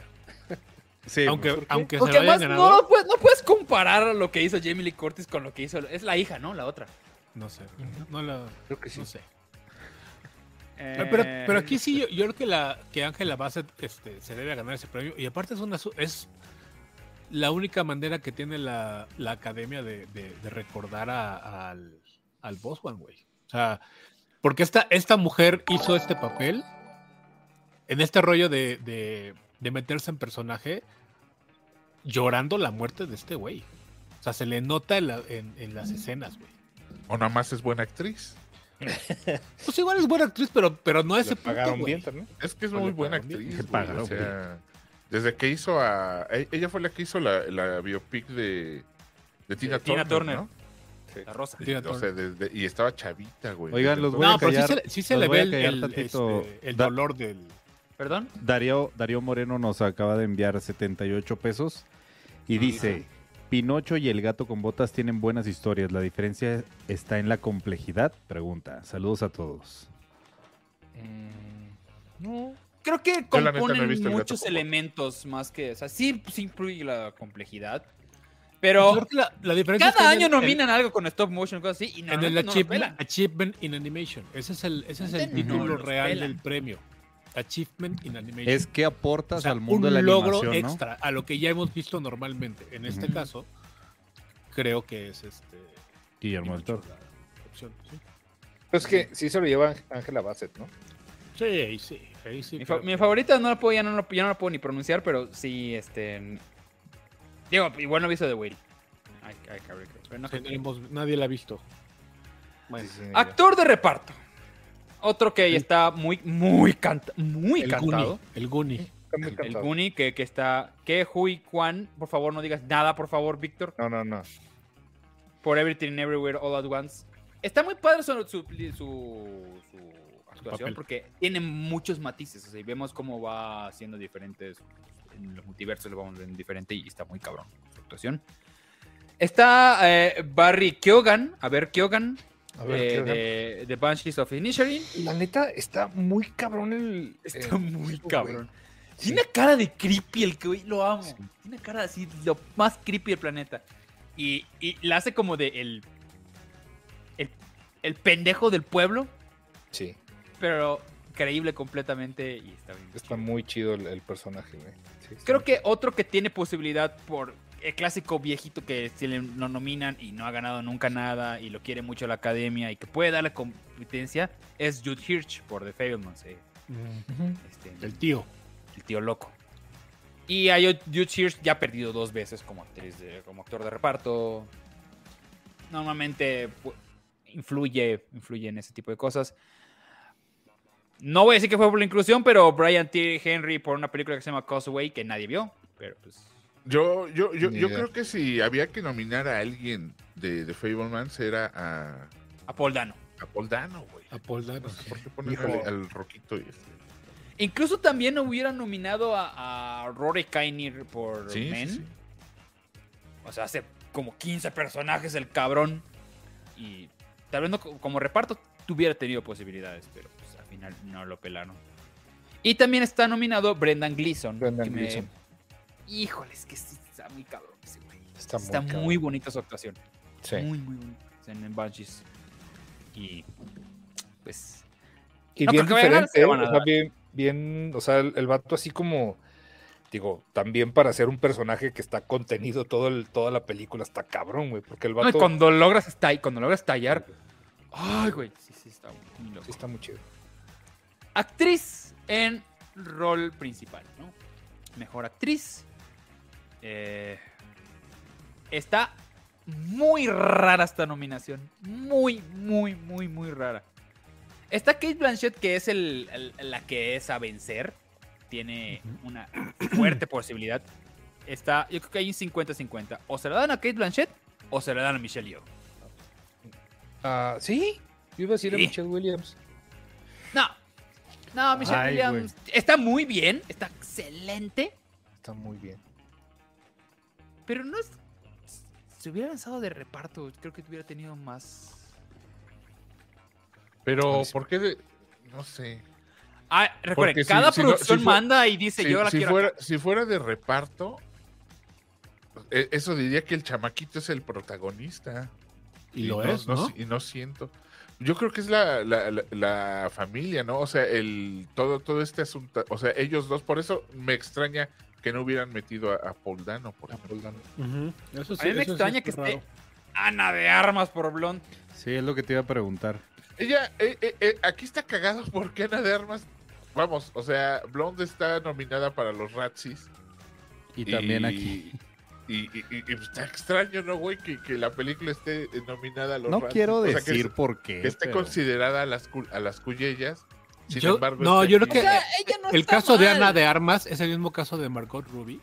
Speaker 2: Sí,
Speaker 4: Aunque, aunque se
Speaker 1: Porque
Speaker 4: lo hayan
Speaker 1: además
Speaker 4: ganado. No,
Speaker 1: no, puedes, no puedes comparar lo que hizo Jamie Lee Curtis con lo que hizo. Es la hija, ¿no? La otra.
Speaker 4: sé. No, la-
Speaker 3: Creo que sí.
Speaker 4: no sé. Pero,
Speaker 1: Eh,
Speaker 4: pero aquí sí, yo, yo creo que la que Ángela Bassett este, se debe a ganar ese premio. Y aparte es una su- es la única manera que tiene la, la academia de, de- de recordar a- al, al Boswan, güey. O sea, porque esta, esta mujer hizo este papel en este rollo de, de- de meterse en personaje llorando la muerte de este güey. O sea, se le nota en, la- en- en las escenas, güey.
Speaker 5: O nada más es buena actriz.
Speaker 4: Pues igual es buena actriz, pero, pero no a ese
Speaker 3: Le
Speaker 4: punto,
Speaker 3: pagaron
Speaker 4: güey.
Speaker 3: bien también.
Speaker 5: Es que es
Speaker 4: No
Speaker 5: muy
Speaker 4: le
Speaker 5: buena
Speaker 4: pagaron bien.
Speaker 5: actriz.
Speaker 2: Le
Speaker 5: güey,
Speaker 2: pagaron
Speaker 5: o sea, desde que hizo a. e- Ella fue la que hizo la, la biopic de, de Tina
Speaker 1: De Tina Turner.
Speaker 5: Turner. ¿no?
Speaker 1: La rosa.
Speaker 4: Tina
Speaker 5: O
Speaker 4: Turner.
Speaker 5: sea, desde- y estaba chavita, güey.
Speaker 2: Oigan,
Speaker 5: desde
Speaker 2: los
Speaker 5: entonces.
Speaker 2: voy a
Speaker 4: No, pero sí
Speaker 2: callar-
Speaker 4: se, sí se
Speaker 2: los
Speaker 4: le
Speaker 2: voy
Speaker 4: ve
Speaker 2: a
Speaker 4: el,
Speaker 2: callar
Speaker 4: el,
Speaker 2: tantito.
Speaker 4: este, el
Speaker 2: Da-
Speaker 4: dolor del.
Speaker 1: ¿Perdón?
Speaker 2: Darío, Darío Moreno nos acaba de enviar 78 pesos
Speaker 5: Ah,
Speaker 2: y dice, Pinocho y el gato con botas tienen buenas historias, la diferencia está en la complejidad, pregunta. Saludos a todos.
Speaker 1: Creo que
Speaker 5: Yo la neta no he
Speaker 1: componen
Speaker 5: visto El Gato
Speaker 1: muchos
Speaker 5: con Botas.
Speaker 1: elementos más que. O sea, sí, sí incluye la complejidad. pues Pero
Speaker 4: Creo que la, la diferencia
Speaker 1: cada
Speaker 4: es que en
Speaker 1: año
Speaker 4: el-
Speaker 1: nominan algo con stop motion, cosas así. Y
Speaker 4: En, en el
Speaker 1: normalmente no lo
Speaker 4: achievement,
Speaker 1: pelan.
Speaker 4: Achievement in Animation. Ese es el, ese es el
Speaker 1: Normalmente no
Speaker 4: título
Speaker 1: los
Speaker 4: real
Speaker 1: pelan.
Speaker 4: del premio. Achievement in Animation.
Speaker 2: Es que
Speaker 4: O
Speaker 2: aportas
Speaker 4: sea,
Speaker 2: al mundo de
Speaker 4: un
Speaker 2: la
Speaker 4: logro
Speaker 2: animación, ¿no?
Speaker 4: extra a lo que ya hemos visto normalmente. En este
Speaker 2: Ujú.
Speaker 4: caso, creo que es este.
Speaker 2: Guillermo del
Speaker 4: Pinocho
Speaker 2: Toro.
Speaker 4: la opción, ¿sí?
Speaker 3: Pero es que sí se lo lleva Ángel- Ángela Bassett, ¿no?
Speaker 4: Sí, ahí sí, ahí sí.
Speaker 1: Mi, fa-
Speaker 4: creo
Speaker 1: mi
Speaker 4: que-
Speaker 1: favorita no la puedo, ya no, la- ya no la puedo ni pronunciar, pero sí, este. n- Digo, igual no he visto de Will. Ay, ay, cabrón, cabrón, pero no
Speaker 4: Sí,
Speaker 1: creo.
Speaker 4: no hemos- nadie la ha visto.
Speaker 3: Sí, sí, ella.
Speaker 1: Actor de reparto. Otro que está muy, muy, canta- muy
Speaker 4: el
Speaker 1: cantado.
Speaker 4: Goonie. El
Speaker 1: Eh.
Speaker 4: Goonie.
Speaker 3: Está muy
Speaker 1: El
Speaker 3: cansado.
Speaker 1: Guni que, que está. Que Hui Kwan, por favor, no digas nada, por favor, Víctor.
Speaker 3: No, no, no.
Speaker 1: Por Everything Everywhere All at Once. Está muy padre su, su, su- su actuación
Speaker 4: papel.
Speaker 1: porque tiene muchos matices. O sea, y vemos cómo va haciendo diferentes. En los multiversos lo vamos viendo diferente y está muy cabrón su actuación. Está eh, Barry Keoghan. A ver, Keoghan.
Speaker 3: A ver,
Speaker 1: eh,
Speaker 3: ¿qué hagan?
Speaker 1: de, de Banshees of Inisherin.
Speaker 3: La neta, está muy cabrón el.
Speaker 1: Está
Speaker 3: el-
Speaker 1: muy
Speaker 3: güey.
Speaker 1: cabrón.
Speaker 3: Sí.
Speaker 1: Tiene cara de creepy el que güey, lo amo. Tiene cara así, lo más creepy del planeta. Y, y la hace como de el, el, el pendejo del pueblo,
Speaker 3: Sí,
Speaker 1: pero creíble completamente y está bien.
Speaker 3: está muy chido el, el personaje, güey. Sí, está
Speaker 1: Creo
Speaker 3: muy
Speaker 1: que otro que tiene posibilidad por el clásico viejito que si le- lo nominan y no ha ganado nunca nada y lo quiere mucho la academia y que puede darle competencia es Jude Hirsch por The Fablemans, eh, este,
Speaker 4: El tío.
Speaker 1: el tío loco. Y a Ju- Jude Hirsch ya ha perdido dos veces como, actriz de- como actor de reparto. Normalmente pu- influye, influye en ese tipo de cosas. No voy a decir que fue por la inclusión, pero Brian T. Henry por una película que se llama Causeway que nadie vio. Pero pues
Speaker 5: Yo, yo, yo,
Speaker 6: Ni
Speaker 5: yo
Speaker 6: idea.
Speaker 5: creo que si había que nominar a alguien de, de Fablemans era a,
Speaker 1: a Paul Dano.
Speaker 5: a Paul Dano, güey.
Speaker 4: A Paul Dano.
Speaker 5: No sé por qué ponen al, al roquito y este.
Speaker 1: Incluso también hubieran nominado a, a Rory Kinnear por
Speaker 5: Sí, sí,
Speaker 1: Men.
Speaker 5: sí.
Speaker 1: O sea, hace como 15 personajes el cabrón. Y tal vez no, co- como reparto tuviera tenido posibilidades, pero pues, al final no lo pelaron. Y también está nominado Brendan Gleeson.
Speaker 3: Brendan
Speaker 1: que me-
Speaker 3: Gleeson.
Speaker 1: Híjole, es que sí, está muy cabrón ese güey.
Speaker 3: Está muy
Speaker 1: Está muy,
Speaker 3: cabrón.
Speaker 1: bonita su actuación.
Speaker 3: Sí.
Speaker 1: Muy, muy bonita. En Banshees. Y pues
Speaker 3: Y
Speaker 1: No,
Speaker 3: bien
Speaker 1: creo que vayan a ganar,
Speaker 3: diferente,
Speaker 1: se la van a
Speaker 3: ¿eh? O sea,
Speaker 1: dar.
Speaker 3: bien, bien, o sea, el, el vato así como, digo, también para ser un personaje que está contenido todo el, toda la película, está cabrón, güey, porque el
Speaker 1: No, y
Speaker 3: vato
Speaker 1: cuando logras estallar, cuando logras tallar. Ay, güey. Sí, sí, está muy loco.
Speaker 3: sí está muy chido.
Speaker 1: Actriz en rol principal, ¿no? Mejor actriz. Eh, está muy rara esta nominación. Muy, muy, muy, muy rara. Está Kate Blanchett, que es el- el- la que es a vencer. Tiene una fuerte posibilidad. Está, yo creo que hay un 50-50. O se la dan a Kate Blanchett o se la dan a Michelle Yeoh.
Speaker 3: Ah, ¿sí? Yo iba a decir a
Speaker 1: Sí.
Speaker 3: Michelle Williams.
Speaker 1: No. No, Michelle
Speaker 2: Ay,
Speaker 1: Williams está muy bien, está excelente,
Speaker 3: Está muy bien.
Speaker 1: pero no es. Se hubiera lanzado de reparto, creo que hubiera tenido más.
Speaker 5: Pero, ¿por qué? de- no sé.
Speaker 1: Ah, recuerden,
Speaker 5: Porque si-
Speaker 1: cada
Speaker 5: si no-
Speaker 1: producción
Speaker 5: si fue-
Speaker 1: manda y dice
Speaker 5: Si,
Speaker 1: yo la
Speaker 5: si
Speaker 1: quiero.
Speaker 5: fuera,
Speaker 1: acá".
Speaker 5: si fuera de reparto, e- eso diría que el chamaquito es el protagonista.
Speaker 4: Y lo
Speaker 5: no-
Speaker 4: es,
Speaker 5: no
Speaker 4: ¿no?
Speaker 5: si- y no siento. Yo creo que es la, la- la- la familia, ¿no? O sea, el todo, todo este asunto. O sea, ellos dos. Por eso me extraña que no hubieran metido a, a Paul Dano, por ejemplo.
Speaker 4: Ujú. Eso
Speaker 1: A mí me
Speaker 4: eso
Speaker 1: extraña
Speaker 4: está
Speaker 1: que esté-
Speaker 4: raro.
Speaker 1: Ana de armas por Blond.
Speaker 2: Sí, es lo que te iba a preguntar.
Speaker 5: Ella, eh, eh, eh, aquí está cagado porque Ana de Armas. Vamos, o sea, Blonde está nominada para los Razzies.
Speaker 2: Y también aquí.
Speaker 5: Y, y- y- y está extraño, ¿no, güey? Que, que la película esté eh, nominada a los
Speaker 2: No
Speaker 5: Razzies.
Speaker 2: quiero
Speaker 5: O sea, que
Speaker 2: decir
Speaker 5: es-
Speaker 2: por
Speaker 5: que,
Speaker 2: qué.
Speaker 5: esté
Speaker 2: pero-
Speaker 5: considerada a las, cul- a las cuyellas. Sin
Speaker 4: Yo-
Speaker 5: embargo,
Speaker 4: no,
Speaker 5: esté
Speaker 4: yo creo
Speaker 5: aquí.
Speaker 4: que eh, el caso de Ana de Armas es el mismo caso de Margot Ruby.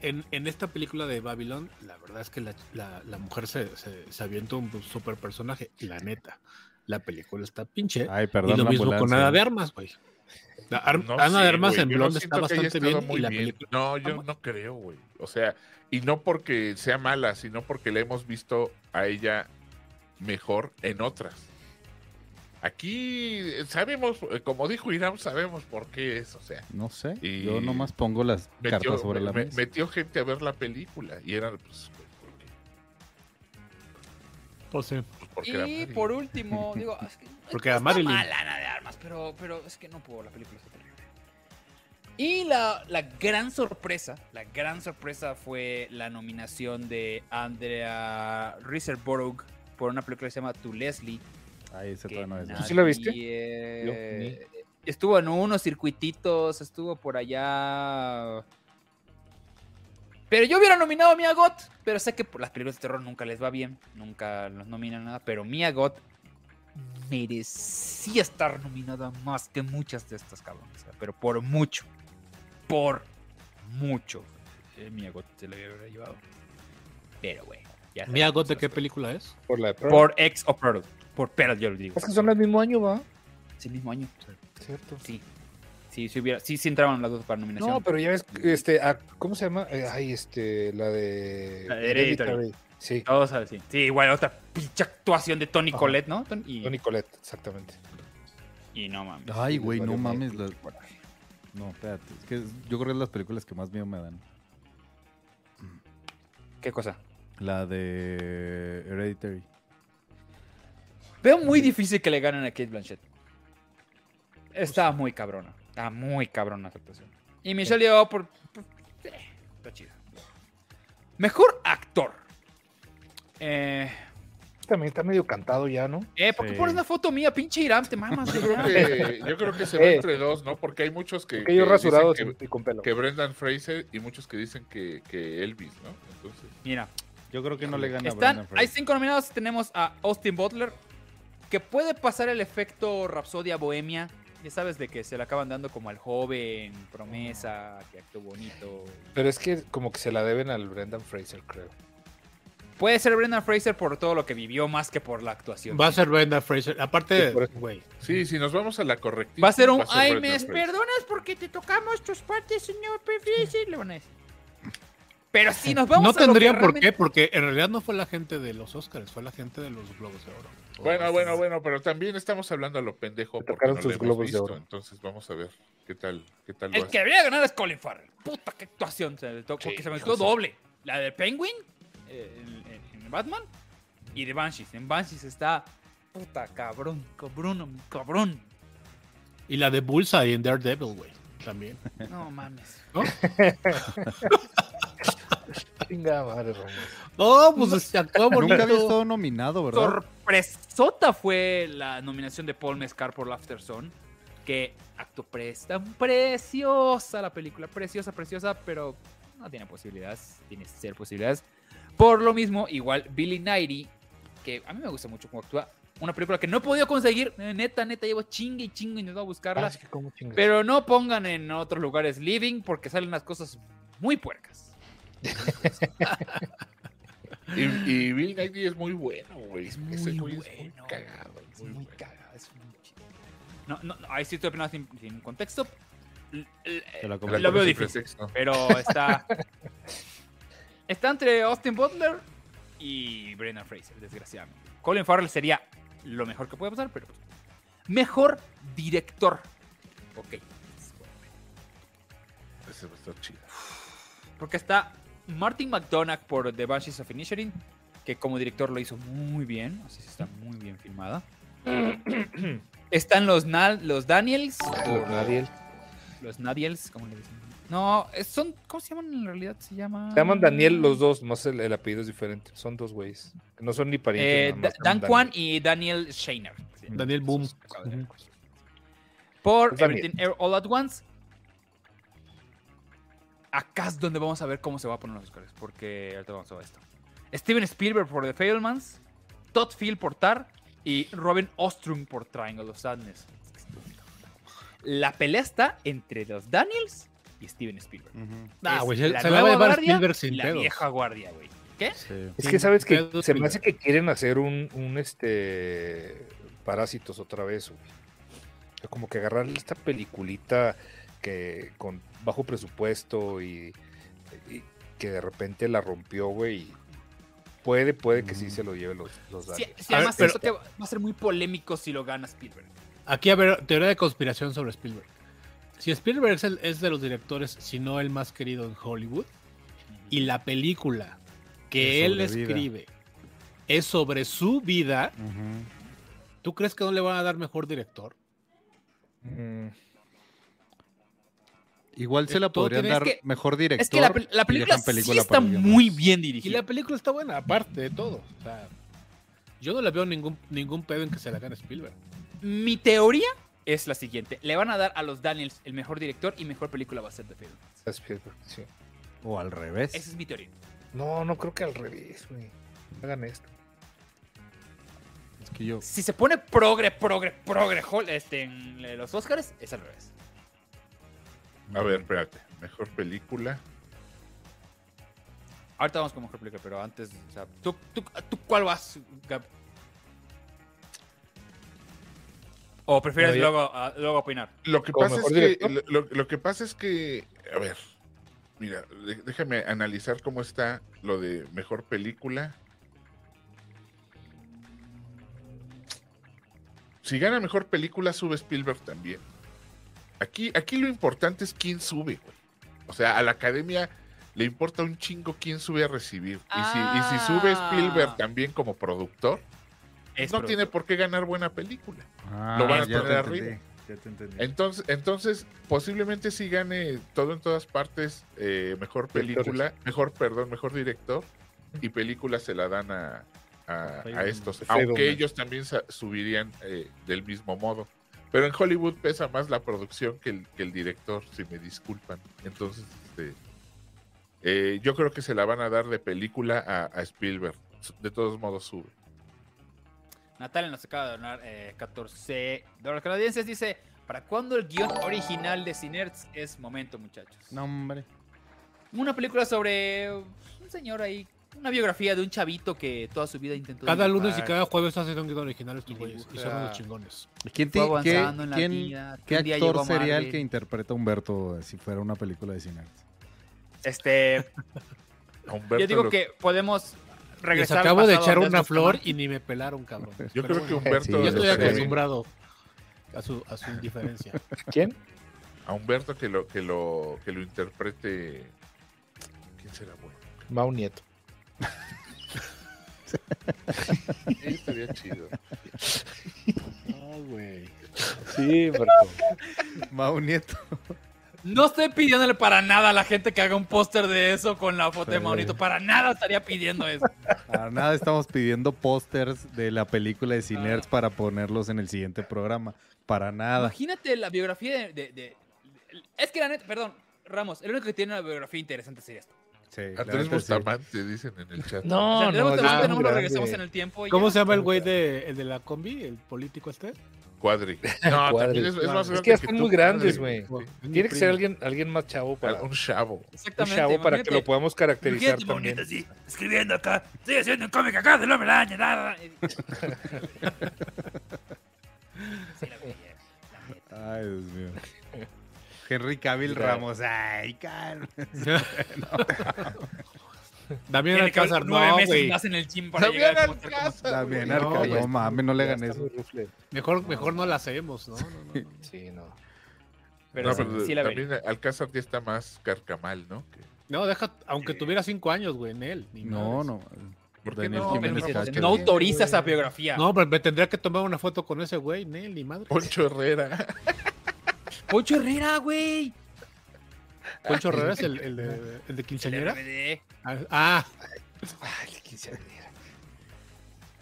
Speaker 4: En, en esta película de Babylon, la verdad es que la, la- la mujer se, se, se avienta un super personaje. Y la neta, la película está pinche.
Speaker 2: Ay, perdón,
Speaker 4: y lo
Speaker 2: la
Speaker 4: mismo con
Speaker 2: ambulancia.
Speaker 4: Ana de Armas, güey. La Ar-
Speaker 5: No
Speaker 4: Ana
Speaker 5: sé,
Speaker 4: de Armas
Speaker 5: güey,
Speaker 4: en
Speaker 5: yo no
Speaker 4: Blonde
Speaker 5: siento
Speaker 4: está
Speaker 5: que haya
Speaker 4: bastante
Speaker 5: estado
Speaker 4: bien
Speaker 5: muy
Speaker 4: y la
Speaker 5: bien.
Speaker 4: película.
Speaker 5: No, yo no creo, güey. O sea, y no porque sea mala, sino porque la hemos visto a ella mejor en otras. Aquí eh, sabemos, eh, como dijo Irán, sabemos por qué es, o sea.
Speaker 2: No sé.
Speaker 5: Y-
Speaker 2: Yo nomás pongo las
Speaker 5: Metió,
Speaker 2: cartas sobre la
Speaker 5: me-
Speaker 2: mesa.
Speaker 5: metió gente a ver la película y era pues, porque,
Speaker 4: Pues sí.
Speaker 5: pues, porque era
Speaker 1: Y
Speaker 5: Mary.
Speaker 1: por último, digo, es que
Speaker 4: Porque
Speaker 1: no
Speaker 4: a
Speaker 1: está
Speaker 4: Marilyn.
Speaker 1: mal Ana de armas, pero, pero es que no puedo, la película está terrible. Y la, la gran sorpresa, la gran sorpresa fue la nominación de Andrea Riseborough por una película que se llama To Leslie.
Speaker 2: Ahí se
Speaker 1: que
Speaker 2: todavía no es.
Speaker 1: nadie,
Speaker 3: ¿Sí la viste?
Speaker 1: eh, estuvo en unos circuititos, estuvo por allá. Pero yo hubiera nominado a Mia Gott, pero sé que por las películas de terror nunca les va bien, nunca los nominan nada, pero Mia Gott merecía estar nominada más que muchas de estas cabrones, o sea, pero por mucho, por mucho. eh, Mia Gott se la hubiera llevado. Pero bueno, ya
Speaker 4: Mia
Speaker 1: sabemos
Speaker 4: Goth, ¿de
Speaker 1: las
Speaker 4: qué
Speaker 1: cosas.
Speaker 4: película es?
Speaker 3: Por la
Speaker 1: Por ex o Pearl, por Pearl yo lo digo.
Speaker 3: Es que son del mismo año, ¿va?
Speaker 1: Sí, mismo año.
Speaker 3: Cierto.
Speaker 1: Sí. Sí, sí, hubiera, sí, sí entraban las dos para nominación.
Speaker 3: No, pero ya ves, este, ah, ¿cómo se llama? Eh, ay, este, la de...
Speaker 1: La de Hereditary. Ah,
Speaker 3: Sí,
Speaker 1: Todos saben, sí. Sí, igual otra pinche actuación de Tony
Speaker 3: Ajá.
Speaker 1: Colette, ¿no? Ton- y,
Speaker 3: Tony Colette, exactamente.
Speaker 1: y no mames.
Speaker 2: Ay, güey, no
Speaker 3: Vale,
Speaker 2: mames.
Speaker 3: vale.
Speaker 2: las- No, espérate. Es que yo creo que es las películas que más miedo me dan.
Speaker 1: ¿Qué cosa?
Speaker 2: La de Hereditary.
Speaker 1: Veo muy difícil que le ganen a Kate Blanchett. Está muy cabrona. Está muy cabrona la actuación. Y Michelle Yeoh por, por- eh, Está chido. Mejor actor. Eh,
Speaker 3: También está medio cantado ya, ¿no?
Speaker 1: eh, ¿Por qué
Speaker 2: Sí.
Speaker 1: pones una foto mía, pinche Irán? Te mamas,
Speaker 5: Yo
Speaker 1: güey.
Speaker 5: creo que, yo creo que se va
Speaker 3: Eh.
Speaker 5: entre dos, ¿no? Porque hay muchos que.
Speaker 3: Aquello
Speaker 5: que
Speaker 3: rasurado
Speaker 5: dicen
Speaker 3: y con pelo.
Speaker 5: que, que Brendan Fraser y muchos que dicen que, que Elvis, ¿no? Entonces,
Speaker 1: Mira,
Speaker 2: Yo creo que no le gana a
Speaker 1: están,
Speaker 2: Brendan
Speaker 1: hay
Speaker 2: Fraser.
Speaker 1: cinco nominados. Tenemos a Austin Butler, que puede pasar el efecto Rapsodia Bohemia. Ya sabes de que se le acaban dando como al joven, promesa, que actuó bonito.
Speaker 3: Pero es que como que se la deben al Brendan Fraser, creo.
Speaker 1: Puede ser Brendan Fraser por todo lo que vivió más que por la actuación.
Speaker 4: Va a ser Brenda Fraser. Aparte,
Speaker 3: Sí, por eso.
Speaker 4: güey.
Speaker 5: sí, si nos vamos a la correctiva.
Speaker 1: Va a ser un. Ay,
Speaker 5: Brendan
Speaker 1: me
Speaker 5: Fraser".
Speaker 1: perdonas porque te tocamos tus partes, señor Fraser", le van a decir. Pero si nos vamos
Speaker 4: No
Speaker 1: a lo
Speaker 4: tendría
Speaker 1: que
Speaker 4: por
Speaker 1: realmente-
Speaker 4: qué, porque en realidad no fue la gente de los Oscars, fue la gente de los Globos de Oro.
Speaker 5: Bueno, bueno, bueno, pero también estamos hablando a lo pendejo
Speaker 3: Me
Speaker 5: porque
Speaker 3: tocaron
Speaker 5: no lo
Speaker 3: sus
Speaker 5: hemos
Speaker 3: globos de
Speaker 5: visto,
Speaker 3: oro.
Speaker 5: entonces vamos a ver qué tal, qué tal lo
Speaker 1: El que debería ganar es Colin Farrell. Puta, qué actuación. Se le tocó,
Speaker 5: Sí,
Speaker 1: que se me
Speaker 5: hijo
Speaker 1: quedó
Speaker 5: de-
Speaker 1: doble. La de Penguin eh, en, en- en Batman y de Banshees. En Banshees está. Puta, cabrón, cabrón, cabrón.
Speaker 4: Y la de Bullseye en Daredevil, güey. También.
Speaker 1: No mames.
Speaker 3: Chinga madre, Ramos.
Speaker 4: No, pues se actuó bonito.
Speaker 2: Nunca había estado nominado, ¿verdad?
Speaker 1: Sorpresota fue la nominación de Paul Mescar por Laughter Zone. Que acto presta preciosa la película. Preciosa, preciosa, pero no tiene posibilidades. Tiene cero posibilidades. Por lo mismo, igual Billy Knighty, que a mí me gusta mucho cómo actúa. Una película que no he podido conseguir. eh, Neta, neta, llevo chingue y chingue y no a buscarla.
Speaker 3: Ah, sí, ¿cómo chingas?
Speaker 1: Pero no pongan en otros lugares Living porque salen las cosas muy puercas.
Speaker 5: Y, y Bill Nighy es muy bueno, güey.
Speaker 1: Es
Speaker 5: Ese
Speaker 1: muy
Speaker 5: güey es muy
Speaker 1: bueno.
Speaker 5: cagado.
Speaker 1: Es
Speaker 5: muy
Speaker 1: muy
Speaker 5: bueno.
Speaker 1: cagado, es muy chido. No, no, no, ahí sí estoy apenas sin, sin contexto. L- l- eh,
Speaker 2: Te la
Speaker 5: La
Speaker 2: compro.
Speaker 1: Lo veo
Speaker 5: conocí
Speaker 1: difícil.
Speaker 5: pretexto.
Speaker 1: Pero está. está entre Austin Butler y Brendan Fraser, desgraciadamente. Colin Farrell sería lo mejor que puede pasar, pero. pues, Mejor director. Ok.
Speaker 5: Ese va a estar chido.
Speaker 1: Porque está Martin McDonagh por The Banshees of Inisherin, que como director lo hizo muy bien, así sí está muy bien filmada. Están los, Na- los Daniels,
Speaker 3: Los Nadiel.
Speaker 1: los Nadiels, como le dicen. No, es- son, ¿cómo se llaman en realidad? Se llaman...
Speaker 3: Se llaman Daniel los dos, más el, el apellido es diferente. Son dos güeyes. que No son ni
Speaker 1: Eh,
Speaker 3: parientes. nada
Speaker 1: Da-
Speaker 3: más se
Speaker 1: Dan
Speaker 3: llaman
Speaker 1: Kwan
Speaker 3: Daniel.
Speaker 1: y Daniel Shainer.
Speaker 4: Daniel Boom.
Speaker 1: Por
Speaker 3: Los Daniels.
Speaker 1: Everything Ev- All At Once. Acá es donde vamos a ver cómo se va a poner los Oscars, porque ahorita vamos a ver esto. Steven Spielberg por The Failmans, Todd Field por Tar y Robin Ostrom por Triangle of Sadness. La pelea está entre los Daniels y Steven Spielberg.
Speaker 2: Ujú,
Speaker 4: Ah,
Speaker 1: Es
Speaker 4: güey, se
Speaker 1: la
Speaker 4: se la va a
Speaker 1: nueva
Speaker 4: llevar
Speaker 1: guardia
Speaker 4: Spielberg
Speaker 1: y
Speaker 4: sin
Speaker 1: la
Speaker 4: pedos.
Speaker 1: vieja guardia, güey. ¿Qué?
Speaker 2: sí.
Speaker 3: Es
Speaker 4: Sí,
Speaker 3: que sabes que
Speaker 4: pedos,
Speaker 3: se me hace
Speaker 4: mira.
Speaker 3: que quieren hacer un, un este parásitos otra vez, güey. O sea, Como que agarrar esta peliculita que con bajo presupuesto y, y que de repente la rompió, güey. y Puede, puede
Speaker 4: Mm.
Speaker 3: que sí se lo lleve los, los
Speaker 1: Sí,
Speaker 3: Daniels.
Speaker 1: sí,
Speaker 4: A ver,
Speaker 1: además
Speaker 4: pero-
Speaker 1: eso que va va a ser muy polémico si lo gana Spielberg.
Speaker 4: Aquí, a ver, teoría de conspiración sobre Spielberg. Si Spielberg es, el- es de los directores, si no el más querido en Hollywood, y la película que
Speaker 2: Es
Speaker 4: él
Speaker 2: sobre vida.
Speaker 4: escribe es sobre su vida,
Speaker 2: ujú.
Speaker 4: ¿tú crees que no le van a dar mejor director?
Speaker 3: Mm,
Speaker 2: Igual se la
Speaker 4: Todo
Speaker 2: podrían
Speaker 4: tiene-
Speaker 1: es
Speaker 2: dar
Speaker 1: que-
Speaker 2: mejor director.
Speaker 1: Es que la, pel- la
Speaker 2: y
Speaker 1: película,
Speaker 2: dejan película
Speaker 1: sí está
Speaker 2: para los demás.
Speaker 1: muy bien
Speaker 4: Y
Speaker 1: dirigida.
Speaker 4: la película está buena, aparte de todo. O sea, yo no le veo ningún, ningún pedo en que se la gane Spielberg.
Speaker 1: Mi teoría es la siguiente. Le van a dar a los Daniels el mejor director y mejor película va a ser The Film.
Speaker 3: es Spielberg, sí.
Speaker 2: O al revés.
Speaker 1: Esa es mi teoría.
Speaker 3: No, no creo que al revés, güey. Hagan esto.
Speaker 2: Es que yo.
Speaker 1: Si se pone progre, progre, progre hol- este, en eh, los Oscars, es al revés.
Speaker 5: A ver, espérate. Mejor película.
Speaker 1: Ahorita vamos con mejor película, pero antes, o sea, ¿tú, tú, tú cuál vas, Gab? ¿O prefieres
Speaker 3: Bueno, yo-
Speaker 1: luego, ah, luego opinar?
Speaker 5: Lo que
Speaker 3: ¿Como
Speaker 5: pasa es
Speaker 3: mejor
Speaker 5: que.
Speaker 3: director?
Speaker 5: Lo, lo que pasa es que. A ver. Mira, de- déjame analizar cómo está lo de mejor película. Si gana mejor película, sube Spielberg también. Aquí, aquí lo importante es quién sube, güey. O sea, a la academia le importa un chingo quién sube a recibir. Y si, y si sube
Speaker 1: Ah.
Speaker 5: Spielberg también como productor,
Speaker 1: Es
Speaker 5: no
Speaker 1: pro-
Speaker 5: tiene por qué ganar buena película.
Speaker 2: Ah,
Speaker 5: Lo van a
Speaker 2: ya
Speaker 5: poner
Speaker 2: te entendí.
Speaker 11: ya te entendí.
Speaker 5: Entonces, entonces posiblemente sí gane todo en todas partes, eh, mejor película, mejor, perdón, mejor director, y película se la dan a, a- a
Speaker 11: Fableman.
Speaker 5: estos,
Speaker 3: Fableman.
Speaker 5: aunque ellos también sa- subirían eh, del mismo modo. Pero en Hollywood pesa más la producción que el, que el director, si me disculpan. Entonces, este, eh, yo creo que se la van a dar de película a, a Spielberg. De todos modos sube.
Speaker 1: Natalia nos acaba de donar eh, 14 dólares canadienses. Dice: ¿Para cuándo el guión original de Cinerts es momento, muchachos?
Speaker 2: No, hombre.
Speaker 1: Una película sobre eh, un señor ahí, una biografía de un chavito que toda su vida intentó.
Speaker 4: Cada lunes y
Speaker 1: dibujar,
Speaker 4: cada jueves hacen un guión original estos
Speaker 1: Y
Speaker 4: güeyes. Y
Speaker 1: dibuja.
Speaker 4: son unos chingones.
Speaker 2: ¿Quién te-
Speaker 1: Fue
Speaker 2: qué,
Speaker 1: avanzando en la
Speaker 2: quién-
Speaker 1: vida, que
Speaker 2: qué
Speaker 1: un día llegó
Speaker 2: actor
Speaker 1: a
Speaker 2: sería el
Speaker 1: Marvel.
Speaker 2: que interpreta a Humberto eh, si fuera una película de cine?
Speaker 1: Este,
Speaker 5: A Humberto
Speaker 1: yo digo
Speaker 5: lo-
Speaker 1: que podemos
Speaker 4: Les
Speaker 1: regresar. al
Speaker 4: acabo de
Speaker 1: pasado
Speaker 4: echar
Speaker 1: donde
Speaker 4: una
Speaker 1: es nuestro
Speaker 4: flor
Speaker 1: mar-
Speaker 4: y ni me pelaron, cabrón.
Speaker 5: yo
Speaker 4: Pero
Speaker 5: creo que
Speaker 4: bueno,
Speaker 5: Humberto
Speaker 2: Sí,
Speaker 5: lo
Speaker 4: ya estoy
Speaker 5: premie.
Speaker 4: acostumbrado a su, a su indiferencia.
Speaker 3: ¿Quién?
Speaker 5: a Humberto que lo que lo que lo interprete quién será bueno
Speaker 3: Mau Nieto.
Speaker 5: Eh, estaría chido
Speaker 3: Sí, Marco.
Speaker 2: Mau Nieto.
Speaker 1: No estoy pidiéndole para nada a la gente que haga un póster de eso con la foto de
Speaker 2: Sí.
Speaker 1: Maurito. Para nada estaría pidiendo eso.
Speaker 2: Para nada estamos pidiendo pósters de la película de Cinerts para ponerlos en el siguiente programa. Para nada.
Speaker 1: Imagínate la biografía de, de- de- Es que la neta, perdón, Ramos, el único que tiene una biografía interesante sería esto.
Speaker 2: Sí, la
Speaker 5: Andrés
Speaker 2: neta sí.
Speaker 5: Bustamante dicen en el chat
Speaker 1: O sea,
Speaker 3: No,
Speaker 1: luego
Speaker 3: no,
Speaker 1: te
Speaker 3: ya
Speaker 1: gusta, no
Speaker 3: es un
Speaker 1: nos
Speaker 3: grande.
Speaker 1: regresamos en el tiempo. y
Speaker 4: ¿Cómo
Speaker 1: ya.
Speaker 4: se llama el güey de, el de la combi? ¿El político este?
Speaker 5: cuadri no también es, es más
Speaker 3: Es
Speaker 5: grande
Speaker 3: que ya están
Speaker 5: tú,
Speaker 3: muy grandes,
Speaker 5: Cuadri.
Speaker 3: güey. Tiene que ser alguien, alguien más chavo para
Speaker 5: un chavo
Speaker 3: un
Speaker 1: Exactamente.
Speaker 3: chavo para que lo
Speaker 1: imagínate-
Speaker 3: podamos caracterizar
Speaker 1: imagínate
Speaker 3: también.
Speaker 1: Maurito así, escribiendo acá. Estoy haciendo un cómic acá del hombre araña. da, da, da. Sí, la veía, la neta.
Speaker 2: Ay, Dios mío. Henry Cavill Ramos. Ay, cálmate.
Speaker 4: Damián
Speaker 1: Tiene que
Speaker 4: Alcázar,
Speaker 1: haber
Speaker 4: no,
Speaker 1: nueve meses
Speaker 4: güey.
Speaker 1: más en el gym para
Speaker 5: también
Speaker 1: llegar a póster como-
Speaker 5: Alcázar
Speaker 2: También,
Speaker 3: No,
Speaker 2: Arca,
Speaker 3: güey,
Speaker 2: no mames, no le gané eso.
Speaker 4: Mejor, mejor no la hacemos, ¿no? No, no, no.
Speaker 3: Sí, no.
Speaker 1: Pero
Speaker 5: No,
Speaker 1: sí,
Speaker 5: pero
Speaker 1: sí la veía.
Speaker 5: también Alcázar ya está más carcamal no Que-
Speaker 4: No, deja, aunque tuviera cinco años, güey, en él. ni
Speaker 2: No,
Speaker 4: madres.
Speaker 2: no.
Speaker 5: ¿Por qué
Speaker 2: Daniel
Speaker 5: no?
Speaker 2: Jiménez
Speaker 5: Pero-
Speaker 2: Cacho.
Speaker 1: No autoriza esa biografía.
Speaker 4: No, pero me tendría que tomar una foto con ese güey, Nel, ni madre.
Speaker 5: Poncho Herrera
Speaker 1: Poncho Herrera, güey.
Speaker 4: Poncho Herrera es el, el de, el de quinceañera.
Speaker 1: RBD.
Speaker 4: Ah,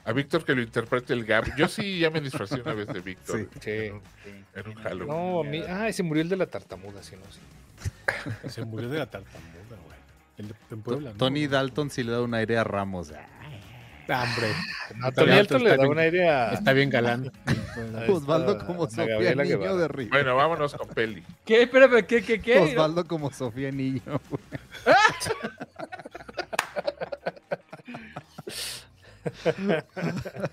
Speaker 5: a Víctor que lo interprete el Gab yo sí ya me disfracé una vez de Víctor
Speaker 2: Sí.
Speaker 3: Sí.
Speaker 5: en un Halloween
Speaker 3: No, a mí. Ah, se murió el de la tartamuda, sí, no, sí.
Speaker 4: se murió de la tartamuda, güey. El de en Puebla. ¿no?
Speaker 2: Tony Dalton sí le da un aire a Ramos. Ay,
Speaker 4: Ah, hombre,
Speaker 3: A Tony Alton le da un aire a.
Speaker 4: está bien galán.
Speaker 2: Osvaldo
Speaker 3: esta
Speaker 2: como
Speaker 3: Ana
Speaker 2: Sofía
Speaker 3: Gabriela
Speaker 2: Niño
Speaker 3: Guevara.
Speaker 2: de Río.
Speaker 5: bueno vámonos con peli
Speaker 1: ¿Qué? Espérame, ¿qué, qué, qué?
Speaker 2: Osvaldo como Sofía Niño.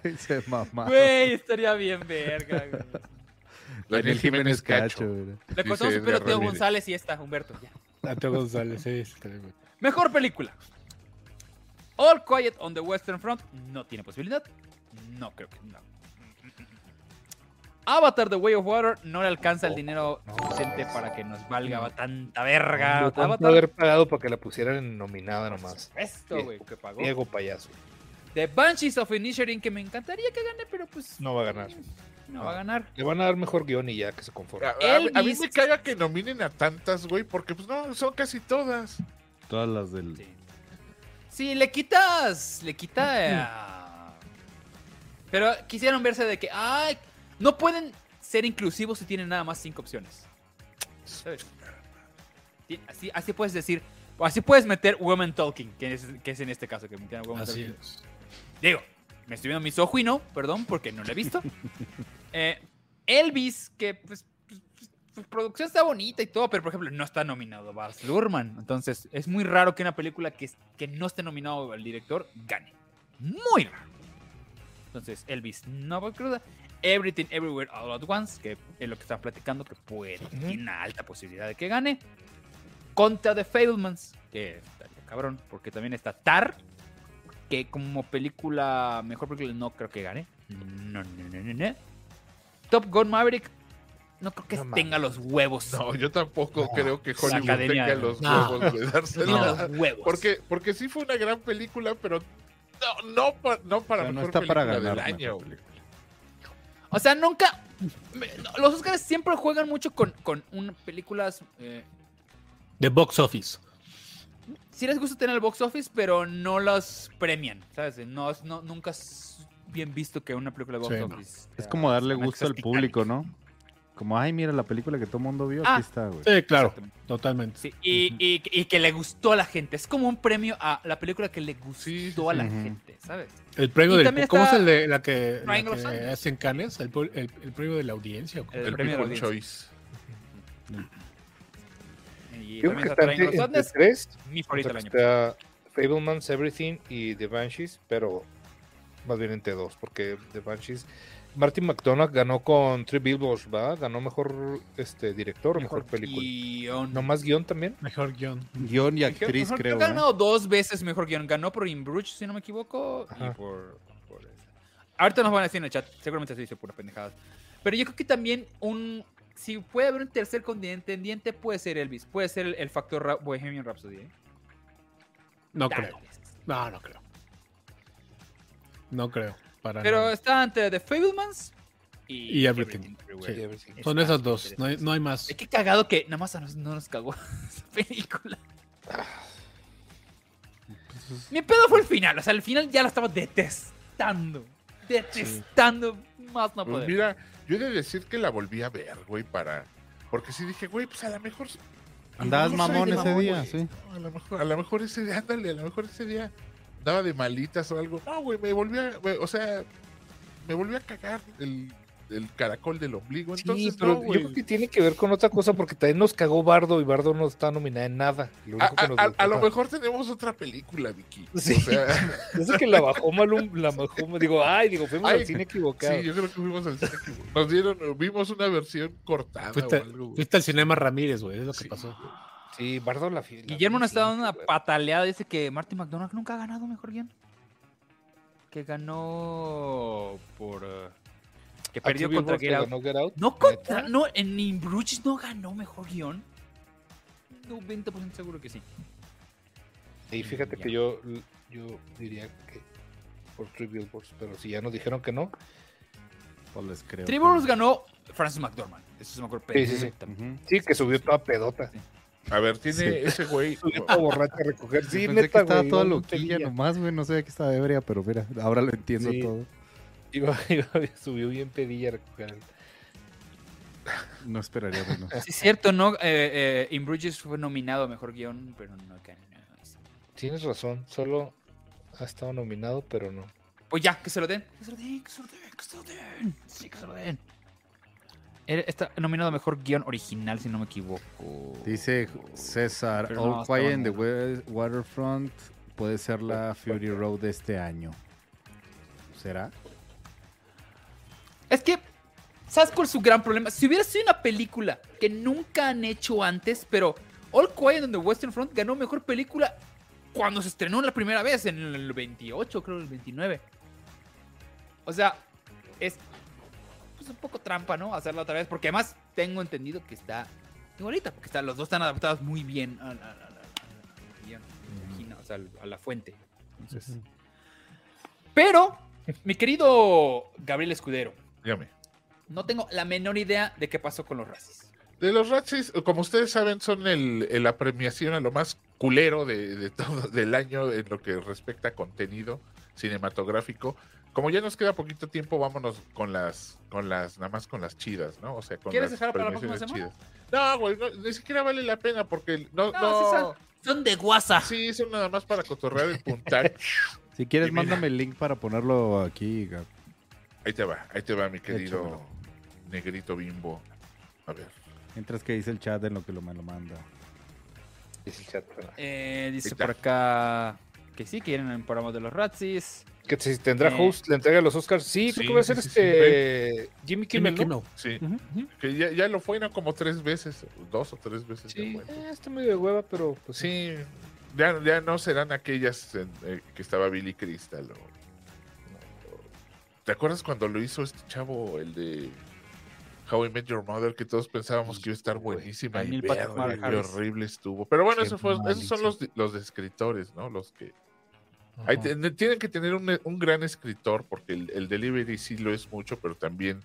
Speaker 2: Ay, se mamá.
Speaker 1: Güey, estaría bien verga, güey.
Speaker 5: Daniel Jiménez Cacho
Speaker 2: güey.
Speaker 1: Le
Speaker 5: Dice
Speaker 1: contamos un pedo a
Speaker 5: Edgar
Speaker 1: Teo
Speaker 5: Ramírez.
Speaker 1: González y esta, Humberto. ya.
Speaker 4: Teo González, sí, sí, está bien, güey.
Speaker 1: Mejor película. All Quiet on the Western Front no tiene posibilidad. No creo que no. Avatar The Way of Water no le alcanza el dinero suficiente para que nos valga tanta verga.
Speaker 3: Lo tanto
Speaker 1: Avatar.
Speaker 3: haber pagado para que la pusieran nominada nomás.
Speaker 1: Esto, güey, que pagó.
Speaker 3: Diego Payaso.
Speaker 1: The Banshees of Inisherin, que me encantaría que gane, pero pues.
Speaker 3: No va a ganar.
Speaker 1: No va a ganar.
Speaker 3: Le van a dar mejor guión y ya que se
Speaker 5: A,
Speaker 3: conforme.
Speaker 5: a- a mí
Speaker 1: Elvis.
Speaker 5: me caga que nominen a tantas, güey, porque pues no, son casi todas.
Speaker 2: Todas las del.
Speaker 1: Sí. Sí, le quitas. Le quita. eh, Pero quisieron verse de que. Ay, no pueden ser inclusivos si tienen nada más cinco opciones. ¿Sabes? Ti- Así, así puedes decir. o Así puedes meter Women Talking, que es, que es en este caso, que metieron Women
Speaker 4: Así
Speaker 1: Talking.
Speaker 4: es.
Speaker 1: Digo, me estoy viendo mis ojos y no, perdón, porque no lo he visto. Eh, Elvis, que pues, pues, pues, su producción está bonita y todo, pero por ejemplo no está nominado Baz Luhrmann. Entonces es muy raro que una película que, es- que no esté nominado al director gane. Muy raro. Entonces Elvis no va cruda. Everything Everywhere All at Once, que es lo que están platicando, que puede, tiene una alta posibilidad de que gane. Contra The Fablemans, que estaría cabrón, porque también está Tar, que como película, mejor película, no creo que gane. No, no, no, no, no. Top Gun Maverick, no creo que
Speaker 3: No
Speaker 1: tenga los huevos.
Speaker 5: No, yo tampoco creo que Hollywood
Speaker 1: academia,
Speaker 5: tenga
Speaker 1: no.
Speaker 5: los
Speaker 4: No.
Speaker 5: huevos de dársela.
Speaker 1: Tiene los huevos.
Speaker 5: Porque, porque sí fue una gran película, pero no, no, pa- no para
Speaker 2: Pero no
Speaker 5: mejor
Speaker 2: está para
Speaker 5: película
Speaker 2: ganar.
Speaker 5: del año.
Speaker 2: mejor película.
Speaker 1: O sea, nunca. me- Los Oscars siempre juegan mucho con, con un- películas. eh,
Speaker 4: De box office.
Speaker 1: sí les gusta tener el box office, pero no las premian, ¿sabes? No, es- no, nunca es bien visto que una película de box
Speaker 3: Sí, no.
Speaker 1: office. sea,
Speaker 2: Es como darle
Speaker 1: una
Speaker 2: gusto al
Speaker 1: cosa
Speaker 2: público, ¿no? Como, ay, mira la película que todo mundo vio,
Speaker 1: Ah.
Speaker 2: aquí está, güey.
Speaker 4: Sí, claro, totalmente.
Speaker 1: Sí, y, y- y que le gustó a la gente. Es como un premio a la película que le gustó a la
Speaker 2: Ujú.
Speaker 1: gente, ¿sabes?
Speaker 4: El premio
Speaker 1: Y
Speaker 4: del.
Speaker 1: también
Speaker 4: ¿Cómo es
Speaker 1: está
Speaker 4: el de la que, la
Speaker 1: Triangle of
Speaker 4: que
Speaker 1: Sadness.
Speaker 4: hacen canes? El, pu- el- el premio de la audiencia. ¿o cómo?
Speaker 1: El
Speaker 5: El
Speaker 1: premio de
Speaker 5: People
Speaker 1: audiencia.
Speaker 5: Choice.
Speaker 1: Y
Speaker 3: Yo creo
Speaker 1: también está
Speaker 3: que está entre,
Speaker 1: Triangle of
Speaker 3: entre
Speaker 1: Sadness,
Speaker 3: tres.
Speaker 1: mi
Speaker 3: o
Speaker 1: favorita
Speaker 3: sea,
Speaker 1: del
Speaker 3: que
Speaker 1: año.
Speaker 3: está Fableman's Everything y The Banshees, pero más bien entre dos, porque The Banshees. Martin McDonagh ganó con Three Billboards, ¿va? Ganó mejor este director o mejor, película.
Speaker 1: guión.
Speaker 3: ¿No más guión también?
Speaker 4: Mejor guión.
Speaker 2: Guión y actriz,
Speaker 1: Mejor-
Speaker 2: creo.
Speaker 1: Ha
Speaker 2: ¿eh?
Speaker 1: ganado dos veces mejor guión. Ganó por Imbruch, si no me equivoco. Y
Speaker 3: Ajá.
Speaker 1: por, por esa. Ahorita nos van a decir en el chat. Seguramente se dice pura pendejada. Pero yo creo que también un. Si puede haber un tercer contendiente, puede ser Elvis. Puede ser el, el factor Ra- Bohemian Rhapsody. ¿eh?
Speaker 4: No
Speaker 1: Tal
Speaker 4: creo.
Speaker 1: vez.
Speaker 4: No, no creo. No creo. Para
Speaker 1: Pero
Speaker 4: nada.
Speaker 1: está entre The Fablemans y,
Speaker 4: Y Everything.
Speaker 1: Everywhere.
Speaker 4: Sí.
Speaker 3: Everything.
Speaker 4: Son esas dos. No hay, no hay más.
Speaker 1: Ay, Qué cagado que nada más a nos- no nos cagó esa película. Mi pedo fue el final. O sea, al final ya la estaba detestando. Detestando más no
Speaker 5: Pues
Speaker 1: poder.
Speaker 5: mira, yo he de decir que la volví a ver, güey, para. Porque sí dije, güey, pues a lo mejor. a lo
Speaker 2: Andabas
Speaker 5: mejor soy
Speaker 2: mamón
Speaker 5: de
Speaker 2: ese día,
Speaker 5: güey.
Speaker 2: sí.
Speaker 5: No, a, lo mejor, a lo mejor ese día, ándale, a lo mejor ese día daba de malitas o algo. No, güey, me volví a. güey, o sea, me volví a cagar el, el caracol del ombligo. Entonces,
Speaker 3: sí, pero
Speaker 5: no,
Speaker 3: yo
Speaker 5: güey.
Speaker 3: creo que tiene que ver con otra cosa porque también nos cagó Bardo y Bardo no está nominada en nada. Lo
Speaker 5: A,
Speaker 3: único que
Speaker 5: a-
Speaker 3: nos
Speaker 5: a-
Speaker 3: dejó
Speaker 5: a lo
Speaker 3: fue-
Speaker 5: mejor tenemos otra película, Vicky.
Speaker 3: Sí.
Speaker 5: O sea,
Speaker 3: Yo sé que la bajó mal, un- la bajó mal. Digo, ay, digo, fuimos
Speaker 5: Ay,
Speaker 3: al cine equivocado.
Speaker 5: sí, yo creo que fuimos al cine. Nos dieron, vimos una versión cortada
Speaker 4: Fuiste,
Speaker 5: o algo. güey.
Speaker 4: fuiste al cinema Ramírez, güey. Es lo que
Speaker 5: Sí.
Speaker 4: pasó.
Speaker 3: Sí, Bardo la fiel.
Speaker 1: Guillermo nos está dando una pataleada. Dice que Martin McDonagh nunca ha ganado mejor guión. Que ganó por. eh, que perdió contra Get Out.
Speaker 3: Ganó Get Out.
Speaker 1: No contra. No, en Imbruch no ganó mejor guión. 90% seguro que sí.
Speaker 3: Y fíjate que yo, yo diría que por Three Billboards, pero si ya nos dijeron que no.
Speaker 2: Pues les creo.
Speaker 1: Triburos ganó Francis McDormand. Eso es me acuerdo
Speaker 3: Sí, sí, sí.
Speaker 1: perfectamente.
Speaker 2: Ujú.
Speaker 3: pues, Sí, que subió toda pedota.
Speaker 5: A ver, tiene
Speaker 2: Sí.
Speaker 5: ese güey.
Speaker 3: Subió toda borracha a recoger. Sí,
Speaker 2: Pensé
Speaker 3: neta,
Speaker 2: que estaba
Speaker 3: güey,
Speaker 2: toda
Speaker 3: iba-
Speaker 2: loquilla nomás, güey. No sabía que estaba ebria, pero mira, ahora lo entiendo
Speaker 3: Sí.
Speaker 2: todo.
Speaker 3: Iba, iba- subió bien pedilla a recoger.
Speaker 2: No esperaría menos.
Speaker 1: Sí, es cierto, ¿no? Eh, eh, In Bruges fue nominado a mejor guión, pero no ganó.
Speaker 3: Tienes razón, solo ha estado nominado, pero no.
Speaker 1: Pues ya, que se lo den. Que se lo den, que se lo den, que se lo den. Sí, que se lo den. Él Está nominado a mejor guión original, si no me equivoco.
Speaker 2: Dice César,
Speaker 1: Pero no,
Speaker 2: All Quiet in the
Speaker 1: estaba
Speaker 2: Wa- Waterfront puede ser la Fury Road de este año. ¿Será?
Speaker 1: Es que, ¿sabes cuál es su gran problema? Si hubiera sido una película que nunca han hecho antes, pero All Quiet on the Western Front ganó mejor película cuando se estrenó la primera vez, en el 28, creo, el 29. O sea, es pues, un poco trampa, ¿no? Hacerla otra vez, porque además tengo entendido que está igualita, porque está, los dos están adaptados muy bien a, la- a la- a la- al guión, me imagino, o sea, al- a la fuente. Entonces. Pero, mi querido Gabriel Escudero,
Speaker 5: Dígame.
Speaker 1: no tengo la menor idea de qué pasó con los racis.
Speaker 5: De los Razzies, como ustedes saben, son el, el- la premiación a lo más culero de, de todo del año en lo que respecta a contenido cinematográfico. Como ya nos queda poquito tiempo, vámonos con las, con las, nada más con las chidas, ¿no? O sea, con
Speaker 1: ¿Quieres
Speaker 5: las
Speaker 1: dejar para la próxima
Speaker 5: premiaciones chidas. No, güey, no, ni siquiera vale la pena porque no,
Speaker 1: No,
Speaker 5: no,
Speaker 1: César. Son de guasa.
Speaker 5: sí, son nada más para cotorrear el puntaje.
Speaker 2: Si quieres,
Speaker 5: Y mira.
Speaker 2: mándame el link para ponerlo aquí. Gab.
Speaker 5: Ahí te va, ahí te va, mi querido
Speaker 2: Échamelo.
Speaker 5: negrito bimbo. A ver.
Speaker 2: Mientras que dice el chat en lo que lo me lo manda.
Speaker 3: Dice el chat, pero-
Speaker 1: Eh,
Speaker 5: Ahí
Speaker 1: dice
Speaker 5: está.
Speaker 1: por acá que sí, que quieren el programa de los racis.
Speaker 3: Que si tendrá
Speaker 1: Eh.
Speaker 3: host, la entrega de los Oscars. Sí, creo
Speaker 5: Sí,
Speaker 3: que va a
Speaker 5: sí,
Speaker 3: ser
Speaker 5: sí, sí.
Speaker 3: este Jimmy Kimmel,
Speaker 4: Jimmy
Speaker 3: ¿no?
Speaker 4: Kimmel.
Speaker 5: Sí,
Speaker 4: Ujú, ujú.
Speaker 5: que ya, ya lo fue, ¿no? Como tres veces, dos o tres veces. ya
Speaker 3: Sí,
Speaker 5: fue, entonces.
Speaker 3: eh, está medio de hueva, pero pues sí.
Speaker 5: Sí, ya, ya no serán aquellas en, eh, que estaba Billy Crystal. o- ¿Te acuerdas cuando lo hizo este chavo, el de How I Met Your Mother, que todos pensábamos que iba a estar buenísima
Speaker 1: Ay,
Speaker 5: y
Speaker 1: Neil Patrick
Speaker 5: verga, qué
Speaker 1: Harris.
Speaker 5: horrible estuvo? Pero bueno,
Speaker 3: Qué
Speaker 5: eso fue, esos son
Speaker 3: malísimo.
Speaker 5: los, de- los de escritores, ¿no? Los que Ahí te- tienen que tener un, un gran escritor porque el, el delivery sí lo es mucho, pero también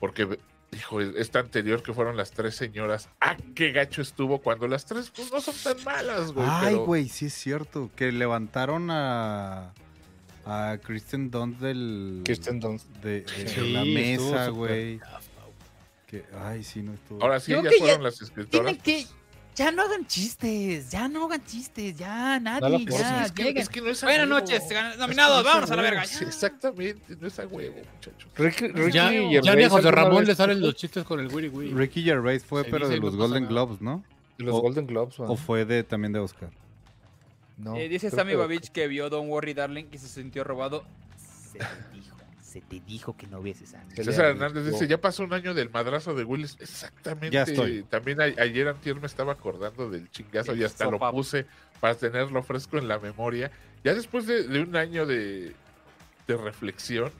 Speaker 5: Porque, hijo, esta anterior que fueron las tres señoras, ¡ah, qué gacho estuvo! Cuando las tres pues, no son tan malas, güey.
Speaker 2: Ay,
Speaker 5: pero-
Speaker 2: güey, sí es cierto. Que levantaron a. A Kristen Dunst del.
Speaker 3: Kirsten Dunst.
Speaker 2: De, de
Speaker 3: Sí,
Speaker 2: la
Speaker 3: estuvo
Speaker 2: mesa,
Speaker 3: súper
Speaker 2: güey. Que, ay, sí, no estuvo.
Speaker 5: Ahora sí,
Speaker 1: Creo
Speaker 5: ellas
Speaker 1: que ya
Speaker 5: fueron las escritoras.
Speaker 1: Tienen que. Ya no hagan chistes, ya no hagan chistes, ya
Speaker 3: No la
Speaker 1: nadie,
Speaker 3: puedo
Speaker 1: ya,
Speaker 5: pues, Es que-
Speaker 1: lleguen.
Speaker 5: es que no es a
Speaker 1: Buenas
Speaker 5: huevo.
Speaker 1: noches,
Speaker 5: Es
Speaker 1: gan-
Speaker 5: que
Speaker 1: nominados,
Speaker 5: no es
Speaker 1: vámonos a la
Speaker 5: huevo.
Speaker 1: verga.
Speaker 5: Sí, exactamente, no es a huevo, muchachos.
Speaker 3: Ricky, Ricky
Speaker 4: Ya,
Speaker 3: Gervais
Speaker 4: ya ni a José
Speaker 3: alguna
Speaker 4: Ramón
Speaker 3: vez
Speaker 4: le salen
Speaker 3: dijo
Speaker 4: los chistes con el Wiri Wiri.
Speaker 2: Ricky Gervais fue,
Speaker 4: Se
Speaker 2: pero
Speaker 4: dice
Speaker 2: de
Speaker 4: y no
Speaker 2: los
Speaker 4: pasa
Speaker 2: Golden
Speaker 4: nada.
Speaker 2: Globes, ¿no?
Speaker 3: de Los
Speaker 2: o-
Speaker 3: Golden Globes, man.
Speaker 2: ¿O fue de también de Oscar?
Speaker 3: No,
Speaker 1: Eh, dice
Speaker 3: creo
Speaker 1: Sammy
Speaker 3: que-
Speaker 1: Babich que vio Don't Worry Darling y se sintió robado. Se te dijo, se te dijo que no vieses a
Speaker 3: que le
Speaker 5: César
Speaker 3: arrestó.
Speaker 5: Hernández dice, ya pasó un año del madrazo de Willis. Exactamente.
Speaker 2: Ya estoy.
Speaker 5: También a- ayer antier me estaba acordando del chingazo
Speaker 1: Del
Speaker 5: y hasta
Speaker 1: sopapo.
Speaker 5: lo puse para tenerlo fresco en la memoria. Ya después de, de un año de, de reflexión,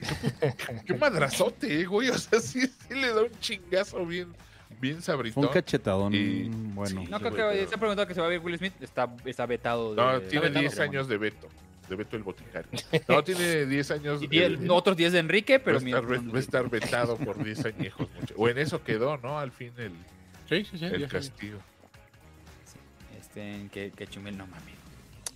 Speaker 5: qué madrazote, eh, güey. O sea, sí, sí le da un chingazo bien, bien
Speaker 2: Fue
Speaker 5: sabritón.
Speaker 2: un cachetadón.
Speaker 5: Y-
Speaker 2: bueno.
Speaker 5: sí.
Speaker 1: No, creo
Speaker 5: güey,
Speaker 1: que
Speaker 5: pero-
Speaker 1: se ha preguntado que se va a ver Will Smith. Está, está vetado. de-
Speaker 5: No,
Speaker 1: está
Speaker 5: tiene
Speaker 1: vetado.
Speaker 5: 10 años de Beto. De Beto el boticario. No, tiene 10 años
Speaker 1: Y
Speaker 5: de...
Speaker 1: diez- no, otros 10 de Enrique,
Speaker 5: pero
Speaker 1: pero
Speaker 5: va a, estar,
Speaker 1: mientras-
Speaker 5: ve- va a estar vetado por 10 añejos. muchacho. O en eso quedó, ¿no? Al fin el,
Speaker 4: Sí, sí, sí.
Speaker 5: el
Speaker 4: ya sé.
Speaker 5: castigo.
Speaker 1: Este, que, que Chumel no mames.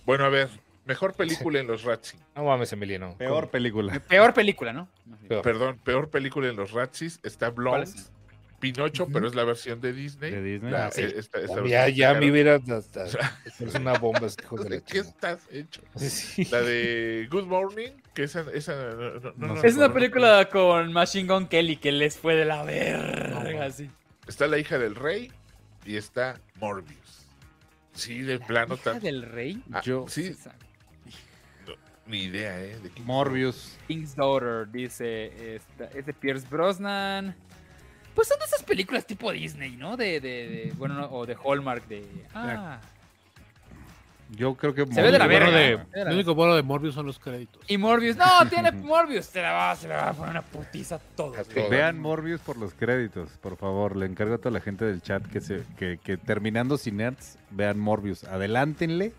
Speaker 5: Bueno, a ver, mejor película en los Razzies.
Speaker 3: No mames, Emiliano.
Speaker 2: Peor película.
Speaker 1: Peor película, ¿no?
Speaker 3: Peor.
Speaker 5: Perdón, peor película en los Razzies está
Speaker 1: ¿Cuál
Speaker 5: Blonde,
Speaker 1: es?
Speaker 5: Pinocho, pero es la versión de Disney.
Speaker 2: De Disney.
Speaker 5: La-
Speaker 3: Ah, sí.
Speaker 5: eh, esta- esta
Speaker 3: Ya,
Speaker 5: versión
Speaker 3: ya
Speaker 5: que
Speaker 3: me
Speaker 5: sacaron.
Speaker 3: hubiera. hasta- Es una bomba, ese hijo de la
Speaker 5: pues, ¿De ¿Qué
Speaker 3: chingada.
Speaker 5: estás hecho?
Speaker 3: Sí.
Speaker 5: La de Good Morning, que esa, esa no, no- no
Speaker 2: No
Speaker 5: la
Speaker 2: sé.
Speaker 1: Es una
Speaker 5: recuerdo.
Speaker 1: película con Machine Gun Kelly que les fue de la verga, sí.
Speaker 5: Está La hija del rey y está Morbius. Sí, de plano
Speaker 1: ¿Hija
Speaker 5: tan...
Speaker 1: del rey?
Speaker 5: Ah,
Speaker 2: Yo-
Speaker 5: sí, ni idea, ¿eh? de qué-
Speaker 2: Morbius.
Speaker 1: King's Daughter, dice. esta- es de Pierce Brosnan. Pues son de esas películas tipo Disney, ¿no? De, de, de- bueno, no, o de Hallmark, de... Ah.
Speaker 2: Yo creo que.
Speaker 1: Se ve de la
Speaker 4: Lo bueno
Speaker 1: verga.
Speaker 4: de-
Speaker 1: Se ve de la
Speaker 4: Lo único bueno de Morbius son los créditos.
Speaker 1: Y Morbius, no, tiene Morbius, se la va, se la va a poner una putiza a todos.
Speaker 5: A
Speaker 1: güey.
Speaker 5: todos.
Speaker 2: Vean Morbius por los créditos, por favor. Le encargo a toda la gente del chat que, se, que, que terminando sin nerds, vean Morbius. Adelántenle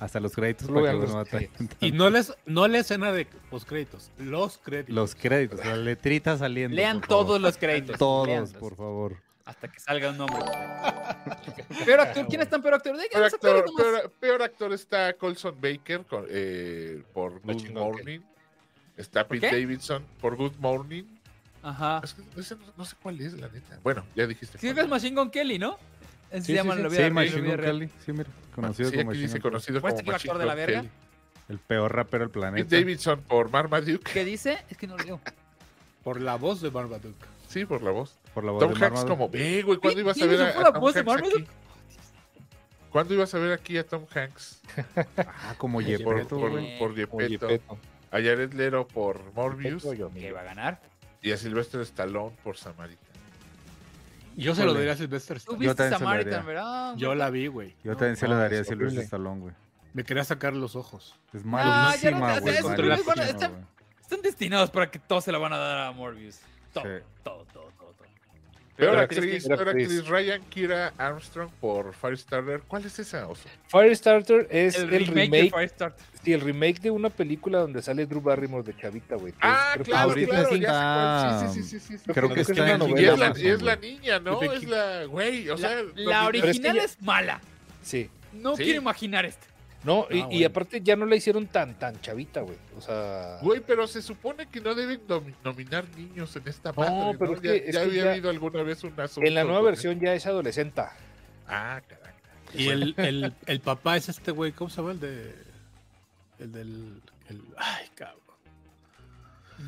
Speaker 2: hasta los créditos
Speaker 3: Solo
Speaker 2: para que
Speaker 3: vean
Speaker 2: los
Speaker 3: los
Speaker 2: maten.
Speaker 4: Y no les, no la escena de los créditos, los créditos.
Speaker 2: Los créditos, la letrita saliendo.
Speaker 1: Lean
Speaker 2: por
Speaker 1: todos
Speaker 2: favor.
Speaker 1: los créditos.
Speaker 2: Todos,
Speaker 1: leanlos,
Speaker 2: por favor.
Speaker 1: Hasta que salga un nombre. Peor actor, ¿quién es tan peor actor? Digan
Speaker 5: Peor
Speaker 1: los actores
Speaker 5: actor,
Speaker 1: nomás.
Speaker 5: peor, peor actor está Colson Baker con- eh, por Good
Speaker 3: Machine Gun
Speaker 5: Morning. Está Pete
Speaker 1: qué?
Speaker 5: Davidson por Good Morning.
Speaker 1: Ajá.
Speaker 5: Es que ese no, no sé cuál es, la neta. Bueno, ya dijiste.
Speaker 1: Sí, creo que
Speaker 5: cuál
Speaker 1: es Machine Gun Kelly, ¿no? Así
Speaker 3: Sí,
Speaker 1: se llama
Speaker 3: sí,
Speaker 1: en la vida
Speaker 2: Sí,
Speaker 1: real,
Speaker 2: Machine
Speaker 1: en la vida
Speaker 2: Gun
Speaker 1: real.
Speaker 2: Kelly. Sí, mira, conocido
Speaker 5: Sí,
Speaker 2: como
Speaker 5: aquí
Speaker 2: Machine
Speaker 5: dice
Speaker 2: Gun Kelly.
Speaker 5: conocido como
Speaker 1: Apuesta que iba a
Speaker 5: Machine
Speaker 1: actuar de la
Speaker 5: Gun
Speaker 1: verga.
Speaker 5: Kelly.
Speaker 2: El peor rapero del
Speaker 5: Pete
Speaker 2: planeta.
Speaker 5: Davidson por Marmaduke.
Speaker 1: ¿Qué dice? Es que no lo digo.
Speaker 4: Por la voz de Barbadook.
Speaker 5: Sí, por la voz.
Speaker 2: Por la voz
Speaker 5: Tom
Speaker 2: de
Speaker 5: Hanks
Speaker 2: Marmaduke.
Speaker 5: como, ve, güey, ¿cuándo
Speaker 1: Pete
Speaker 5: ibas a ver a,
Speaker 1: Davidson fue
Speaker 5: a
Speaker 1: la
Speaker 5: Tom
Speaker 1: voz de
Speaker 5: Hanks aquí?
Speaker 1: Marmaduke.
Speaker 5: ¿Cuándo ibas a ver aquí a Tom Hanks?
Speaker 2: Ah, como
Speaker 5: Por,
Speaker 2: Yepeto,
Speaker 5: por,
Speaker 2: güey.
Speaker 5: por
Speaker 3: Oye,
Speaker 5: Gepetto.
Speaker 3: Peto.
Speaker 5: A Jared Lero por Morbius.
Speaker 3: Peto, yo,
Speaker 1: Que
Speaker 3: amigo.
Speaker 1: va a ganar.
Speaker 5: Y a Sylvester Stallone por Samarita.
Speaker 4: Yo se lo diría a Sylvester
Speaker 1: Tú
Speaker 4: Stallone.
Speaker 2: Yo
Speaker 1: viste
Speaker 2: también se lo
Speaker 1: Samaritan,
Speaker 2: haría.
Speaker 1: ¿verdad?
Speaker 4: Yo la vi, güey.
Speaker 2: Yo también se la
Speaker 3: mames,
Speaker 2: daría a Silvestre
Speaker 3: horrible.
Speaker 2: Stallone, güey.
Speaker 4: Me quería sacar los ojos.
Speaker 2: Es
Speaker 1: ya no te
Speaker 2: malísima,
Speaker 1: hagas
Speaker 2: güey.
Speaker 1: eso,
Speaker 4: pero les van a-
Speaker 2: malísima,
Speaker 1: están-
Speaker 2: güey.
Speaker 1: Están destinados para que todos se la van a dar a Morbius. Todo,
Speaker 2: Sí.
Speaker 1: todo, todo, todo, todo.
Speaker 5: Peor
Speaker 3: Peor
Speaker 5: actriz,
Speaker 3: actriz,
Speaker 5: peor
Speaker 3: peor
Speaker 5: actriz, Ryan Kira Armstrong por Firestarter. ¿Cuál es esa? Oso?
Speaker 3: Firestarter es
Speaker 1: El,
Speaker 3: el,
Speaker 1: remake, de
Speaker 3: remake.
Speaker 1: Firestarter.
Speaker 3: sí, el remake de una película donde sale Drew Barrymore de Chavita, güey. que
Speaker 5: Ah,
Speaker 3: es- creo que-
Speaker 5: claro,
Speaker 2: ahorita
Speaker 5: claro,
Speaker 2: sí
Speaker 5: ya sé
Speaker 2: está-
Speaker 5: cuál. Sí, sí, sí, sí, sí.
Speaker 2: Creo que este
Speaker 3: es
Speaker 2: está
Speaker 3: una
Speaker 2: en
Speaker 3: novela
Speaker 5: Y es la,
Speaker 3: Amazon,
Speaker 5: y es la niña, ¿no?
Speaker 3: Becky-
Speaker 5: Es la, güey, o
Speaker 1: La- La
Speaker 5: sea... domin-
Speaker 3: Pero es que
Speaker 1: original
Speaker 3: ya-
Speaker 1: es mala.
Speaker 3: Sí.
Speaker 1: No
Speaker 5: Sí.
Speaker 1: quiero imaginar este.
Speaker 3: No, y,
Speaker 4: Ah,
Speaker 3: y
Speaker 4: bueno.
Speaker 3: aparte ya no la hicieron tan tan chavita, güey. O sea.
Speaker 5: Güey, pero se supone que no deben domi- nominar niños en esta madre, No,
Speaker 3: pero es
Speaker 5: ya,
Speaker 3: que- es
Speaker 5: ya
Speaker 3: que
Speaker 5: había
Speaker 3: ya-
Speaker 5: habido alguna vez un asunto.
Speaker 3: en la nueva
Speaker 5: con eso.
Speaker 3: versión ya es adolescente.
Speaker 5: Ah, caraca.
Speaker 4: Y el, el, el papá es este güey, ¿cómo se llama? El de. El del. el- ay, cabrón.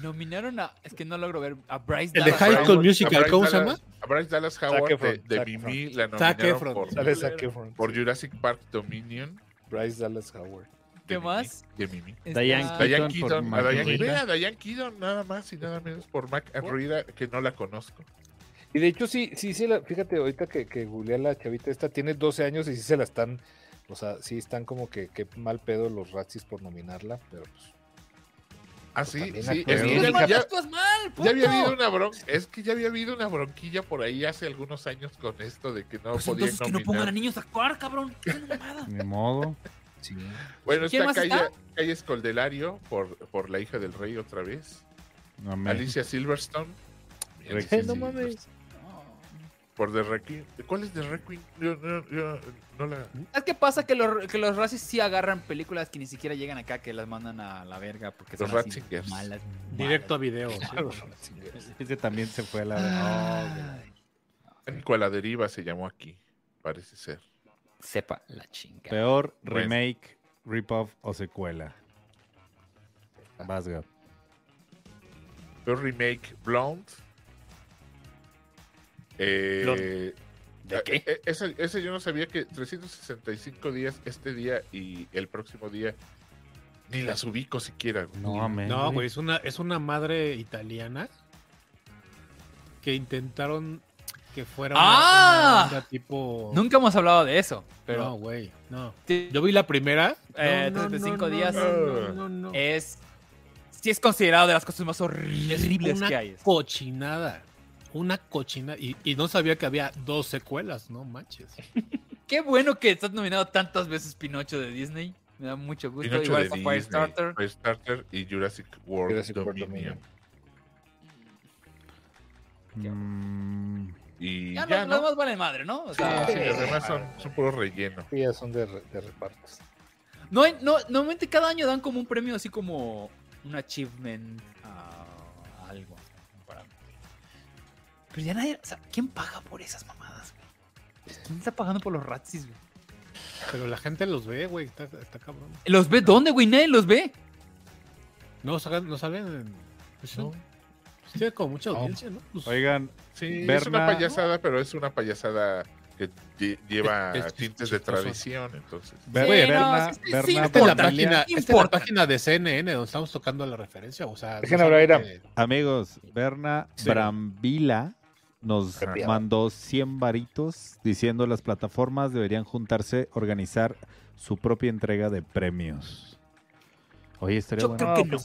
Speaker 1: Nominaron a. Es que no logro ver. A Bryce
Speaker 4: El de
Speaker 1: Dallas
Speaker 4: High School
Speaker 1: Howard.
Speaker 4: Musical, ¿cómo se llama?
Speaker 5: A Bryce Dallas
Speaker 3: Zac
Speaker 5: Howard de,
Speaker 3: Efron,
Speaker 5: de
Speaker 3: Zac
Speaker 5: Mimi la
Speaker 4: Zac
Speaker 5: nominaron
Speaker 4: Efron.
Speaker 5: por,
Speaker 3: Sale Zac Efron,
Speaker 5: por
Speaker 3: sí.
Speaker 5: Jurassic Park Dominion.
Speaker 3: Bryce Dallas Howard.
Speaker 5: de
Speaker 1: ¿Qué
Speaker 5: Mimi,
Speaker 1: más?
Speaker 5: De Mimi.
Speaker 1: Está-
Speaker 2: Diane Keaton.
Speaker 5: Diane
Speaker 2: por
Speaker 5: Keaton, a
Speaker 2: Mac
Speaker 5: Diane,
Speaker 2: Rita.
Speaker 5: ve a Diane Keaton nada más y nada menos por Mac and Rita, que no la conozco.
Speaker 3: Y de hecho, sí, sí, sí, la, fíjate, ahorita que, que googlea la chavita esta, tiene 12 años y sí se la están, o sea, sí están como que, que mal pedo los Razzies por nominarla, pero pues,
Speaker 5: Ah, sí,
Speaker 3: también
Speaker 5: sí.
Speaker 3: actúa.
Speaker 5: es que
Speaker 1: Actúas
Speaker 5: ya-
Speaker 1: mal,
Speaker 5: ya-
Speaker 1: actúas mal,
Speaker 5: ya había
Speaker 1: punto.
Speaker 5: habido una bronca, es que ya había habido una bronquilla por ahí hace algunos años con esto de que no
Speaker 1: Pues
Speaker 5: podían
Speaker 1: entonces que no pongan
Speaker 5: nominar.
Speaker 1: a niños a actuar, cabrón. Qué mamada.
Speaker 2: Ni modo.
Speaker 3: sí.
Speaker 5: Bueno,
Speaker 1: ¿Quién
Speaker 5: está
Speaker 1: más
Speaker 5: Calle,
Speaker 1: está?
Speaker 5: Calle Escoldelario por, por La hija del rey otra vez.
Speaker 2: Amén.
Speaker 5: Alicia Silverstone
Speaker 2: Rex,
Speaker 3: Eh,
Speaker 2: sí,
Speaker 3: no
Speaker 2: sí.
Speaker 3: mames.
Speaker 5: Por The Red Queen. ¿Cuál es The Red Queen? Yo, yo- yo no la.
Speaker 3: ¿Mm?
Speaker 1: ¿Sabes qué pasa? Que los, que los racis sí agarran películas que ni siquiera llegan acá, que las mandan a la verga porque
Speaker 5: Los
Speaker 1: son así
Speaker 5: Ratzingers.
Speaker 1: malas.
Speaker 4: Directo a video.
Speaker 2: Ese también se fue a la.
Speaker 1: Ah.
Speaker 2: Oh, güey.
Speaker 5: Pánico a la deriva se llamó aquí, parece ser.
Speaker 1: Sepa la chinga.
Speaker 2: Peor
Speaker 5: Pues-
Speaker 2: remake, rip-off o secuela. Vas, Gab.
Speaker 5: Peor remake, Blonde. Eh,
Speaker 1: Blonde.
Speaker 5: eh,
Speaker 1: ¿De qué?
Speaker 5: eh, Ese, ese yo no sabía que 365 días, este día y el próximo día, ni las ubico siquiera. güey.
Speaker 2: No, amén.
Speaker 4: No, güey, es una, es una madre italiana que intentaron que fuera una-
Speaker 1: ¡Ah!
Speaker 4: una onda tipo.
Speaker 1: Nunca hemos hablado de eso, pero
Speaker 4: No, güey, no.
Speaker 1: sí,
Speaker 4: Yo vi la primera.
Speaker 1: Eh,
Speaker 4: No, no,
Speaker 1: 35
Speaker 4: no,
Speaker 1: días.
Speaker 4: No, no, no, no.
Speaker 1: es sí es considerado de las cosas más
Speaker 4: Es
Speaker 1: horribles
Speaker 4: una
Speaker 1: que hay.
Speaker 4: cochinada. Una cochinada. Y, y no sabía que había dos secuelas, no manches.
Speaker 1: Qué bueno que estás nominado tantas veces Pinocho de Disney. Me da mucho gusto.
Speaker 5: Pinocho
Speaker 1: Igual
Speaker 5: de
Speaker 1: está
Speaker 5: Disney,
Speaker 1: Firestarter.
Speaker 5: Firestarter y Jurassic World
Speaker 3: Jurassic World
Speaker 5: Dominion.
Speaker 3: Dominion.
Speaker 2: Mm,
Speaker 5: Y
Speaker 1: Ya,
Speaker 5: ya,
Speaker 1: los,
Speaker 5: ¿no?
Speaker 1: los más valen madre, ¿no? O sea,
Speaker 5: Sí, los demás son, son puro relleno.
Speaker 3: Sí, ya son de, re- de repartos.
Speaker 1: no, hay- no, normalmente cada año dan como un premio así como un achievement a algo. para- Pero ya nadie, o sea, ¿quién paga por esas mamadas, güey? Pues, ¿Quién está pagando por los ratsis, güey?
Speaker 4: Pero la gente los ve, güey. Está, está cabrón.
Speaker 1: ¿Los ve dónde, güey? Nadie los ve.
Speaker 4: No, sacan- no salen en. pues,
Speaker 5: No.
Speaker 4: pues, Tiene como mucha audiencia, ¿no? Pues,
Speaker 2: Oigan,
Speaker 5: Sí, es
Speaker 2: Berna-
Speaker 5: una payasada, pero es una payasada que lle- lleva
Speaker 4: Es- es
Speaker 5: tintes de
Speaker 4: chistoso.
Speaker 5: tradición, entonces.
Speaker 2: Ver-
Speaker 1: Sí, no,
Speaker 2: Berna,
Speaker 1: sí, sí,
Speaker 2: Berna
Speaker 1: sí,
Speaker 4: Esta es, la
Speaker 1: importa,
Speaker 2: Familia.
Speaker 4: página, esta es la
Speaker 1: importa.
Speaker 4: página de CNN donde estamos tocando la referencia. O sea,
Speaker 3: Dejen
Speaker 4: no
Speaker 3: hablar,
Speaker 4: saben
Speaker 3: Irán.
Speaker 4: que-
Speaker 2: Amigos, Berna
Speaker 4: Sí.
Speaker 2: Brambila nos
Speaker 3: Brambila.
Speaker 2: mandó 100 varitos diciendo las plataformas deberían juntarse, organizar su propia entrega de premios. Oye, estaría
Speaker 1: Yo
Speaker 2: bueno.
Speaker 1: creo que no.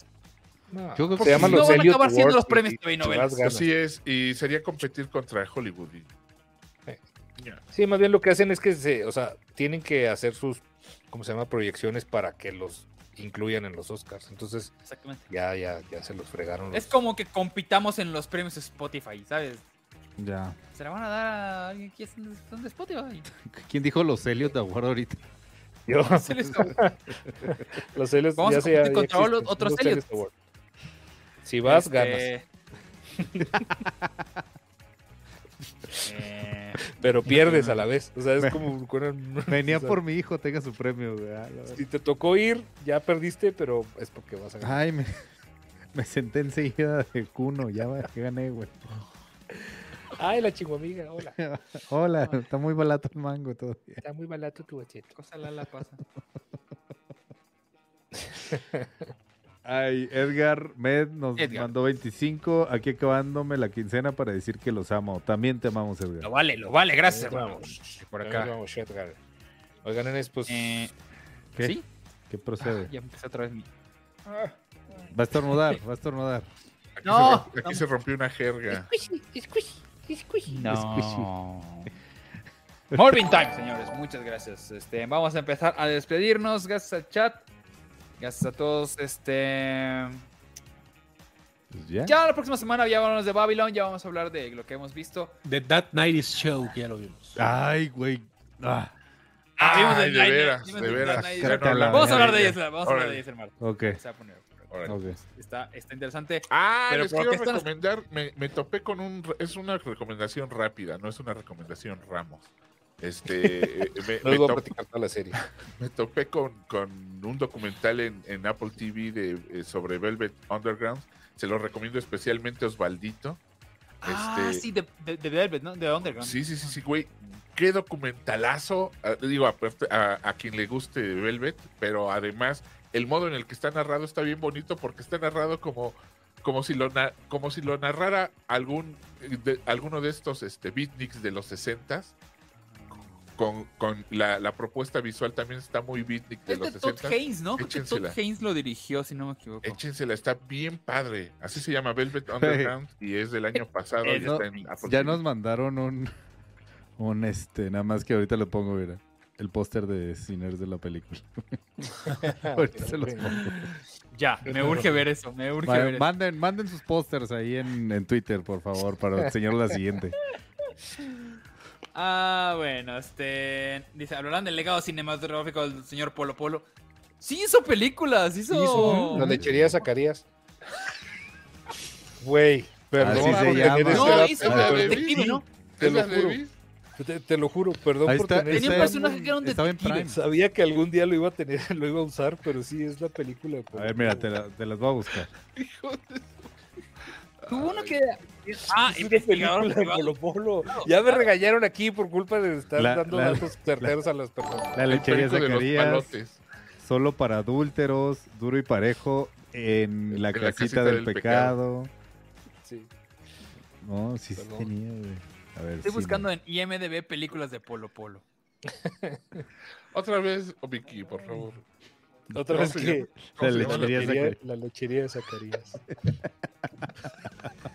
Speaker 3: No,
Speaker 2: Yo creo que
Speaker 3: se
Speaker 2: sí.
Speaker 3: llaman
Speaker 2: No
Speaker 3: los
Speaker 1: van a
Speaker 3: Elliot
Speaker 1: acabar siendo
Speaker 3: Awards
Speaker 1: los
Speaker 3: y-
Speaker 1: premios pues
Speaker 3: y-
Speaker 1: TV
Speaker 3: y
Speaker 1: novelas.
Speaker 3: más ganas.
Speaker 5: Así es, y sería competir contra Hollywood. y-
Speaker 3: Sí, más bien lo que hacen es que se, o sea, tienen que hacer sus, ¿cómo se llama? Proyecciones para que los incluyan en los Oscars. Entonces,
Speaker 1: Exactamente.
Speaker 3: ya, ya, ya se los fregaron. Los...
Speaker 1: Es como que compitamos en los premios Spotify, ¿sabes?
Speaker 2: Ya.
Speaker 1: Se la van a dar a alguien que es de Spotify.
Speaker 2: ¿Quién dijo los Helios de Aguardo ahorita?
Speaker 3: Yo-
Speaker 1: Se les-
Speaker 3: los Elliot
Speaker 1: Vamos
Speaker 3: ya
Speaker 1: a
Speaker 3: se- ya-
Speaker 1: competir
Speaker 3: ya
Speaker 1: contra
Speaker 3: existen,
Speaker 1: los otros
Speaker 3: los Elliot
Speaker 1: Elliot.
Speaker 3: Awards. Si vas,
Speaker 1: Este,
Speaker 3: ganas.
Speaker 1: eh,
Speaker 3: Pero pierdes a la vez. O sea, es como...
Speaker 2: Venía
Speaker 3: o sea,
Speaker 2: por mi hijo, tenga su premio. güey. Ah, la-
Speaker 3: Si te tocó ir, ya perdiste, pero es porque vas a ganar.
Speaker 2: Ay, me, me senté enseguida de cuno, ya va- ya gané, güey.
Speaker 3: Ay, la chingüamiga, hola.
Speaker 2: Hola, está muy barato el mango todavía.
Speaker 3: Está muy barato tu bochito.
Speaker 1: cosa la la cosa.
Speaker 2: Ay, Edgar Med nos
Speaker 1: Edgar.
Speaker 2: mandó 25, aquí acabándome la quincena para decir que los amo. También te amamos,
Speaker 1: Lo
Speaker 2: Edgar.
Speaker 1: vale, lo vale, gracias,
Speaker 3: Ahí
Speaker 1: hermano.
Speaker 3: vamos.
Speaker 1: Por
Speaker 3: Ahí
Speaker 1: acá.
Speaker 3: vamos, Edgar. Oigan, nenes, pues...
Speaker 1: Eh,
Speaker 2: ¿Qué?
Speaker 1: ¿Sí? Ah,
Speaker 2: ¿Qué procede?
Speaker 1: Ya empecé otra vez mi.
Speaker 2: Va a estornudar, va a estornudar.
Speaker 5: Aquí,
Speaker 1: No,
Speaker 5: se, aquí se rompió una jerga.
Speaker 1: No. Morbin Time, señores. Muchas gracias. Este, vamos a empezar a despedirnos. Gracias al chat. Gracias a todos. Este.
Speaker 2: Pues ya.
Speaker 1: Ya la próxima semana ya vamos de Babylon. Ya vamos a hablar de lo que hemos visto.
Speaker 4: The That Night is Show, que ya lo vimos.
Speaker 2: Ay, güey. Ah,
Speaker 1: Ah, vimos
Speaker 5: Ay,
Speaker 1: el
Speaker 5: de
Speaker 1: Night Night,
Speaker 5: veras,
Speaker 1: vimos
Speaker 5: de
Speaker 1: el
Speaker 5: veras.
Speaker 1: Night
Speaker 5: Ya
Speaker 1: Night.
Speaker 5: no hablamos
Speaker 1: Vamos a hablar
Speaker 5: de
Speaker 1: de
Speaker 5: ella.
Speaker 1: ellas, vamos a hablar de
Speaker 5: Órale.
Speaker 1: ellas el martes.
Speaker 2: ok,
Speaker 1: Se va a poner-
Speaker 5: Órale.
Speaker 2: ok.
Speaker 1: Está, está interesante.
Speaker 5: Ah,
Speaker 1: Pero
Speaker 5: les
Speaker 1: ¿por
Speaker 5: quiero
Speaker 1: qué estás-
Speaker 5: recomendar, me, me topé con un, re- es una recomendación rápida, no es una recomendación Ramos. Este, eh, me,
Speaker 3: No
Speaker 5: me
Speaker 3: les voy a
Speaker 5: top-
Speaker 3: platicar toda la serie.
Speaker 5: me topé con, con un documental en, en Apple TV de, eh, sobre Velvet Underground. Se lo recomiendo especialmente a Osvaldito.
Speaker 1: Ah,
Speaker 5: Este-
Speaker 1: sí, de, de, de Velvet, ¿no? De Underground.
Speaker 5: Sí, sí, sí, sí, güey. Qué documentalazo. ah, Digo, aparte, a, a quien le guste Velvet, pero además el modo en el que está narrado está bien bonito porque está narrado como, como, si, lo, na- como si lo narrara algún, de- alguno de estos este, beatniks de los 60 con, con la, la propuesta visual también está muy beatnik de
Speaker 1: Es de
Speaker 5: los
Speaker 1: Todd
Speaker 5: 60
Speaker 1: Haynes, ¿no? Creo que Todd
Speaker 5: échensela.
Speaker 1: Haynes lo dirigió, si no me equivoco.
Speaker 5: Échensela, está bien padre. Así se llama Velvet Underground y es del año pasado.
Speaker 2: Eh,
Speaker 5: y
Speaker 2: no,
Speaker 5: está en Apple
Speaker 2: Ya
Speaker 5: TV.
Speaker 2: nos mandaron un, un este, nada más que ahorita lo pongo, mira. el póster de Sinners de la película.
Speaker 3: Ah,
Speaker 2: Ahorita se los pongo.
Speaker 1: Ya, me urge ver eso, me urge
Speaker 2: Vale,
Speaker 1: ver eso.
Speaker 2: manden, manden sus pósters ahí en, en Twitter, por favor, para enseñar la siguiente.
Speaker 1: Ah, bueno, este. Dice, hablarán del legado cinematográfico del señor Polo Polo. Sí, hizo películas, hizo.
Speaker 3: La lechería Zacarías. Güey, perdón.
Speaker 2: Así se
Speaker 3: por
Speaker 2: llama.
Speaker 3: tener este
Speaker 1: No,
Speaker 3: esta-
Speaker 1: hizo
Speaker 3: esta-
Speaker 1: una de
Speaker 3: esta-
Speaker 1: Detective, ¿no?
Speaker 3: Te
Speaker 5: ¿Es
Speaker 3: lo
Speaker 5: la de
Speaker 3: juro.
Speaker 5: Beast?
Speaker 3: Te, te lo juro, perdón
Speaker 2: Ahí
Speaker 3: por
Speaker 2: está,
Speaker 3: tener este
Speaker 1: Tenía un
Speaker 2: Esa-
Speaker 1: personaje que era un
Speaker 2: Estaba en
Speaker 1: detective.
Speaker 2: Prime.
Speaker 3: Sabía que algún día lo iba a tener, lo iba a usar, pero sí es la película. de
Speaker 2: A
Speaker 3: Polo
Speaker 2: ver, mira,
Speaker 3: Polo.
Speaker 2: te, la- te las voy a buscar.
Speaker 1: Tuvo uno que. Ah,
Speaker 3: Es una
Speaker 1: investigador
Speaker 3: película de
Speaker 1: privado.
Speaker 3: Polo Polo. Ya me regañaron aquí por culpa de estar
Speaker 2: La-
Speaker 3: dando
Speaker 2: la-
Speaker 3: datos certeros a las personas.
Speaker 2: La
Speaker 5: El
Speaker 2: lechería
Speaker 5: perico de los
Speaker 2: Zacarías,
Speaker 5: palotes.
Speaker 2: solo para adúlteros, duro y parejo, en la,
Speaker 5: En
Speaker 2: casita, del, pecado.
Speaker 3: Sí.
Speaker 2: No, sí, sí
Speaker 3: Perdón.
Speaker 2: tenía, güey. A ver,
Speaker 1: Estoy
Speaker 2: cine.
Speaker 1: buscando en IMDB películas de Polo Polo.
Speaker 5: Otra vez, oh, Vicky, por favor.
Speaker 3: Otra
Speaker 5: No,
Speaker 3: vez
Speaker 5: señor.
Speaker 3: que
Speaker 2: La
Speaker 5: ¿Cómo se llama la
Speaker 2: lechería
Speaker 5: película?
Speaker 2: Zacarías.
Speaker 3: la lechería de Zacarías.